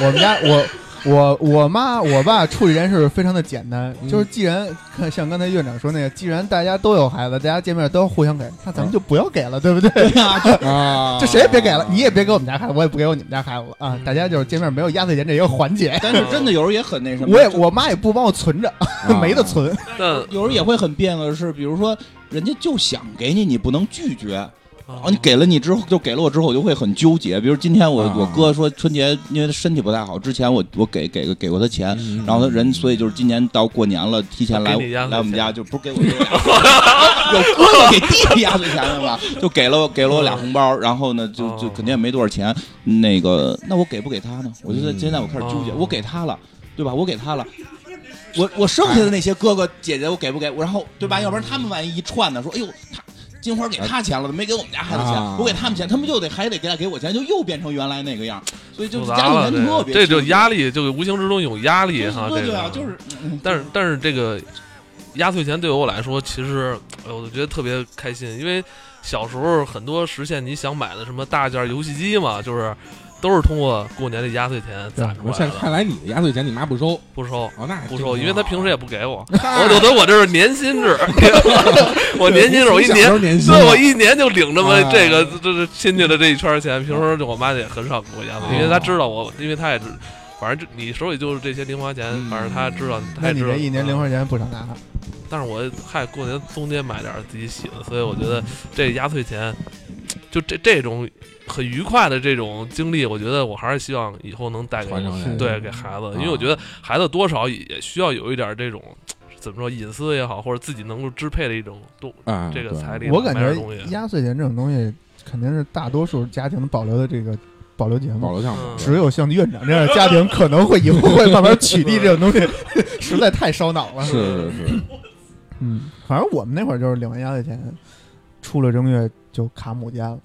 我们家我我我妈我爸处理这件事非常的简单，
嗯
就是既然看像刚才院长说那个，既然大家都有孩子，大家见面都要互相给，那咱们就不要给了，对不对？
啊，
就谁也别给了，你也别给我们家孩子，我也不给我你们家孩子了啊！
嗯
大家就是见面没有压岁钱这一个环节，
但是真的有时候也很那什么，
我也
就
我妈也不帮我存着，
啊
没得，存。
但
有时候也会很别扭的是，比如说人家就想给你，你不能拒绝。
啊
然后
嗯
你给了你之后，就给了我之后，我就会很纠结。比如今天我、
啊
我哥说春节因为他身体不太好，之前我我给给给过他钱，
嗯
然后他人所以就是今年到过年了，提前来
给你压岁钱
来我们家就不是给我 有哥哥给弟弟压岁钱了吧？就给了我给了我俩红包，然后呢就
嗯
就
哦
肯定也没多少钱，那个那我给不给他呢？我就在
嗯
现在我开始纠结，
哦
我给他了，对吧？我给他了。我我剩下的那些哥哥姐姐，我给不给？我然后对吧？要不然他们万一一串呢，说哎呦，他金花给他钱了，没给我们家孩子钱，
啊
我给他们钱，他们又得还得给他给我钱，就又变成原来那个样儿，所以就
复
家
杂
里
了，
人特别
这就
纠结
压力，就无形之中有压力哈，
对
这
对啊
个，
就是，嗯
但是但是这个压岁钱对我来说，其实哎我就觉得特别开心，因为小时候很多实现你想买的什么大件儿游戏机嘛，就是都是通过过年的压岁钱攒出
我
来
啊现
的
在，看来你的压岁钱你妈不收，
不收。
哦，那
不收，因为他平时也不给我，我
我
有的我这是年薪制， 我年薪制，我一年
年薪，
对，我一年就领这么
啊
这个这这亲戚的这一圈儿钱，平时我妈也很少给我压岁，因为她知道我，因为她也知，反正这你手里就是这些零花钱
嗯，
反正她知道，她
那
也
你
知道。啊
这一年零花钱不少拿，
但是我嗨，过年总得买点儿自己喜欢，所以我觉得这压岁钱，就这这种很愉快的这种经历，我觉得我还是希望以后能带给
传承下来
对给孩
啊
子，因为我觉得孩子多少也需要有一点儿这种。怎么说隐私也好，或者自己能够支配的一种东
啊，
这个
对
彩礼，
我感
买点儿
觉
东西啊
压岁钱这种东西肯定是大多数家庭保留的这个保留节
保
目。
留项目
嗯
只有像院长这样 的家庭，可能会以后会慢慢取缔这种东西， 实在太烧脑了。
是是是，
嗯，反正我们那会儿就是领完压岁钱，出了正月就卡姆家了。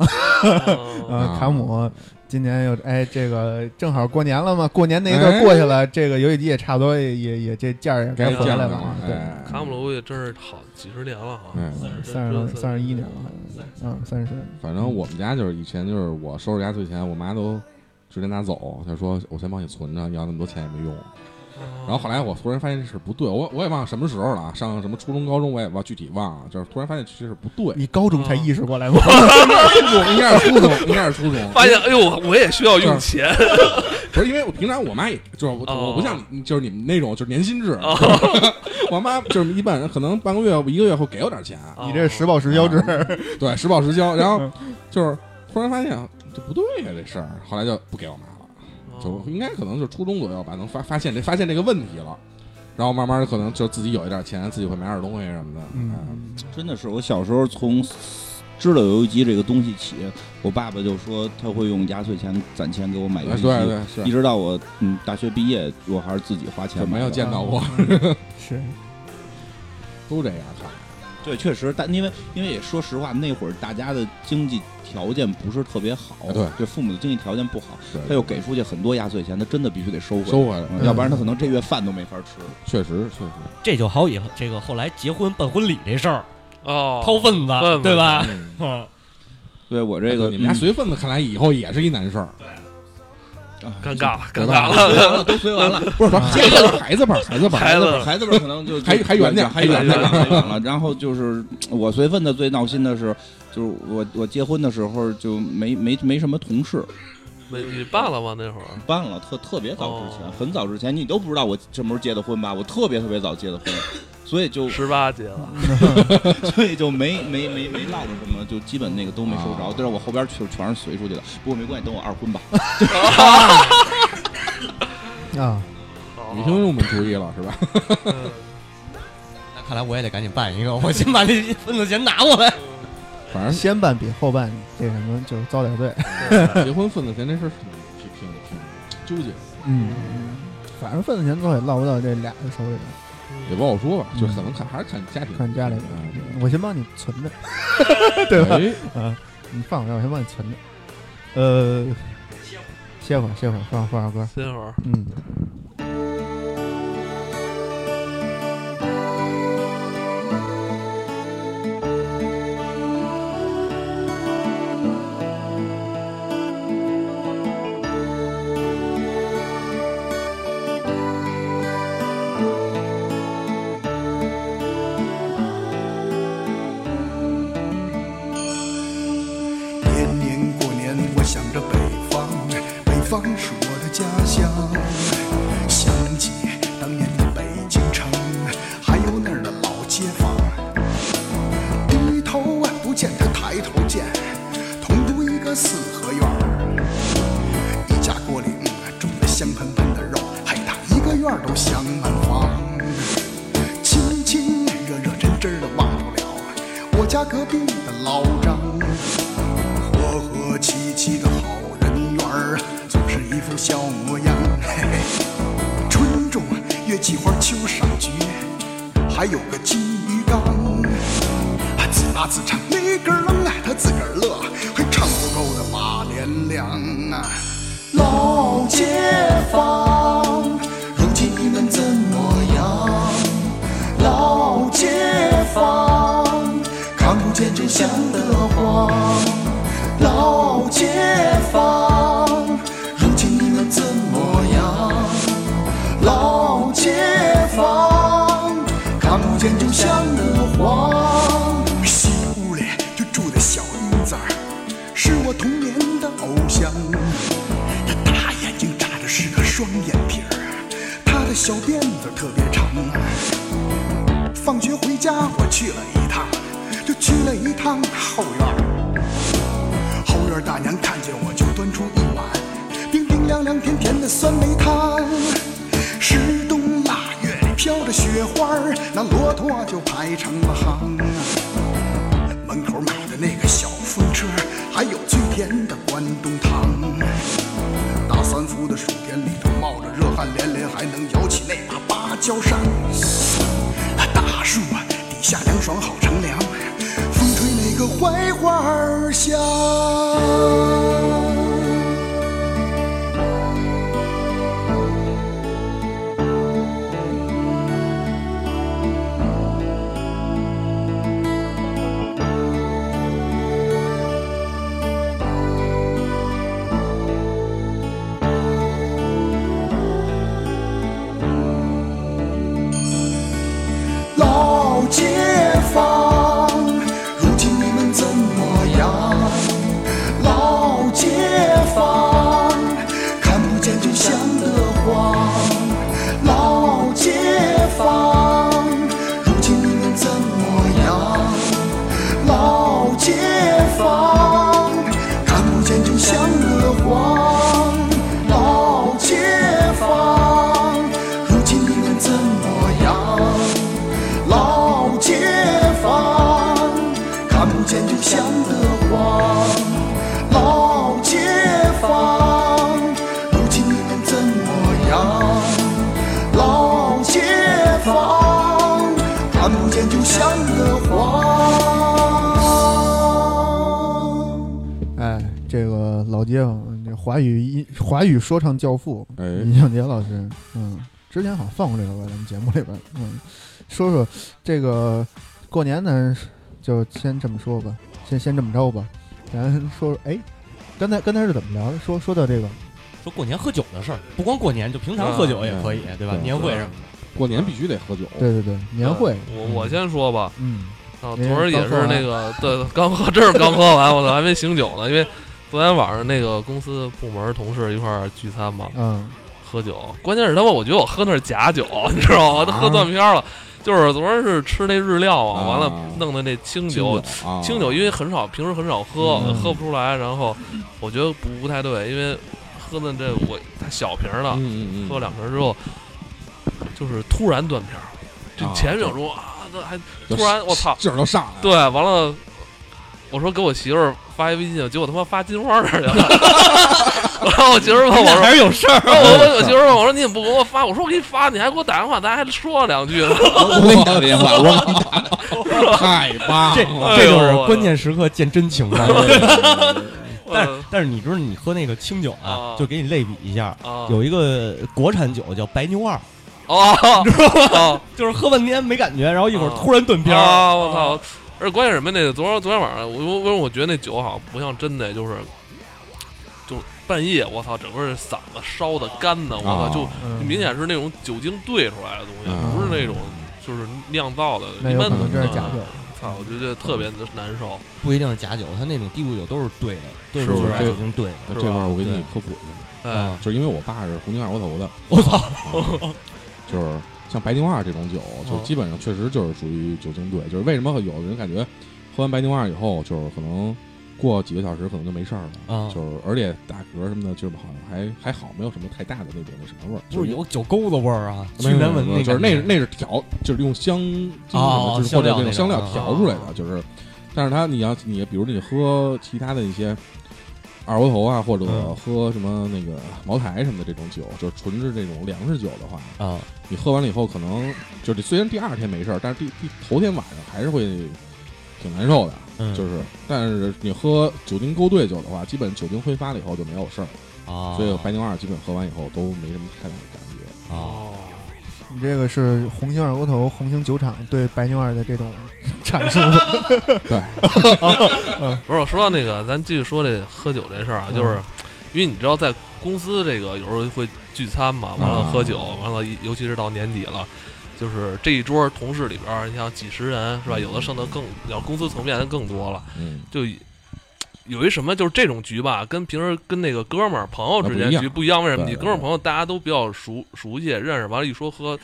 嗯
啊，卡姆今年又哎，这个正好过年了嘛，过年那一
哎
段过去了，这个游戏机也差不多也也也这价儿也
该
该回
见
来
了
了嘛，对，
哎，
卡姆罗也真是好几十年了哈，
哎
三十多三十一年了，嗯，三十岁，
反正我们家就是以前就是我收拾压岁钱，我妈都直接拿走，她说我先帮你存着，要那么多钱也没
哦
用。然后后来我突然发现这事不对，我我也忘了什么时候了啊，上什么初中、高中我也忘具体忘了，就是突然发现这事不对。
你高中才意识过来吗？
应该是初中，应该是初中。
发现哎呦，我也需要
嗯
用钱，
不是因为我平常我妈也就是我
哦
我不像你就是你们那种就是年薪制，我妈就是一般人可能半个月一个月会给我点钱，啊
你这是实报实销制，
对，实报实销。然后就是突然发现这不对呀、这事儿，后来就不给我妈
哦
了。
哦
就应该可能就是初中左右吧，能发发现这发现这个问题了，然后慢慢可能就自己有一点钱，自己会买点东西什么的。哎
嗯，
真的是，我小时候从知道游戏机这个东西起，我爸爸就说他会用压岁钱攒钱给我买游
对
戏
啊对
机，
对
一
是，
直到我嗯大学毕业，我还是自己花
就
钱买
没
的
有见到过，
嗯 是
都这样看。
对，确实，但因为因为也说实话，那会儿大家的经济条件不是特别好，
啊对
就父母的经济条件不好，
对
他又给出去很多压岁钱，他真的必须得收回，
收回来，
嗯要不然他可能这月饭都没法吃。
确实确实，
这就好比这个后来结婚办婚礼这事儿，
哦，
掏份子
份子
对吧？
嗯
嗯，
对我啊 这个
你们家
嗯
随份子，看来以后也是一难事儿。
啊
尴尬了，尴
尴
尬
尬
随
了，
完了，都随完了，
不是，不是 孩子辈儿孩子辈儿孩子辈
孩子
儿，
孩子们可能就就
还还远点儿
还远点儿，
还
还远了。然后就是我随份子最闹心的是，就是我我结婚的时候就没没没什么同事，
没你办了吗？那会儿
办了，特特别早之前，
哦
很早之前，你都不知道我什么时候结的婚吧？我特别特别早结的婚，所以就
十八结了，
所以就没没没没落着什么，就基本那个都没收着
啊。
但是我后边去全是随出去的，不过没关系，等我二婚吧。
啊，
女听众们注意了是吧？
嗯
那看来我也得赶紧办一个，我先把这份子钱拿过来。
反正
先办比后办这什么就是遭点罪。
结婚份子钱这事儿挺挺挺挺纠结，
嗯，反正份子钱最后也落不到这俩人手里了，
也不好说吧，就可能看还是看家庭，
看家里边
啊
我先帮你存着，对
对
吧？
哎
你放我这儿，我先帮你存着。呃，歇会儿，歇会儿，放放首歌。
歇会儿。
嗯，
年年过年，我想着北方，北方是我的家乡。想起当年的北京城，还有那儿的老街坊。低头啊不见他抬头见，同住一个四合院儿。一家锅里种的香喷喷的肉，嘿，他一个院儿都香满房。亲亲热热真真的忘不了我家隔壁的老张。和和气气的好人缘儿，总是一副小模样。嘿嘿，春种月季花，秋赏菊，还有个金鱼缸。啊自拉自唱那根儿愣啊，他自个儿乐，还唱不够的马连良啊。老街坊，如今你们怎么样？老街坊，看不见就想得慌。老街坊，如今你们怎么样？老街坊，看不见就想得慌。西屋里就住的小英子儿，是我童年的偶像。她大眼睛眨着是个双眼皮儿，她的小辫子特别长。放学回家我去了一趟，就去了一趟后院儿。后院大娘看见我就端出一碗冰冰凉凉、甜甜的酸梅汤。十冬腊月里飘着雪花儿，那骆驼就排成了行啊。门口买的那个小风车，还有最甜的关东糖。大三伏的暑天里头冒着热汗连连，还能摇起那把芭蕉扇。大树啊，底下凉爽好乘凉，风吹那个槐花儿香。老街坊，如今你们怎么样？老街坊，看不见就想得慌。老街坊，如今你们怎么样？老街坊，看不见就想得慌。老街坊，如今你们怎么样？老街坊，看不见就想得慌。老街坊，如今你们怎么样？老街坊，看不见就想得慌。
哎，这个老街坊，这华语音华语说唱教父
哎
尹相杰老师，嗯，之前好像放过这首歌，咱们节目里边，嗯，说说这个过年呢，就先这么说吧，先先这么着吧，咱说说，哎，刚才刚才是怎么聊的？说说到这个，
说过年喝酒的事儿，不光过年，就平常喝酒也可以，对吧？
对
年会什么的。
过年必须得喝酒，
对对对，年会，
我呃我先说吧，
嗯，
啊，
您
昨儿也
刚喝
是
完
那个，对，刚喝，这是刚喝完，我操，还没醒酒呢，因为昨天晚上那个公司部门同事一块儿聚餐嘛，
嗯，
喝酒，关键是他妈，我觉得我喝那是假酒，你知道吗？都喝断片儿了。就是昨儿是吃那日料啊，
啊
完了弄的那清酒，
啊，
清酒因为很少，平时很少喝，
嗯
喝不出来。然后我觉得不不太对，因为喝的这我它小瓶儿的，
嗯嗯嗯，
喝两瓶之后，就是突然断片儿。这
啊
前一秒钟啊，这还
就
突然我操
劲儿都上来了，
对，完了，我说给我媳妇儿发一微信，结果他妈发金花那儿去了。然后我媳妇儿问我说
还是有事儿，
然后我我媳妇儿问我说你怎么不给我发？我说我给你发，你还给我打电话，咱还说了两句呢。
我给你打个电话，我给你打。
太棒
这
了！
这就是关键时刻见真 情嘛。 但是
嗯
但是你知道你喝那个清酒啊
啊，
就给你类比一下，
啊
有一个国产酒叫白牛二，
哦，
知道吧？
哦
就是喝半天没感觉，然后一会儿
啊
突然断片儿
啊！我操！而且关键是什么？那个昨天昨天晚上，我我我我觉得那酒好像不像真的，就是就是半夜，我操，整个嗓子烧的干的，我操，
啊
就
嗯
明显是那种酒精兑出来的东西，
嗯
不是那种就是酿造的。
那
一
有
般
可能这是
嗯
假酒。
操，我觉得特别的难受。
不一定是假酒，它那种地固酒都是兑的，兑出
是
来
这
已经兑啊
这块儿我给你科普一下，
哎，
就是因为我爸是红星二锅头的，
我操！
啊就是像白丁二这种酒，就基本上确实就是属于酒精兑。就是为什么有的人感觉喝完白丁二以后，就是可能过几个小时可能就没事儿了，
啊
就是而且打嗝什么的，就是好像还还好，没有什么太大的那种那什么味儿，
不
就是
有酒沟子味儿啊，去
没有
年闻
没有没有就是
那
那
个
是那是调，就是用香精什
哦
么，就是
香
或者
料
那
那
种香料
种
调出来的，就是，但是它你要你比如你喝其他的一些二锅头啊，或者
嗯
喝什么那个茅台什么的这种酒，就是纯是这种粮食酒的话，
啊，
你喝完了以后可能就是虽然第二天没事儿，但是第第头天晚上还是会挺难受的，
嗯
就是但是你喝酒精勾兑酒的话，基本酒精挥发了以后就没有事儿，
啊，
所以白牛二基本喝完以后都没什么太大的感觉。
哎
啊，
你这个是红星二锅头、红星酒厂对白牛二的这种阐 述。
对，
不是，我说到那个，咱继续说这喝酒这事儿啊，
嗯
就是因为你知道，在公司这个有时候会聚餐嘛，完了
啊
喝酒，完了尤其是到年底了，就是这一桌同事里边儿，你像几十人是吧？有的剩的更，要公司层面的更多了，
嗯。
就有一什么就是这种局吧，跟平时跟那个哥们儿朋友之
啊不一
间
样
局不一样，为什么？
对
你
对
哥们儿朋友大家都比较熟熟悉认识，完了，一说喝。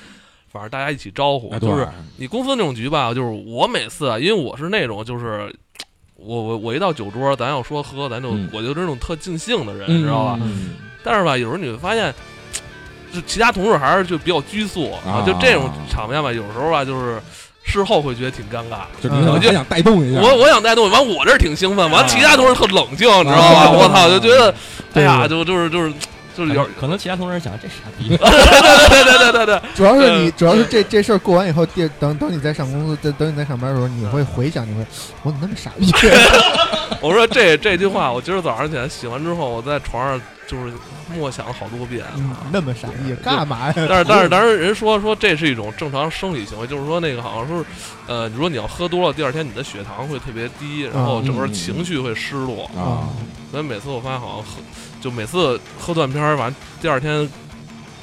反正大家一起招呼
哎，对
就是你公司那种局吧，就是我每次啊，因为我是那种就是。我我我一到酒桌，咱要说喝，咱就、
嗯
我就是那种特尽兴的人，
嗯
你知道吧？
嗯
但是吧，有时候你会发现，就其他同事还是就比较拘束
啊
就这种场面吧，有时候吧，就是事后会觉得挺尴尬。
嗯
就你可能还想带动一下，
嗯我我想带动，完我这儿挺兴奋，完
啊
其他同事特冷静，你知道吧？
啊
我操，就觉得，哎
对
呀，就就是就是就是有，
可能其他同事想这傻逼，
对对对对对，
主要是你，
嗯
主要是这这事儿过完以后，第等等你在上公司，等等你在上班的时候，你会回想，你会我怎么那么傻逼？
我说这这句话，我今儿早上起来洗完之后，我在床上就是默想了好多遍。
嗯那么傻逼干嘛呀？
但是但是当时人说说这是一种正常生理行为，就是说那个好像说是，呃，如果你要喝多了，第二天你的血糖会特别低，然后
啊
整个情绪会失落。
啊，
所以每次我发现好像喝，就每次喝断片儿完，第二天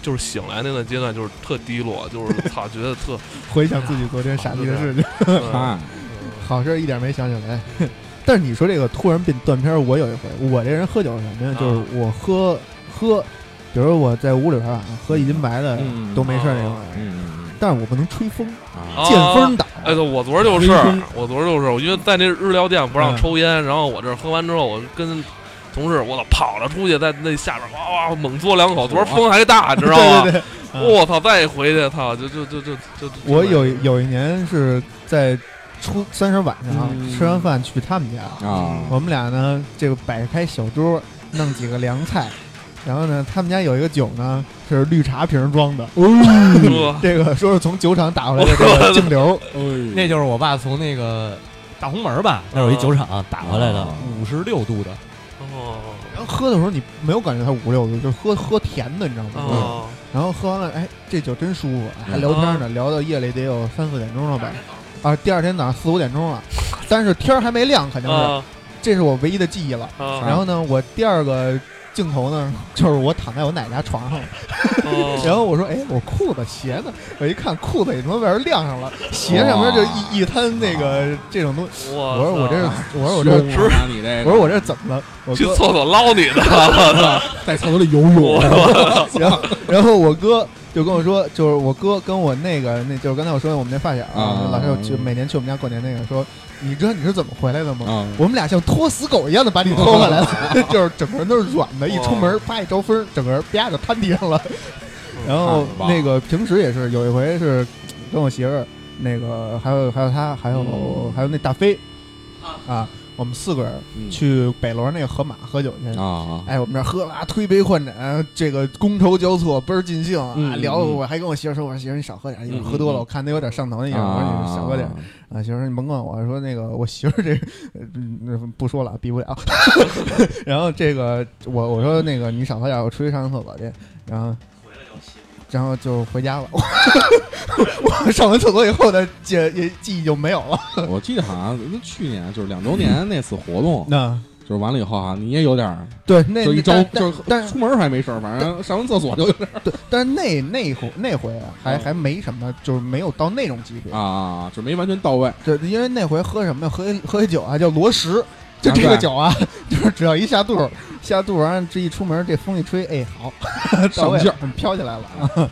就是醒来那段阶段就是特低落，就是操，觉得特、
回想自己昨天傻逼的事情，
嗯、
嗨，
好事儿一点没想起来。 但是你说这个突然变断片儿，我有一回，我这人喝酒是什么呀？
啊
就是我喝喝，比如说我在屋里边儿啊，喝一斤白的
嗯
都没事儿那种，
嗯
但是我不能吹风，
啊
啊
见风倒。
哎，对，我昨儿就是
微风，
我昨儿就是，我因为在那日料店不让
嗯
抽烟，然后我这喝完之后，我跟同事我操跑了出去，在那下边哇哇猛嘬两口，昨儿风还大，你知道吗？
对对对，啊
我操！再一回去，操，就就就就就就
我有有一年是在初三十晚上啊
嗯
吃完饭去他们家，
啊
我们俩呢，这个摆开小桌，弄几个凉菜，然后呢，他们家有一个酒呢是绿茶瓶装的，
呃
这个说是从酒厂打回来的这 个净流，
那就是我爸从那个大红门吧，那儿有一酒厂打回来的，五十六度的，
哦
然后喝的时候你没有感觉它五六度，就是喝喝甜的，你知道吗？
嗯
哦，
然后喝完了，哎，这酒真舒服，啊还聊天
嗯
呢，聊到夜里得有三四点钟了吧。啊，第二天早上四五点钟了，
嗯
但是天儿还没亮，肯定是，
啊
这是我唯一的记忆了。
啊！
然后呢，我第二个镜头呢， 就是我躺在我奶奶家床上，
哦
然后我说，哎，我裤子鞋呢？我一看裤子也他妈被人晾上
哦
了，鞋上面就一一滩那个这种东西。
我
我说我这
操
是，我说我这
凶啊你这
我
个，
说我这怎么了？我
哦去
哥，
厕所捞你的，
在厕所里 游泳，
然后然后我哥就跟我说，就是我哥跟我那个，那就是刚才我说的我们那发小
啊
老师有去
嗯
每年去我们家过年那个，说你知道你是怎么回来的吗？
啊
我们俩像拖死狗一样的把你拖回来
哦
了， 就是整个人都是软的，一出门啪一招风，整个人啪就瘫地上了。然后
嗯棒
那个平时也是有一回是跟我媳妇儿，那个还有还有她，还有、
嗯
还有那大飞啊，我们四个人
嗯
去北楼那个河马喝酒去。
啊啊
哎，我们这儿喝啊，推杯换盏，这个觥筹交错，倍儿尽兴啊！
嗯嗯
聊，
嗯
我还跟我媳妇儿说，我说媳妇儿你少喝点儿，一会儿喝多了，
嗯嗯
我看她有点上头那样，我说你
啊！
少喝点儿。啊，媳妇儿说你甭管我，说那个我媳妇儿这，呃嗯，不说了，比不 了。然后这个我我说那个你少喝点儿，我出去上个厕所去。然后然后就回家了。 我上完厕所以后的记也记忆就没有了。
我记得好像去年就是两周年那次活动，
那
就是完了以后哈，你也有点儿，
对那
就一招
但
就
但
是
是
出门还没事儿，反正上完厕所 就有点
对，但是那那回那回啊还
嗯
还没什么，就是没有到那种级别
儿。啊，就没完全到位。
对，因为那回喝什么呀？喝一喝一酒啊，叫罗石，就这个酒啊， 就是只要一下肚 儿，下肚儿完了这一出门，这风一吹，哎， 好，到位
上劲儿
了，飘起来了啊！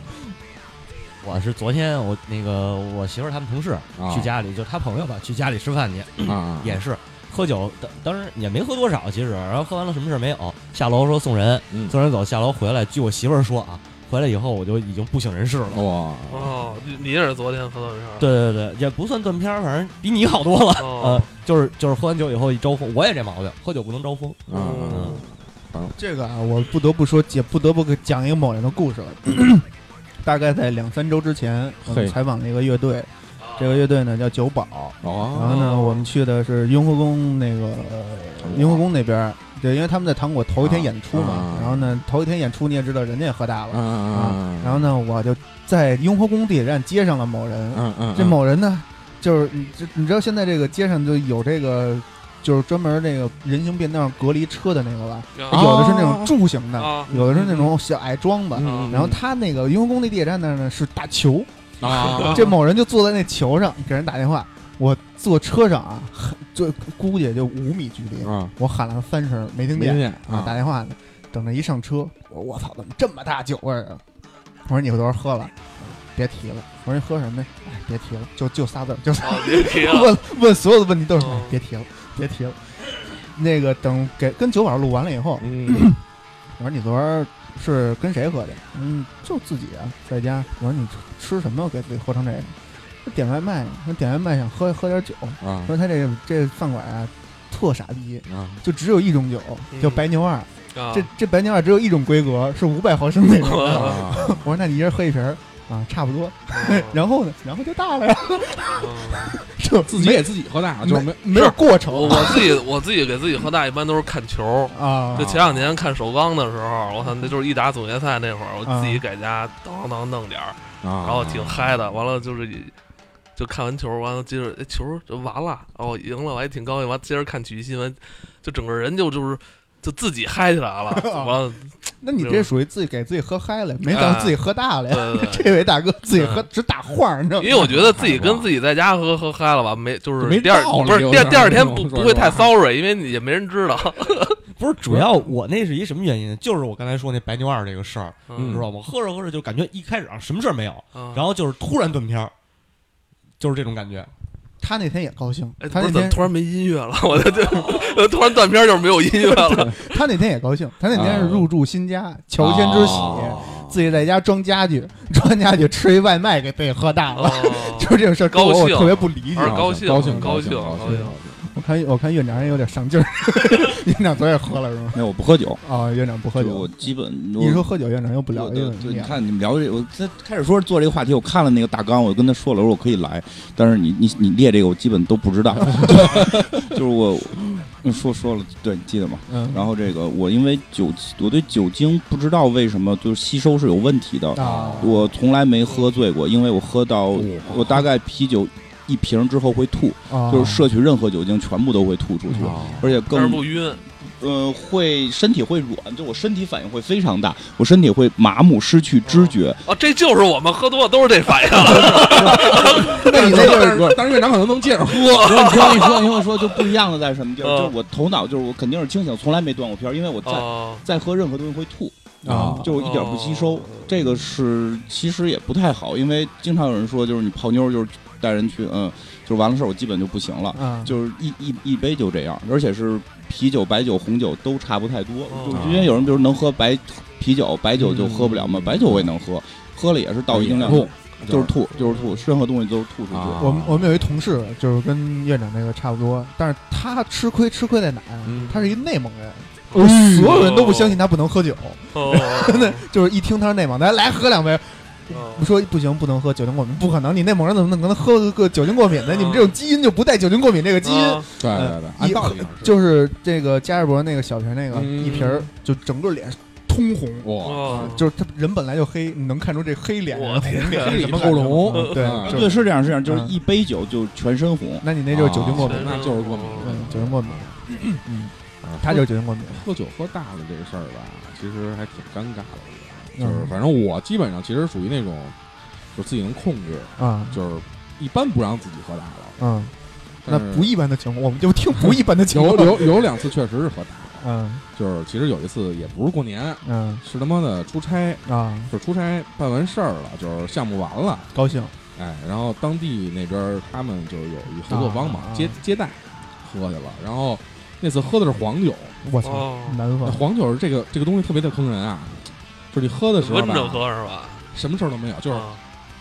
我是昨天我那个我媳妇儿他们同事
啊
去家里，就他朋友吧，去家里吃饭去，
啊，
也是喝酒，当当时也没喝多少，其实，然后喝完了什么事儿没有，下楼说送人，
嗯，
送人走，下楼回来，据我媳妇儿说啊，回来以后我就已经不省人事了。
哇，啊
哦，你你也是昨天喝到这事儿，
对对对，也不算断片儿，反正比你好多了。
哦
呃，就是就是喝完酒以后一招风，我也这毛病，喝酒不能招风。
啊啊，
嗯这个啊，我不得不说，也不得不给讲一个某人的故事了。 大概在两三周之前，我们
嘿
采访了一个乐队，这个乐队呢叫九宝，然
哦
后呢，我们去的是雍和宫那个呃
糖果
雍和宫那边儿，对，因为他们在糖果头一天
啊
演出嘛
啊，
然后呢，头一天演出你也知道，人家也喝大了
啊。啊
啊，然后呢，我就在雍和宫地铁站接上了某人。
嗯嗯，
这某人呢，就是你这你知道现在这个街上就有这个，就是专门那个人行便道隔离车的那个吧，
啊
有的是那种柱形的，
哦
啊
有的是那种小矮桩子。
嗯
然后他那个雍和宫那地铁站那儿呢是大球，
啊，
这某人就坐在那球上给人打电话。我坐车上啊，就估计也就五米距离，
啊，
我喊了三声没听
没
见
听。见
啊，打
啊
电话呢，等着一上车，我说我操，怎么这么大酒味儿啊？我说你昨儿喝了，别提了。我说你喝什么呀？哎，别提了，就就仨字儿，就仨
哦，别提 了，
问问所有的问题都是、
哦
哎、别提了，别提了。那个等给跟酒保录完了以后，
嗯
我说你昨儿是跟谁喝的？嗯，就自己啊，在家。我说你吃什么给自己喝成这样？说点外卖，说点外卖想喝喝点酒。
啊
说他这这饭馆啊，特傻逼，
啊，
就只有一种酒，叫
嗯
白牛二。
啊
这这白牛二只有一种规格，是五百毫升那种。
啊
我说那你一人喝一瓶儿啊，差不多。然后呢，然后就大了呀，
嗯
就
自己给自己喝大，就是没
没没有过程
我我自己我自己给自己喝大，一般都是看球。
啊
就前两年看首钢的时候，我操，那就是一打总决赛那会儿，
啊
我自己在家当当弄点儿，
啊，
然后挺嗨的。完了就是以，就看完球，完了接着哎球就完了，哦赢了，我还挺高兴。完了接着看体育新闻，就整个人就就是就自己嗨起 来了。
啊
完了，
那你这属于自己给自己喝嗨了，没当
哎
自己喝大了呀。
对对对。嗯
这位大哥自己喝只打晃儿，你知道
因
吗？
为我觉得自己跟自己在家喝喝嗨了吧，没就
就是没
第二
道理
不是
有
第二
点
第二天
那
不
种
不
说
会
实
太
话
sorry，因为你也没人知道。
不是，
嗯
主要我那是一什么原因？就是我刚才说那白牛二这个事儿，
嗯
你知道吗？喝着喝着就感觉一开始啊什么事儿没有，
嗯然
然后就是突然断片儿，就是这种感觉。
他那天也高兴
哎，，
他
不
那
是怎么
天
突然没音乐了？ 我的这突然断片儿就是没有音乐 了。 啊
他那天也高兴，他那天是入住新家，乔迁之喜，
哦
哦啊
自己在家装家具，装家具吃一外卖给自己喝大了，
哦
就是这种事儿，跟
高
我我
兴
特别不理解
而。
高高兴兴兴，
我看我看院长也有点上劲儿， 院长昨儿也喝了是吗？
没有，我不喝酒，
啊，院长不喝
就我
酒。
基本
你说喝酒，院长又不
不
聊这
对
个
对，
问
你
题啊。
看你们聊这，我这开始说做这个话题，我看了那个大纲，我就跟他说了，我说我可以来，但是你你你列这个我基本都 不知道，就是我嗯说说了，对，你记得吗？
嗯，
然后这个我因为酒，我对酒精不知道为什么就是吸收是有问题的，
啊，
我从来没喝醉过，因为我喝到
嗯
我大概啤酒一瓶之后会吐，
啊
哦
就是摄取任何酒精全部都会吐出去，而且
但是
更
不晕，
呃，会身体会软，就我身体反应会非常大，我身体会麻木、失去知觉。
啊，这就是我们喝多了都是这反 应。
但是但是但是越南可能能接着喝，
我听你说，你听我说，就不一样的在什么地儿？
嗯
就是我头脑就是我肯定是清醒，从来没断过片儿，因为我在、
哦，
在喝任何东西会吐。
啊
就我一点不吸收，这个是其实也不太好，因为经常有人说，就是你泡妞就是带人去，嗯，就是完了事儿，我基本就不行了，
啊，
就是一一一杯就这样，而且是啤酒、白酒、红酒都差不太多，就
哦
因为有人比如能喝白啤酒，白酒就喝不了
嗯
嘛，白酒我也能喝，喝了也是到一
啊
定量
吐，
就是吐，就是吐，任何东西都是吐出去。
啊
我们我们有一同事，就是跟院长那个差不多，但是他吃亏吃亏在哪儿啊
嗯？
他是一内蒙人，
哎
所有人都不相信他不能喝酒，
哦，哦
就是一听他是内蒙的，来喝两杯，
哦
不说不行不能喝酒精过敏，不可能，你内蒙人怎么可能喝个酒精过敏呢？你们这种基因就不带酒精过敏这个基因
啊，
对
呃
对对，按道理
就是这个加士伯那个小瓶那个
嗯
一瓶儿，就整个脸通红。
哇，
哦
就是他人本来就黑，你能看出这黑脸、
我
红脸
天
什么
啊黑里透龙
感觉
嗯
对，就
对，是这样，是这样，就是
嗯
一杯酒就全身红。
那你那就是酒精过敏
啊，那就是过敏
嗯，酒精过敏，嗯，
啊
他就是酒精过敏。
喝酒喝大了这个事儿吧，其实还挺尴尬的，我
嗯
觉得嗯就是反正我基本上其实属于那种，就自己能控制，
啊，
就是一般不让自己喝大了。
嗯，那
但是
不一般的情况，我们就听不一般的情
有
况。
有有两次确实是喝大了，
嗯
就是其实有一次也不是过年，
嗯
是他妈的出差，
啊，
就是出差办完事儿了，就是项目完了，
高兴
哎，然后当地那边儿他们就是有一合作方嘛，
啊啊
接接待喝去了，然后那次喝的是黄酒，
我操，
哦，
南
那
方
黄酒是这个这个东西特别的坑人啊，就是你喝的时候
温着
吧，
喝是吧？
什么事儿都没有，就是
啊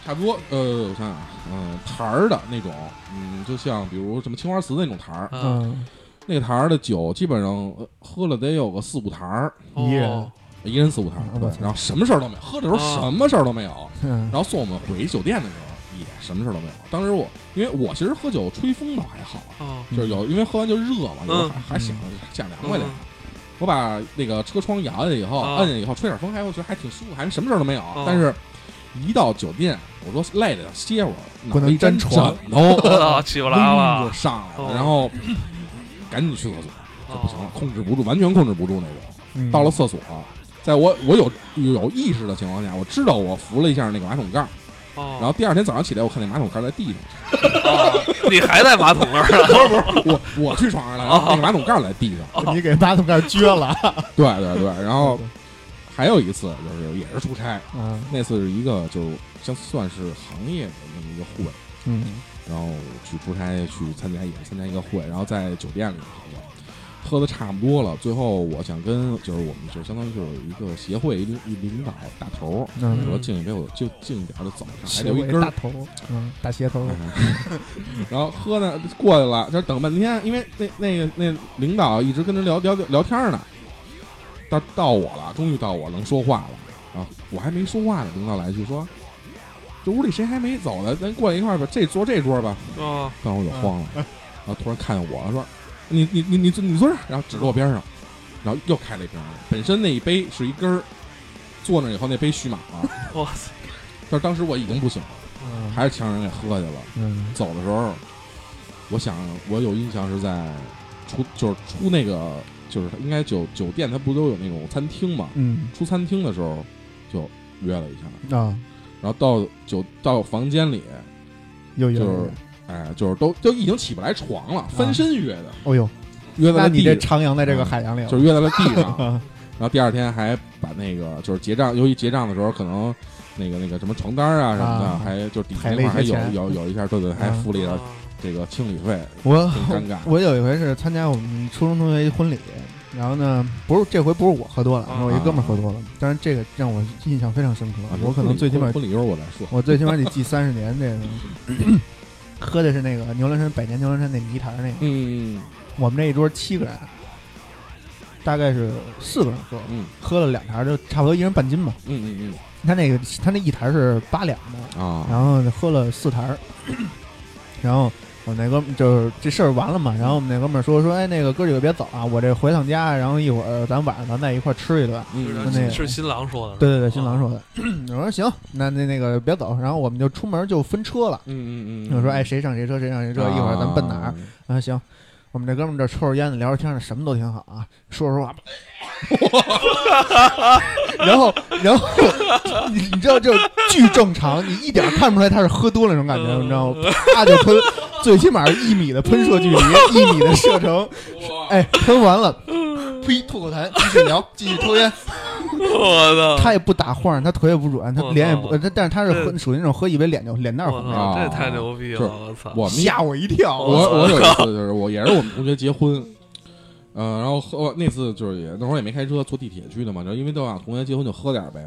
差不多呃，我想想，嗯、坛儿的那种，嗯，就像比如什么青花瓷那种坛儿，
啊
嗯
那个坛儿的酒基本上呃喝了得有个四五坛儿，
一人
哦
一人四五坛儿，
嗯
对
我，操
然后什么事儿都没有，喝的时候
啊
什么事儿都没有，
嗯
然后送我们回酒店的时候也什么事儿都没有。当时我因为我其实喝酒吹风倒还好，啊
哦
就是有因为喝完就热嘛，有时候
嗯
还还想想凉快点
嗯。
我把那个车窗摇下去以后，
啊
摁下去以后吹点风还，我觉得还挺舒服，还什么事儿都没有啊
哦。
但是，一到酒店，我说累了歇会儿，
不能
脑袋一沾
沾床
枕头，
我 操，哦起不来
嗡
了
就，上来
哦
了，然后 赶紧去厕所，
哦
就不行了，控制不住，完全控制不住那种。
嗯
到了厕所，在我我有有意识的情况下，我知道我扶了一下那个马桶盖，
哦，
然后第二天早上起来，我看那马桶盖在地上，
哦你还在马桶那儿呢？
我我去床上了，然后那个马桶盖在地上，
你给马桶盖撅了，
对对对，然后还有一次就是也是出差，
嗯
那次是一个就是像算是行业的那么一个会，
嗯
然后去出差去参加也是参加一个会，然后在酒店里喝的，喝的差不多了，最后我想跟就是我们就相当于就是一个协会一领一领导大头儿，我
嗯，
说敬一杯我就敬一点儿就走了，还留
我
一根儿
大。头，嗯，大斜头，
然后喝呢过去了，这等半天，因为那那个那领导一直跟他聊聊聊天呢，到到我了，终于到我能说话了。然后我还没说话呢，领导来一句说：“这屋里谁还没走呢？咱过来一块儿吧，这坐这桌吧。
哦，”
当时我就慌了，
嗯
然后突然看见我说：“你你你你坐你坐这儿。”然后指着我边上，然后又开了一瓶儿。本身那一杯是一根儿，坐那以后那杯续满了，
我操，
但是当时我已经不行了，
嗯
还是强人给喝去了。
嗯
走的时候，我想我有印象是在出就是出那个就是应该酒酒店，它不都有那种餐厅嘛？
嗯
出餐厅的时候就约了一下，
啊，
然后到酒到房间里
又
就
有，
是哎就是都都已经起不来床了，翻身约的，
哦呦，
啊约在
那
了
你
地
这
上，
徜徉在这个海洋里了，
就是约在了地 上。
啊
然后第二天还把那个就是结账，由于结账的时候可能。那个那个什么床单啊什么的，
啊
还就底下
赔
那
了一
块儿还
些
有
钱
有有一下，对对，还
嗯
付了一点
哦
这个清理费，
我
挺尴尬。
我有一回是参加我们初中同学一婚礼，然后呢，不是这回不是我喝多了，
啊
是我一哥们儿喝多了，但是这个让我印象非常深刻
啊，
我可能最起码
婚礼一会儿我再说。
我最起码得记三十年这个。喝的是那个牛栏山百年牛栏山那泥坛儿那个，
嗯
我们这一桌七个人，大概是四个人喝，
嗯
喝了两坛儿就差不多一人半斤吧。
嗯嗯
他那个他那一坛儿是八两的，
嗯啊，
然后喝了四坛儿，然后我那哥们就是这事儿完了嘛，然后我们那哥们儿说说，哎，那个哥几个别走啊，我这回趟家，然后一会儿咱晚上咱在一块儿吃一顿。
嗯
就那
是
个
是新郎说的，
对对对，新郎说的。 我说行，那那那个别走，然后我们就出门就分车了。哎
嗯嗯嗯，
我说哎，谁上谁车，谁上谁车，一会儿咱奔哪儿？啊行，我们这哥们儿这抽着烟呢，聊着天呢，什么都挺好啊，说说话， 然后然后你你知道就巨正常，你一点儿看不出来他是喝多了那种感觉，你知道吗？啪就喷，最起码是一米的喷射距离，一米的射程，哎，喷完了，呸，吐口痰，继续聊，继续抽烟，
啊我操！
他也不打晃，他腿也不软，他
我
脸也
操
不，呃他但是他是喝
这
属于那种喝一杯脸就脸蛋儿
我
红，
操，这太牛逼了！我操，
我们一
吓我一跳，
我我有一次就是我也是我们同学结婚，呃，然后喝那次就是也那会儿也没开车，坐地铁去的嘛，然后因为都想同学结婚就喝点儿呗，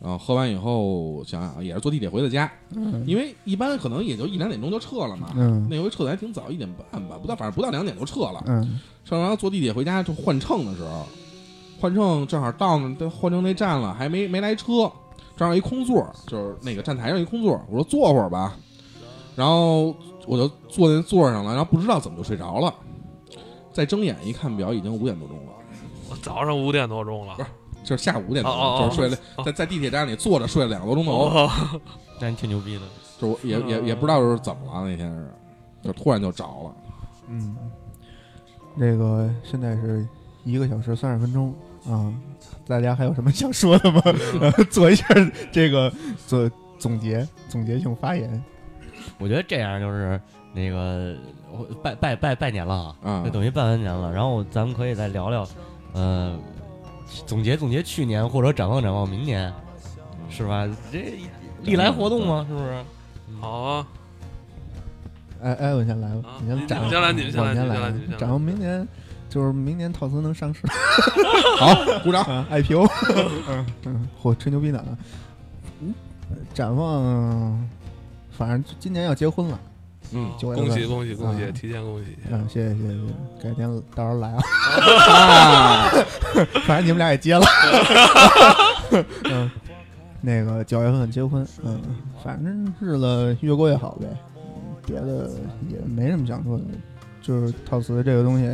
然后喝完以后想想也是坐地铁回的家，因为一般可能也就一两点钟就撤了嘛，
嗯
那回撤的还挺早，一点半吧，不到反正不到两点就撤了，
嗯
上完坐地铁回家就换乘的时候，换乘正好到那都换乘那站了，还没没来车，正好一空座，就是那个站台上一空座，我说坐会儿吧，然后我就坐那座上了，然后不知道怎么就睡着了，再睁眼一看表，已经五点多钟了。
我早上五点多钟了
不，是就是下午五点多钟，
哦哦哦
就是睡了，
哦
在在地铁站里坐着睡了两个多钟头，
我
但挺牛逼的。
就是我也
嗯
也也不知道是怎么了，那天是，就突然就着了。
嗯，这个现在是一个小时三十分钟啊，大家还有什么想说的吗？
哦
做一下这个做总结总结性发言，
我觉得这样就是那个我拜拜拜拜年了啊，
嗯
就等于拜完年了。然后咱们可以再聊聊，呃，总结总结去年，或者展望展望明年，是吧？这历来活动嘛，是不是？
好啊，
哎哎，我先来吧
啊，
你
你
先展
你
望，
先来你
我
先来你
先
先来
来
你先来，
展望明年。就是明年套词 能上市
好，鼓掌。
啊，IPO，嗯嗯，嚯，吹牛逼呢啊！嗯，展望，反正今年要结婚了，
嗯
九月份
恭喜恭喜恭喜！
啊
提前恭喜！
嗯，谢谢谢谢谢谢，改天到时候来啊。
啊，
反正你们俩也结了。 嗯，那个九月份结婚，嗯，反正日子越过越好呗，嗯别的也没什么想说的，就是套词这个东西，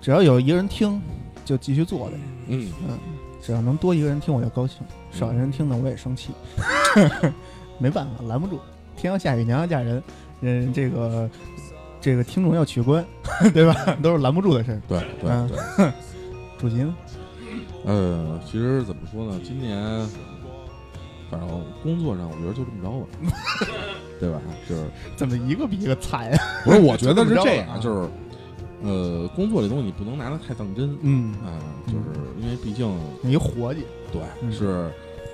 只要有一个人听，就继续做呗。
嗯，
只要能多一个人听，我就高兴；少一个人听呢，我也生气。 没办法，拦不住。天要下雨，娘要嫁人，嗯，这个这个听众要取关， 对吧？都是拦不住的事儿。
对对
嗯
对。
主席呢？
呃，其实怎么说呢，今年反正工作上我觉得就这么着吧， 对吧？就是
怎么一个比一个菜啊？
不是，我觉得是
就这么着吧啊
这样，就是呃，工作这东西你不能拿它太当真
嗯
啊、就是因为毕竟
你一伙计，
对、
嗯
是。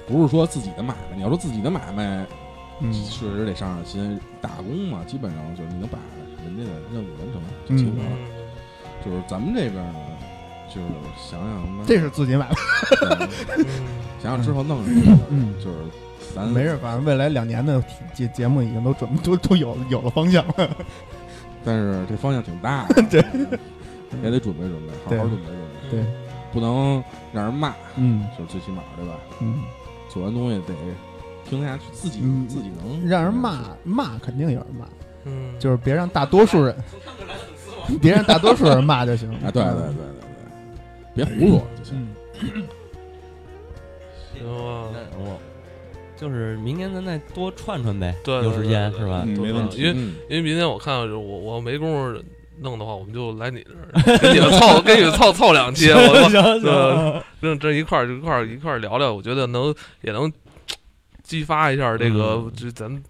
不是说自己的买卖，你要说自己的买卖，
嗯
确实得上上心。打工嘛，基本上就是你能把人家的任务完成就结束了。
嗯
就是咱们这边呢，就是想想他妈
这是自己买卖，
对
嗯
想想之后弄什么，
嗯，
就是咱
没事，反正未来两年的节节目已经都准备都都有有了方向了，
但是这方向挺大 的，对，也得准备准备，好
对
好准备准备，
对，
不能让人骂，
嗯
就是最起码对吧？
嗯，
做完东西得听得下去，自己
嗯
自己能啊
让人骂骂肯定有人骂，
嗯，
就是别让大多数人，别让大多数人骂就行
啊，对对对对，对，别胡说就行。
嗯
行啊
那我就是明年咱再多串串呗，
对，对
有时间是吧？
嗯
对对对啊
没问 题
因为
嗯，
因为明天我看我我没工夫弄的话，我们就来你这儿，给你们凑给你们凑凑两期，我
行行
对这这一块儿一块
嗯
儿一块儿聊聊，我觉得能也能激发一下这个
嗯
这咱们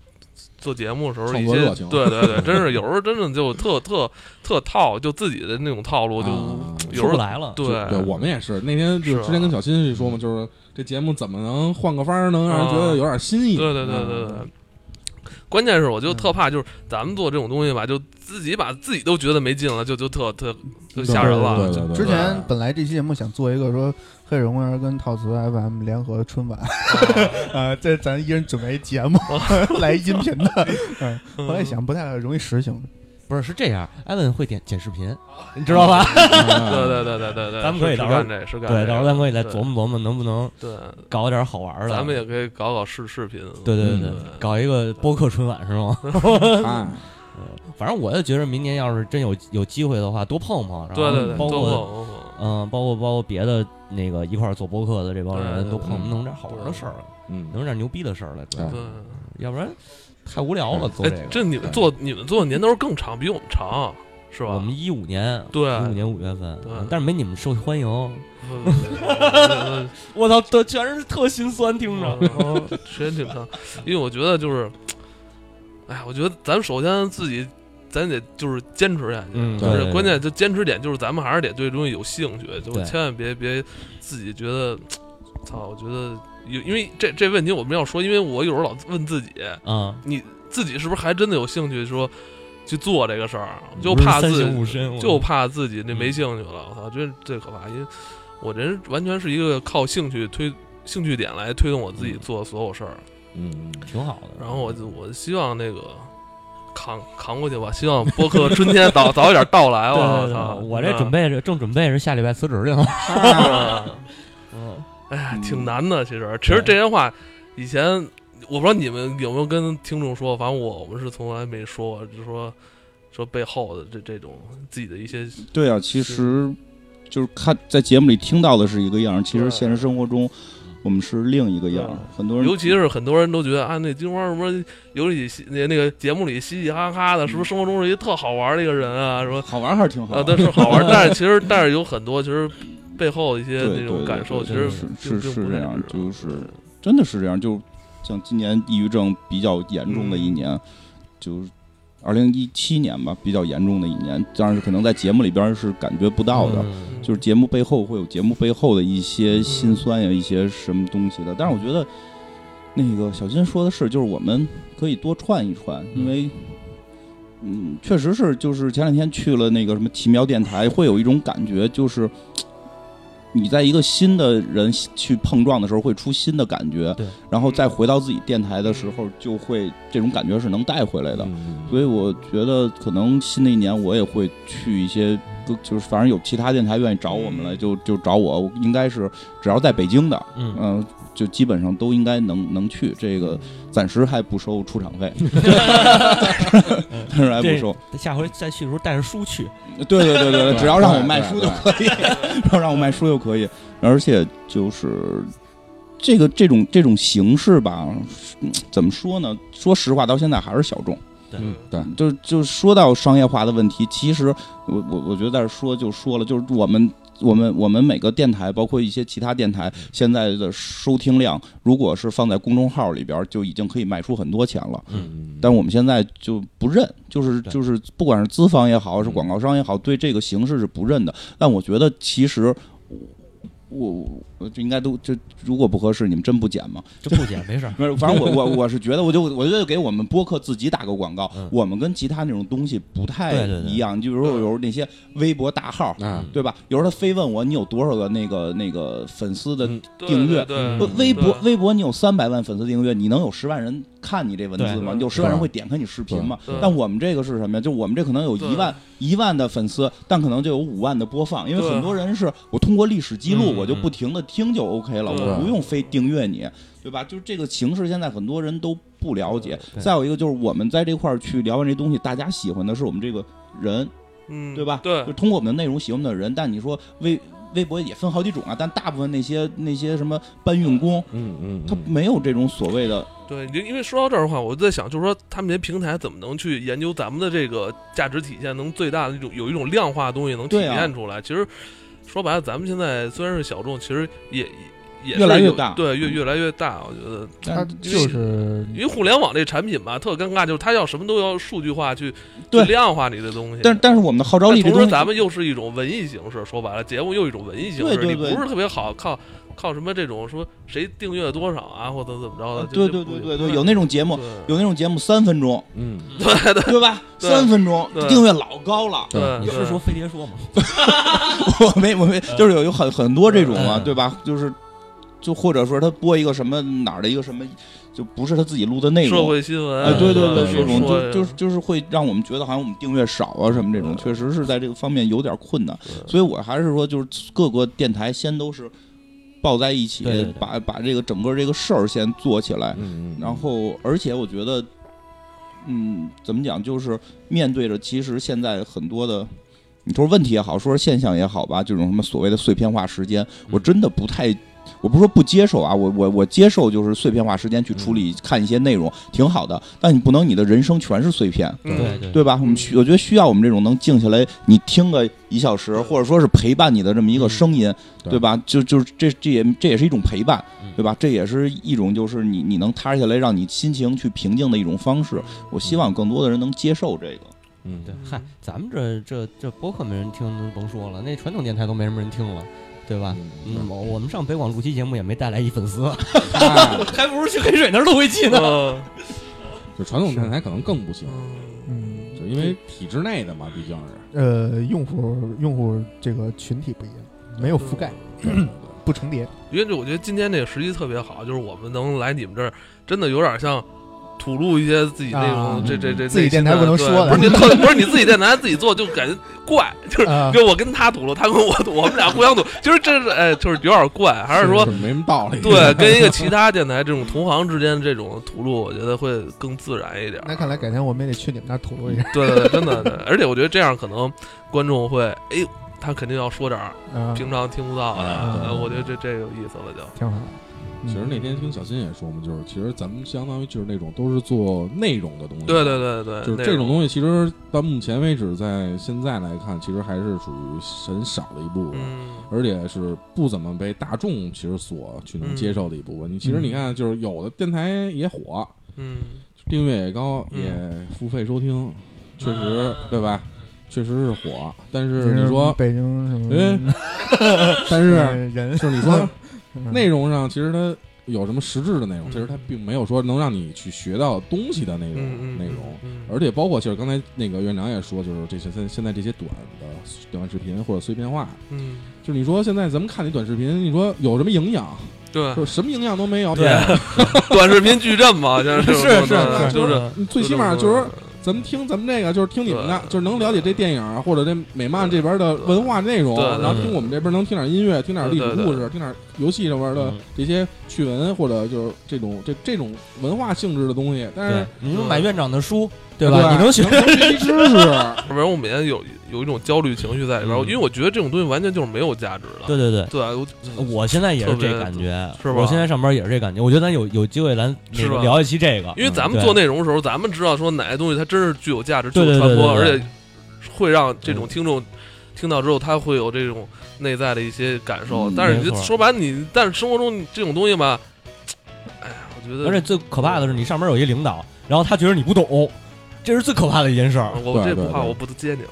做节目的时候
创
一
作
些
热情
对对对，真是有时候真的就特特特套，就自己的那种套路就
啊
有时
出嗯不
候
来了。
对
对，我们也是那天就是
啊
之前跟小新去说嘛，就是这节目怎么能换个法儿，能让人觉得有点新意？
啊对对对对
嗯
对。关键是，我
嗯
就特怕，就是咱们做这种东西吧，就自己把自己都觉得没劲了，就就特特就吓人了。
对
就
对对，
之前本来这期节目想做一个说黑水公园跟套词 FM 联合的春晚， 啊，这咱一人准备一节目 来一音频的，嗯，后来想不太容易实行，
不是，是这样，艾文会剪剪视频，你知道吧？
对
对
对对对对对，
咱们可以
是是
到时候
干这，是干这
对，
个。
到时候咱可以再
对
琢磨琢磨，能不能
对，
搞点好玩儿的。
咱们也可以搞搞视视频。
对对
嗯
对，搞一个播客春晚是吗？
对，哎
反正我就觉得明年要是真有有机会的话，多碰碰，然
对对
后
对，
包
多
括
碰
嗯，包括包括别的那个一块儿做播客的这帮
对对
人，
对
都碰
嗯
弄点好玩的事儿，啊
嗯，
弄点牛逼的事儿来做
对，
碰
要不然太无聊了做
对，
这
哎
个。，
这你们做你们做的年头更长，比我们长。是吧？
我们一五年，
对
一五年五月份，
对
嗯但是没你们受欢迎。
嗯嗯
我操，都全是特心酸，听着。
嗯嗯时间挺长，因为我觉得就是，哎呀，我觉得咱们首先自己，咱得就是坚持下去，
嗯
就
对
是
对
关键就坚持点，就是咱们还是得对这东西有兴趣，就
对
千万别别自己觉得，操，我觉得有，因为这这问题我们要说，因为我有时候老问自己，
啊，
你自己是不是还真的有兴趣说去做这个事儿，啊就
不是
怕
三
自己
省吾身，我
就怕自己那没兴趣了，我操，真最可怕！因为我这人完全是一个靠兴趣推兴趣点来推动我自己做所有事儿。
嗯，
挺好的。
然后我就我希望那个扛扛过去吧，希望播客春天早早一点到来。
对
哎我
对对
操，，嗯
我这准备着，正准备着下礼拜辞职去了。
啊，
嗯，
哎呀，挺难的。其实，其实这些话以前我不知道你们有没有跟听众说，反正我我们是从来没说过，就说说背后的这这种自己的一些
对啊，其实就是看在节目里听到的是一个样儿，其实现实生活中我们是另一个样儿。很多人
嗯尤其是很多人都觉得啊，那金花什么有里嘻那那个节目里嘻嘻哈哈的，是
嗯
不是生活中是一特好玩的一个人啊？什么
好玩还是挺好
啊，
玩
但
的，
是好 玩，但是其实但是有很多其实背后一些
对
那种
对
感
对
受，其
对
实
是
并
是
并
是
不
这
太
样
值得
就是真的是这样。就像今年抑郁症比较严重的一年，就是二零一七年吧，比较严重的一年，但是可能在节目里边是感觉不到的。
嗯
就是节目背后会有节目背后的一些辛酸呀，一些什么东西的。但是我觉得，那个小金说的是，就是我们可以多串一串，因为，嗯，确实是，就是前两天去了那个什么奇妙电台，会有一种感觉，就是你在一个新的人去碰撞的时候，会出新的感觉
对，
然后再回到自己电台的时候，就会这种感觉是能带回来的。
嗯
所以我觉得可能新的一年我也会去一些，就就是反正有其他电台愿意找我们来，就就找我，我应该是只要在北京的，
嗯，
嗯、就基本上都应该能能去。这个暂时还不收出场费，暂时还不收。
下回再去的时候带着书去。
对对对对对，
对
只要让我卖
对
书
对
就可以， 只要让我卖书就可以。而且就是这个这种这种形式吧，嗯怎么说呢？说实话，到现在还是小众。
嗯，对，
就就说到商业化的问题，其实我我我觉得在这说就说了，就是我们我们我们每个电台，包括一些其他电台，现在的收听量，如果是放在公众号里边，就已经可以卖出很多钱了。
嗯，
但我们现在就不认，就是
对嗯
就是，不管是资方也好，是广告商也好，对这个形式是不认的。但我觉得其实我我我就应该都就如果不合适，你们真不剪吗？
这不剪没事儿，
不是，反正 我我我是觉得，我就我觉得给我们播客自己打个广告，
嗯
我们跟其他那种东西不太
对对对嗯
一样。你就比如说有时候那些微博大号，
啊，
对吧？有时候他非问我你有多少个那个那个粉丝的
嗯
对
订阅，
对
嗯
不
对
微博
对
微博你有三百万粉丝订阅，你能有十万人看你这文字
对
吗？
对
你有十万人
对
会点开你视频吗
对？
但我们这个是什么呀？就我们这可能有
对
一万一万的粉丝，但可能就有五万的播放，因为
对
很多人是我通过历史记录，
嗯
我就不停的听就 OK 了，
对
我不用非订阅你，对吧？就是这个形式，现在很多人都不了解。
对
再有一个就是我们在这块儿去聊完这东西，大家喜欢的是我们这个人，
嗯，
对吧？
对
就，通过我们的内容喜欢我们的人，但你说微微博也分好几种啊，但大部分那些那些什么搬运工，
嗯嗯，
他没有这种所谓的
对，因因为说到这儿的话，我在想，就是说他们这些平台怎么能去研究咱们的这个价值体现，能最大的一种有一种量化的东西能体
对啊
现出来。其实说白了，咱们现在虽然是小众，其实也也也
越来
是
越
有
大嗯
对，越越来越大。我觉得，
它就是
因为互联网这产品吧，特尴尬，就是它要什么都要数据化去
对
去量化你的东西。
但但是我们的号召
但
力这
同
东
时，
西，
咱们又是一种文艺形式，说白了，节目又一种文艺形
对
式，
对对
你不是特别好靠靠什么这种说谁订阅多少啊，或者怎么着的。
对
就就
对
不
对
行
对对，有那种节目，有那种节目三 分钟，
嗯，
对吧？
对
三分钟
对
订阅老高 了，
对对，
你是说飞碟说吗？
我没我没，
嗯
就是有有很很多这种嘛，
嗯
对吧？就是就或者说他播一个什么哪儿的一个什么，就不是他自己录的内容
社，会新闻
哎，对对对，
嗯
这种
说
就就是就是会让我们觉得好像我们订阅少啊什么这种，确实是在这个方面有点困难。所以我还是说，就是各个电台先都是抱在一起
对对对，
把把这个整个这个事儿先做起来。
嗯嗯，
然后，而且我觉得，嗯，怎么讲，就是面对着其实现在很多的，你说问题也好，说是现象也好吧，这种什么所谓的碎片化时间，我真的不太我不是说不接受啊，我我我接受就是碎片化时间去处理、看一些内容挺好的，但你不能你的人生全是碎片，
嗯
对对
对吧？我们需我觉得需要我们这种能静下来，你听个一小时，或者说是陪伴你的这么一个声音，嗯
对
对吧？就就是这这也这也是一种陪伴
嗯，
对吧？这也是一种就是你你能塌下来，让你心情去平静的一种方式。我希望更多的人能接受这个。
嗯，
对，嗨，咱们这这这播客没人听，甭说了，那传统电台都没什么人听了，对吧？嗯，我我们上北广录期节目也没带来一粉丝， 还不如去黑水那儿录一期呢。
嗯
就传统电台可能更不行，
嗯，
就因为体制内的嘛，毕竟是
呃，用户用户这个群体不一样，没有覆盖，不重叠。
因为这我觉得今天这个时机特别好，就是我们能来你们这儿，真的有点像吐露一些自己那种、
啊
这这这
自己电台
内心
不能
对
说
不
的
是你特不是你自己电台自己做就感觉 怪，就是。
啊，
就我跟他吐露，他跟我吐，我们俩互相吐，就是这是哎，就是有点怪，还是说
就没什么 道理。
对，跟一个其他电台这种同行之间这种吐露，我觉得会更自然一点。
那看来改天我们也得去你们那儿吐露一下
对对对，真的，对而且我觉得这样可能观众会，哎呦，他肯定要说点儿
嗯
啊，
平常听不到的，
啊
呃我觉得这这有意思了
嗯
就。
挺好。嗯
其实那天听小新也说嘛，就是其实咱们相当于就是那种都是做内容的东西，
对对对对，
就是这种东西，其实到目前为止，在现在来看，其实还是属于很少的一部分，
嗯，
而且是不怎么被大众其实所去
嗯
能接受的一部分。你其实
嗯
你看，就是有的电台也火，
嗯
订阅也高，
嗯
也付费收听，确实对吧？确实是火，但
就是
你说，
北京什么？
嗯但是
呃人
就是你说
嗯
内容上，其实它有什么实质的内容，其实它
嗯
并没有说能让你去学到东西的内
嗯嗯
容内容。
嗯
而且包括就是刚才那个院长也说，就是这些现现在这些短的短视频或者碎片化，
嗯，
就是你说现在咱们看那短视频，你说有什么 营养？
对，
就是什么营养都没有。
对，
短视频矩阵嘛，就是
是
是
是
啊就是是
你最起码就是
是
咱们听咱们这个，就是听你们的，
对
就是能了解这电影啊或者这美漫这边的文化内容，
对对对
然后听我们这边能听点音乐，听点历史
对对
故事，听点游戏这边的
嗯
这些趣闻或者就是这种这这种文化性质的东西。但
对
是，
你能买院长的书，
嗯对
吧？你能学，
习知识。
要不然我每天有有一种焦虑情绪在里边，
嗯
因为我觉得这种东西完全就是没有价值的。
对对对。
对，啊我
我现在也是
特别
这感觉，
是吧
我现在上班也是这感觉。我觉得咱有有机会，咱那
是
个
吧
聊一期这个，
因为咱们
嗯
做内容的时候，咱们知道说哪些东西它真是具有价值、具
对
有
对
传
对
播，
对
而
对嗯
且会让这种听众听到之后，他会有这种内在的一些感受
嗯。
但是你
没
就
错
说白，了，你但是生活中你这种东西吧，哎呀，我觉得，
而且最可怕的是，你上班有一领导，然后他觉得你不懂，这是最可怕的一件事儿。
我
对
这不
对
怕，
对
我不接你了。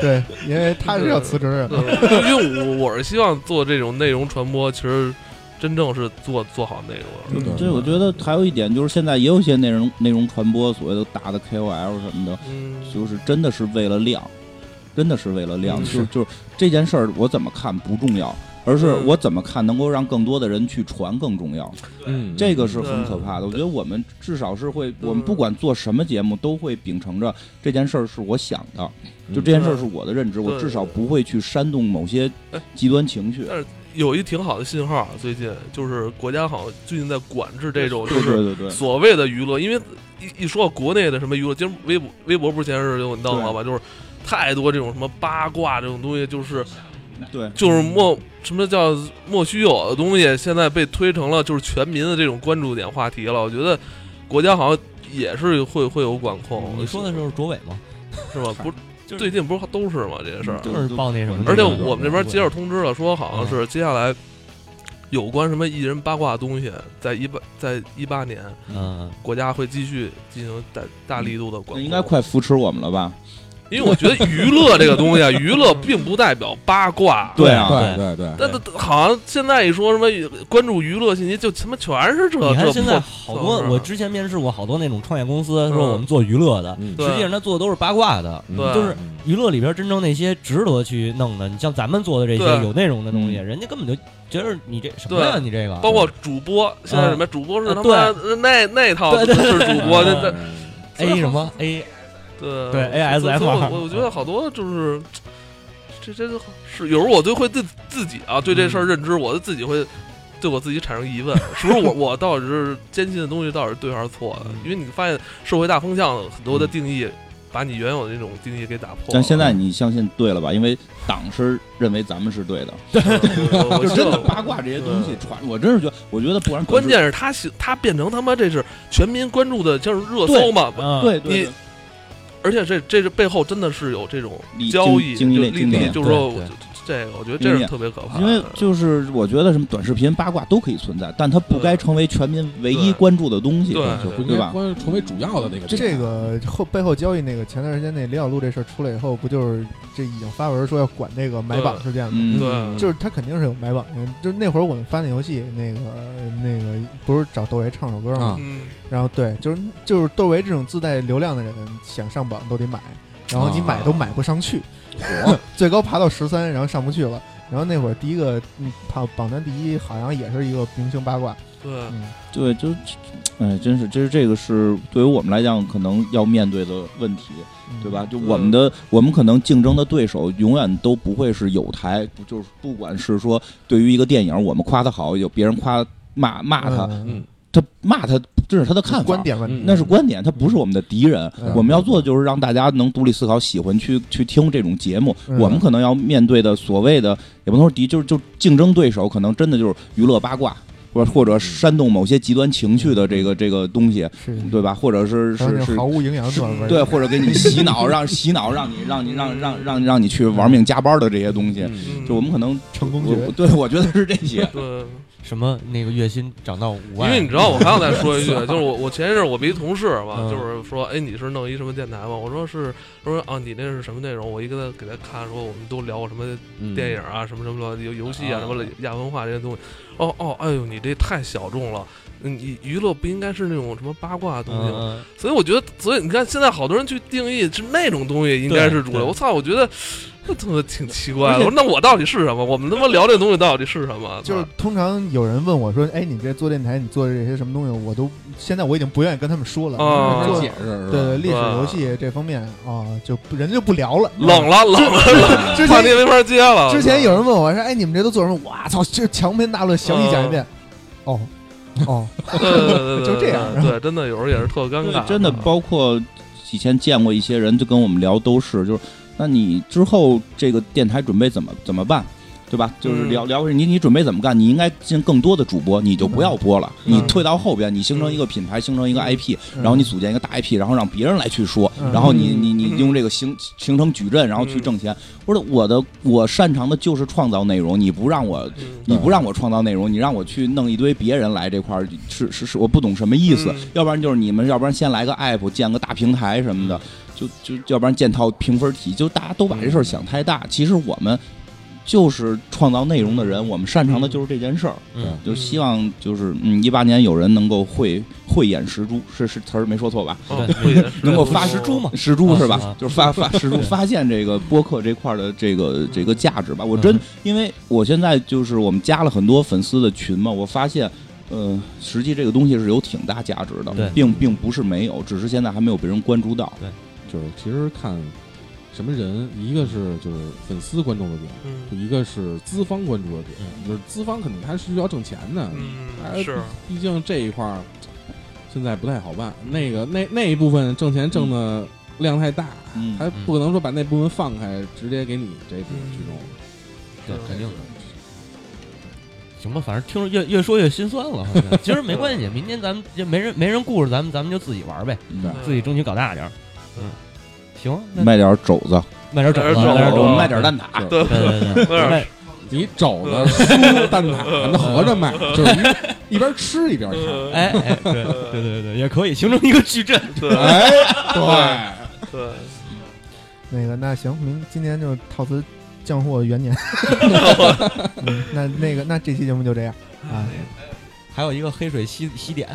对，因为他是要辞职
对， 对因为我我是希望做这种内容传播，其实真正是做做好内容。
嗯
对，我觉得还有一点就是，现在也有一些内容内容传播，所谓的大的 KOL 什么的，
嗯，
就是真的是为了量，真的是为了量。
嗯
就是就是这件事儿，我怎么看不重要，而是
嗯
我怎么看能够让更多的人去传更重要。
嗯，
这个是很可怕的。我觉得我们至少是会，
嗯
我们不管做什么节目，都会秉承着这件事儿是我想的，
嗯
就这件事儿是我的认知，
对
我至少不会去煽动某些
哎
极端情绪。
有一挺好的信号，啊最近就是国家好像最近在管制这种，就
对
是
对对对，
所谓的娱乐，因为一一说到国内的什么娱乐，今儿微博微博不是前日有你弄了吧？就是太多这种什么八卦这种东西，就是
对
就是莫什么叫莫须有的东西，现在被推成了就是全民的这种关注点话题了。我觉得国家好像也是会会有管控，
你说的就是卓伟吗？
是吧？不，是最近不是都是吗？这些事儿，
对
就是报那什么的，
而且
对对
我们这边接
着
着通知了，说好像是接下来有关什么艺人八卦的东西，在一八在一八年
嗯，
国家会继续进行大大力度的管
那
控。
应该快扶持我们了吧？
因为我觉得娱乐这个东 西啊，娱乐并不代表八卦。
对啊，
对对对，
但但好像现在一说什么关注娱乐信息，就他妈全是这
嗯你
呃
看
这
现在
破。
好多
这，不
我之前面试过好多那种创业公司，
嗯
说我们做娱乐的，
嗯
对
实际上他做的都是八卦的，
嗯
对
就是
嗯
娱乐里边真正那些值得去弄的，你像咱们做的这些
对
有内容的东西，
嗯
人家根本就觉得你这什么呀，
对
你这个
包括主播，现在什么主播是他妈
啊
那那套
对对
是主播，那那
嗯
A 什么 A，
对
对
所以
ASMR
所以我我觉得好多就是，这这是有时候我就会对自己啊对这事儿认知，我自己会对我自己产生疑问，是不是我我到底是坚信的东西到底是对还是错的
嗯？
因为你发现社会大风向很多的定义把你原有的那种定义给打破了。
但现在你相信对了吧？因为党是认为咱们是对的，
我我
就真的
我
八卦这些东西传，我真是觉得，我觉得不然
关键是他喜他变成他妈这是全民关注的，就是热搜嘛。
嗯，
对对
你而且这这是背后真的是有这种
利
交易
经经济类
就
经济类
利益，就是说
对对
这个，我觉得这是特别可怕的。
因为就是我觉得什么短视频八卦都可以存在，但它不该成为全民唯一关注的东西，
对
就
对
不应
对
该
吧？
关成为主要的那个点。
这个后背后交易那个，前段时间那李小璐这事儿出来以后，不就是这已经发文说要管这个买榜事件吗？
嗯，
对，
就是他肯定是有买榜的，就是那会儿我们翻的游戏，那个那个不是找窦唯唱首歌吗？
啊
嗯，
然后对，就是就是窦唯这种自带流量的人，想上榜都得买，然后你
啊
买都买不上去，
哦
最高爬到十三，然后上不去了。然后那会儿第一个嗯，榜榜单第一好像也是一个明星八卦，嗯
对，
嗯对，就，哎，真是，这是这个是对于我们来讲可能要面对的问题，
嗯
对吧？？就我们的，我们可能竞争的对手永远都不会是有台，就是不管是说对于一个电影，我们夸他好，有别人夸骂骂他，
嗯，
他骂他，这是他的看法，
观点问
嗯
题，
那是观点，他不是我们的敌人。
嗯
我们要做的就是让大家能独立思考，喜欢去去听这种节目。
嗯
我们可能要面对的所谓的也不能说敌，就是就竞争对手，可能真的就是娱乐八卦，或者或者煽动某些极端情绪的这个这个东西，
是
对吧？或者是
还有
是
那种
是
毫。无营养的短文，
对，或者给你洗脑，让洗脑，让你让你让让让让你去玩命加班的这些东西，
嗯
就我们可能
成功
我
学，
对我觉得是这些。
对。
什么那个月薪涨到五
因
万，
为你知道，我还要再说 一句，就是我我前一阵儿我们一同事嘛
嗯，
就是说，哎，你是弄一什么电台吗？我说是，他说啊，你那是什么内容？我一跟他给他看，说我们都聊过什么电影啊，什么什么乱游游戏啊，
嗯啊
什么亚文化这些东西。哦哦，哎呦，你这太小众了。嗯你娱乐不应该是那种什么八卦的东西吗，
嗯，
所以我觉得，所以你看，现在好多人去定义是那种东西应该是主
对
流。我操，我觉得这他妈挺奇怪
而
的。
且
我说那我到底是什么？我们他妈聊这东西到底是什么？
就是通常有人问我说：“哎，你这做电台，你做这些什么东西？”我都现在我已经不愿意跟他们说了。
哦
没法
做
解释是吧？
对历史游戏这方面啊，就不人就不聊了。
冷了，冷了，冷
之
了，
前
话题没法接了。
之前有人问我说：“哎，你们这都做什么？”我操，这长篇大论详细讲一遍。
嗯
哦， 哦，
对对对对，
就这样
对，真的有时啊嗯候也是特尴尬，
对，真的包括以前见过一些人，就跟我们聊都是，就是那你之后这个电台准备怎么怎么办？对吧？就是
嗯
聊、聊你你准备怎么干？你应该进更多的主播，你就不要播了，
嗯
你退到后边，你形成一个品牌，形成一个 IP，、然后你组建一个大 IP，然后让别人来去说，
嗯
然后你你
嗯
你用这个形形成矩阵，然后去挣钱。或者我的我擅长的就是创造内容，你不让我
嗯
你不让我创造内容，你让我去弄一堆别人来这块儿，是是是，我不懂什么意思。
嗯
要不然就是你们，要不然先来个 app，建个大平台什么的，就就要不然建套评分体，就大家都把这事儿想太大。其实我们就是创造内容的人，我们擅长的就是这件事儿。
嗯
就希望就是嗯，一八年有人能够慧慧眼识珠，是是词儿没说错吧？
哦
对
会的是
能够
的
发
蜘蛛嘛，
识珠
啊
是吧？
是啊
就是发发识珠，
对
发现这个播客这块儿的这个这个价值吧。我真
嗯
因为我现在就是我们加了很多粉丝的群嘛，我发现。呃，实际这个东西是有挺大价值
对
的，并并不是没有，只是现在还没有被人关注到。
就是其实看什么人，一个是就是粉丝关注的点，
嗯
就一个是资方关注的点，就是资方肯定他是需要挣钱的，
嗯，是，
毕竟这一块儿现在不太好办。那个那那一部分挣钱挣的量太大，
嗯
他不可能说把那部分放开，直接给你这一部分去弄。
对，肯定的。行吧，反正听着越越说越心酸了。好像其实没关系，明天咱们就没人没人故事，咱们咱们就自己玩儿呗，
嗯
嗯
自己争取搞大点儿。嗯，行，那
卖点儿肘子，
卖点儿肘子，
卖点儿肘子
我们卖
卖
点儿
点儿
蛋挞，
对
对对对
卖点
对，
儿
卖
嗯
你肘子、书、蛋挞，那合着卖，就是一一边吃一边
嗯
看。
哎哎，对对对对对，也可以形成一个矩阵。
对
哎，对，
对，
那个那行，明今年就套词降祸 元年。嗯那那个那这期节目就这样啊，
还有一个黑水西西点，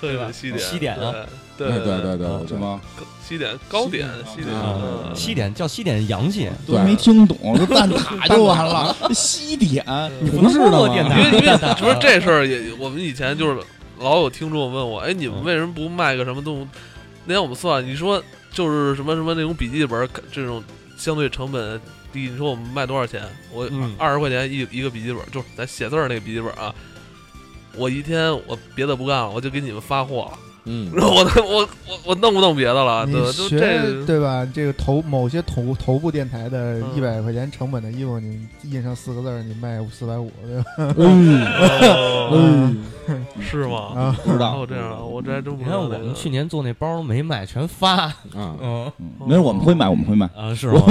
特别西点，
西点啊，
对
哎对对对对，
嗯
对
是？吗？
西点高点，西点，
啊
嗯
西点叫西点洋气，
都
对
没听懂，这蛋挞就完了，西点，
你
不
不是
能
的
做
吗
电
因为
台，
因 为不是这事儿也，我们以前就是老有听众问我，哎，
嗯
你们为什么不卖个什么动物？那天我们算，你说就是什么什么那种笔记本这种相对成本低，你说我们卖多少钱？我
嗯
二十块钱一一个笔记本，就是咱写字儿那个笔记本啊。我一天我别的不干了，我就给你们发货了。
嗯，
我我我我弄不弄别的了？
你
对，就
学
这
对吧？这个头某些头头部电台的
嗯
一百块钱成本的衣服，你印上四个字儿，你卖四百五，对吧？
嗯
哦
嗯，
是吗？
啊，
不知道
哦，这样啊，我这还真不知
你看
道
我
这个。
们去年做那包没卖，全发，
啊，
嗯
嗯没事，我们会买，我们会买。
啊是吗？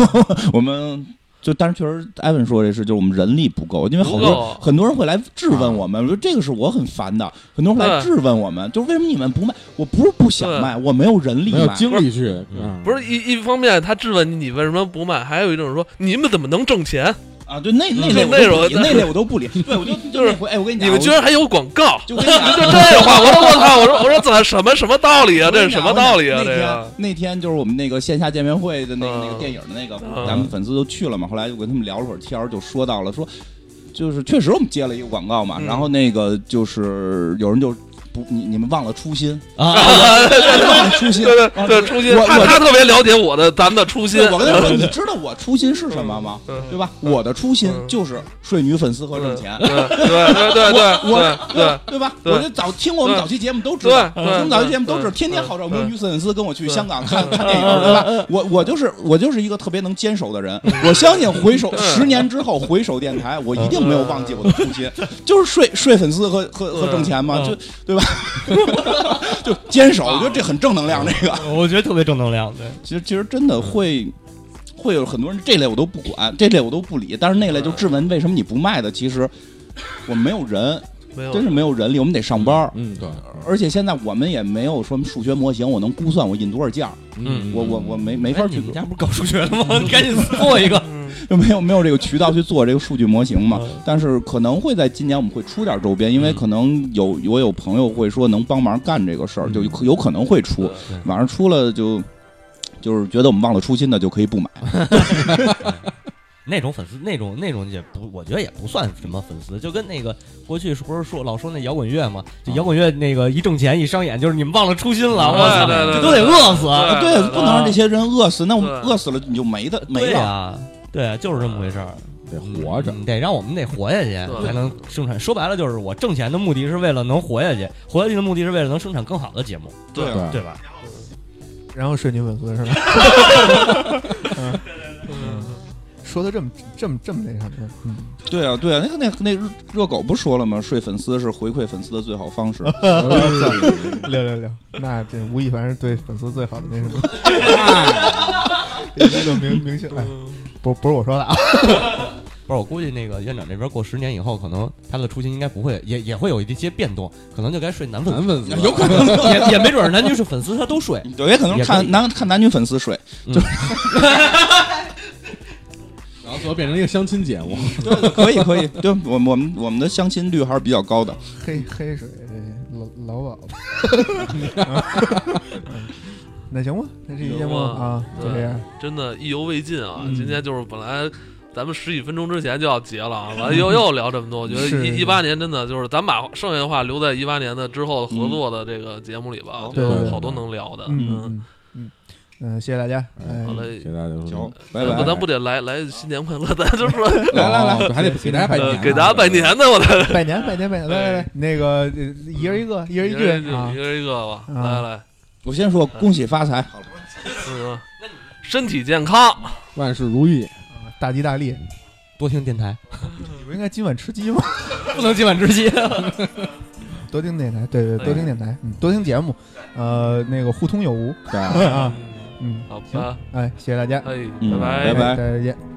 我们就，但是确实，艾文说这事，就是我们人力不够，因为好
不够
多很多人会来质问我们，我说这个是我很烦的，很多人会来质问我们，就是为什么你们不卖？我不是不想卖，我没有人力
没有
卖。
精力去，
嗯
啊
不是一一方面，他质问你你为什么不卖，还有一种说你们怎么能挣钱？
啊，对，那那
嗯
类
就那种
我都不理那类我都不理，对，我就就那回，哎，我跟你讲，
你们居然还有广告？
我就跟你 讲，
就这话，我说我操， 我说我说怎么什么什么道理啊？这是什么道理啊？
那
这
天
个
那天就是我们那个线下见面会的那个
嗯
那个电影的那个
嗯，
咱们粉丝都去了嘛。后来就跟他们聊了会儿天儿，就说到了说，就是确实我们接了一个广告嘛，
嗯
然后那个就是有人就不你你们忘了 初心，
啊，
忘了初心，
对 对
忘了
对，初心，
我
他
我
他特别了解我的咱们的初心
对。我跟他说，你知道我初心是什么吗？
嗯
对吧？我的初心
嗯
就是睡女粉丝和挣钱。
对对对对哎对
我
对对。
对吧？
对
我就早听我们
对
早期节目都知道，
对
我们早期节目都知道，
对
天天号召我们
对
女粉丝跟我去
对
香港看看电影，对吧？我我就是我就是一个特别能坚守的人，我相信回首
对
十年之后回首电台，我一定没有忘记我的初心， 就是睡睡粉丝和和和
对
挣钱嘛，
嗯
就对吧？ 就坚守，我觉得
啊
这很正能量。这个
我觉得特别正能量，对，
其实其实真的会。会有很多人这类我都不管，这类我都不理，但是那类就
嗯
质问为什么你不卖的，其实我们没有人，
没有
真是没有人力，我们得上班儿。
嗯，对，
而且现在我们也没有说数学模型，我能估算我印多少件儿，
嗯，
我我我没没法
哎
去
你们
做，
家不是搞数学的吗？你 赶紧做一个，
就没有没有这个渠道去做这个数据模型嘛。但是可能会在今年我们会出点周边，因为
嗯
可能有我有朋友会说能帮忙干这个事儿，就有有可能会出。晚上出了就就是觉得我们忘了初心的就可以不买，
那种粉丝，那种那种也不，我觉得也不算什么粉丝，就跟那个过去是不是说老说那摇滚乐嘛，就摇滚乐那个一挣钱一商演，就是你们忘了初心了，我操，
对对对
这都得饿死啊！
对，不能让这些人饿死，那我们
哎对
饿死了你就没的没了。
啊，对啊，就是这么回事儿，
得活着，
嗯得让我们得活下去
对
才能生产。说白了就是我挣钱的目的是为了能活下去，活下去的目的是为了能生产更好的节目，
对
啊
对
对
啊吧？
然后睡女粉丝是 吧？嗯说的这么这么这么那什么，嗯，
对啊，对啊，那个那个那个热狗不说了吗？睡粉丝是回馈粉丝的最好方 式。
聊聊聊，那这吴亦凡是对粉丝最好的那什么， 这个明明星，哎，
嗯
不不是我说的啊，
不是，我估计那个院长这边过十年以后，可能他的初心应该不会，也也会有一些变动，可能就该睡男粉丝
男粉丝
有可能，
也也没准儿男女是粉丝，他都睡。
对，也可能
也可
看
以
男看男女粉丝睡，
然后最后变成一个相亲节目，
对，可以可以，对，我们我们我们的相亲率还是比较高的。
黑黑水这老老鸨吧， 那行吧，那这期节目啊
行吧
就这样，
真的意犹未尽啊！
嗯
今天就是本来咱们十几分钟之前就要结 了啊，完了又又聊这么多，我觉得
是
一一八年真的就是咱把剩下的话留在一八年的之后合作的这个节目里吧，
嗯
我觉得
对
好多能聊的。
嗯嗯嗯嗯，谢谢大家，哎
好嘞
谢谢大家
嗯
收听，
拜
咱不
拜，
咱不得来来新年快乐， 咱就说
来来来
哦，还得给大家拜年
呃
啊，
给
嗯
大家拜年呢，我来
拜年拜年拜年，来来来，那个呃一人一个，
嗯
一人
一人
句啊
一，人一个吧，
啊
来来，
我先说恭喜发财，好了，
嗯，身体健康，
万事如意，
大吉大利，
多听电台，
你不应该今晚吃鸡吗？
不能今晚窒息。
多听电台，对对，
对
多听电台，嗯，多听节目，呃，那个互通有无
对，
啊，嗯，
好吧，
哎，谢谢大家，
哎，
嗯
拜
拜拜
再见。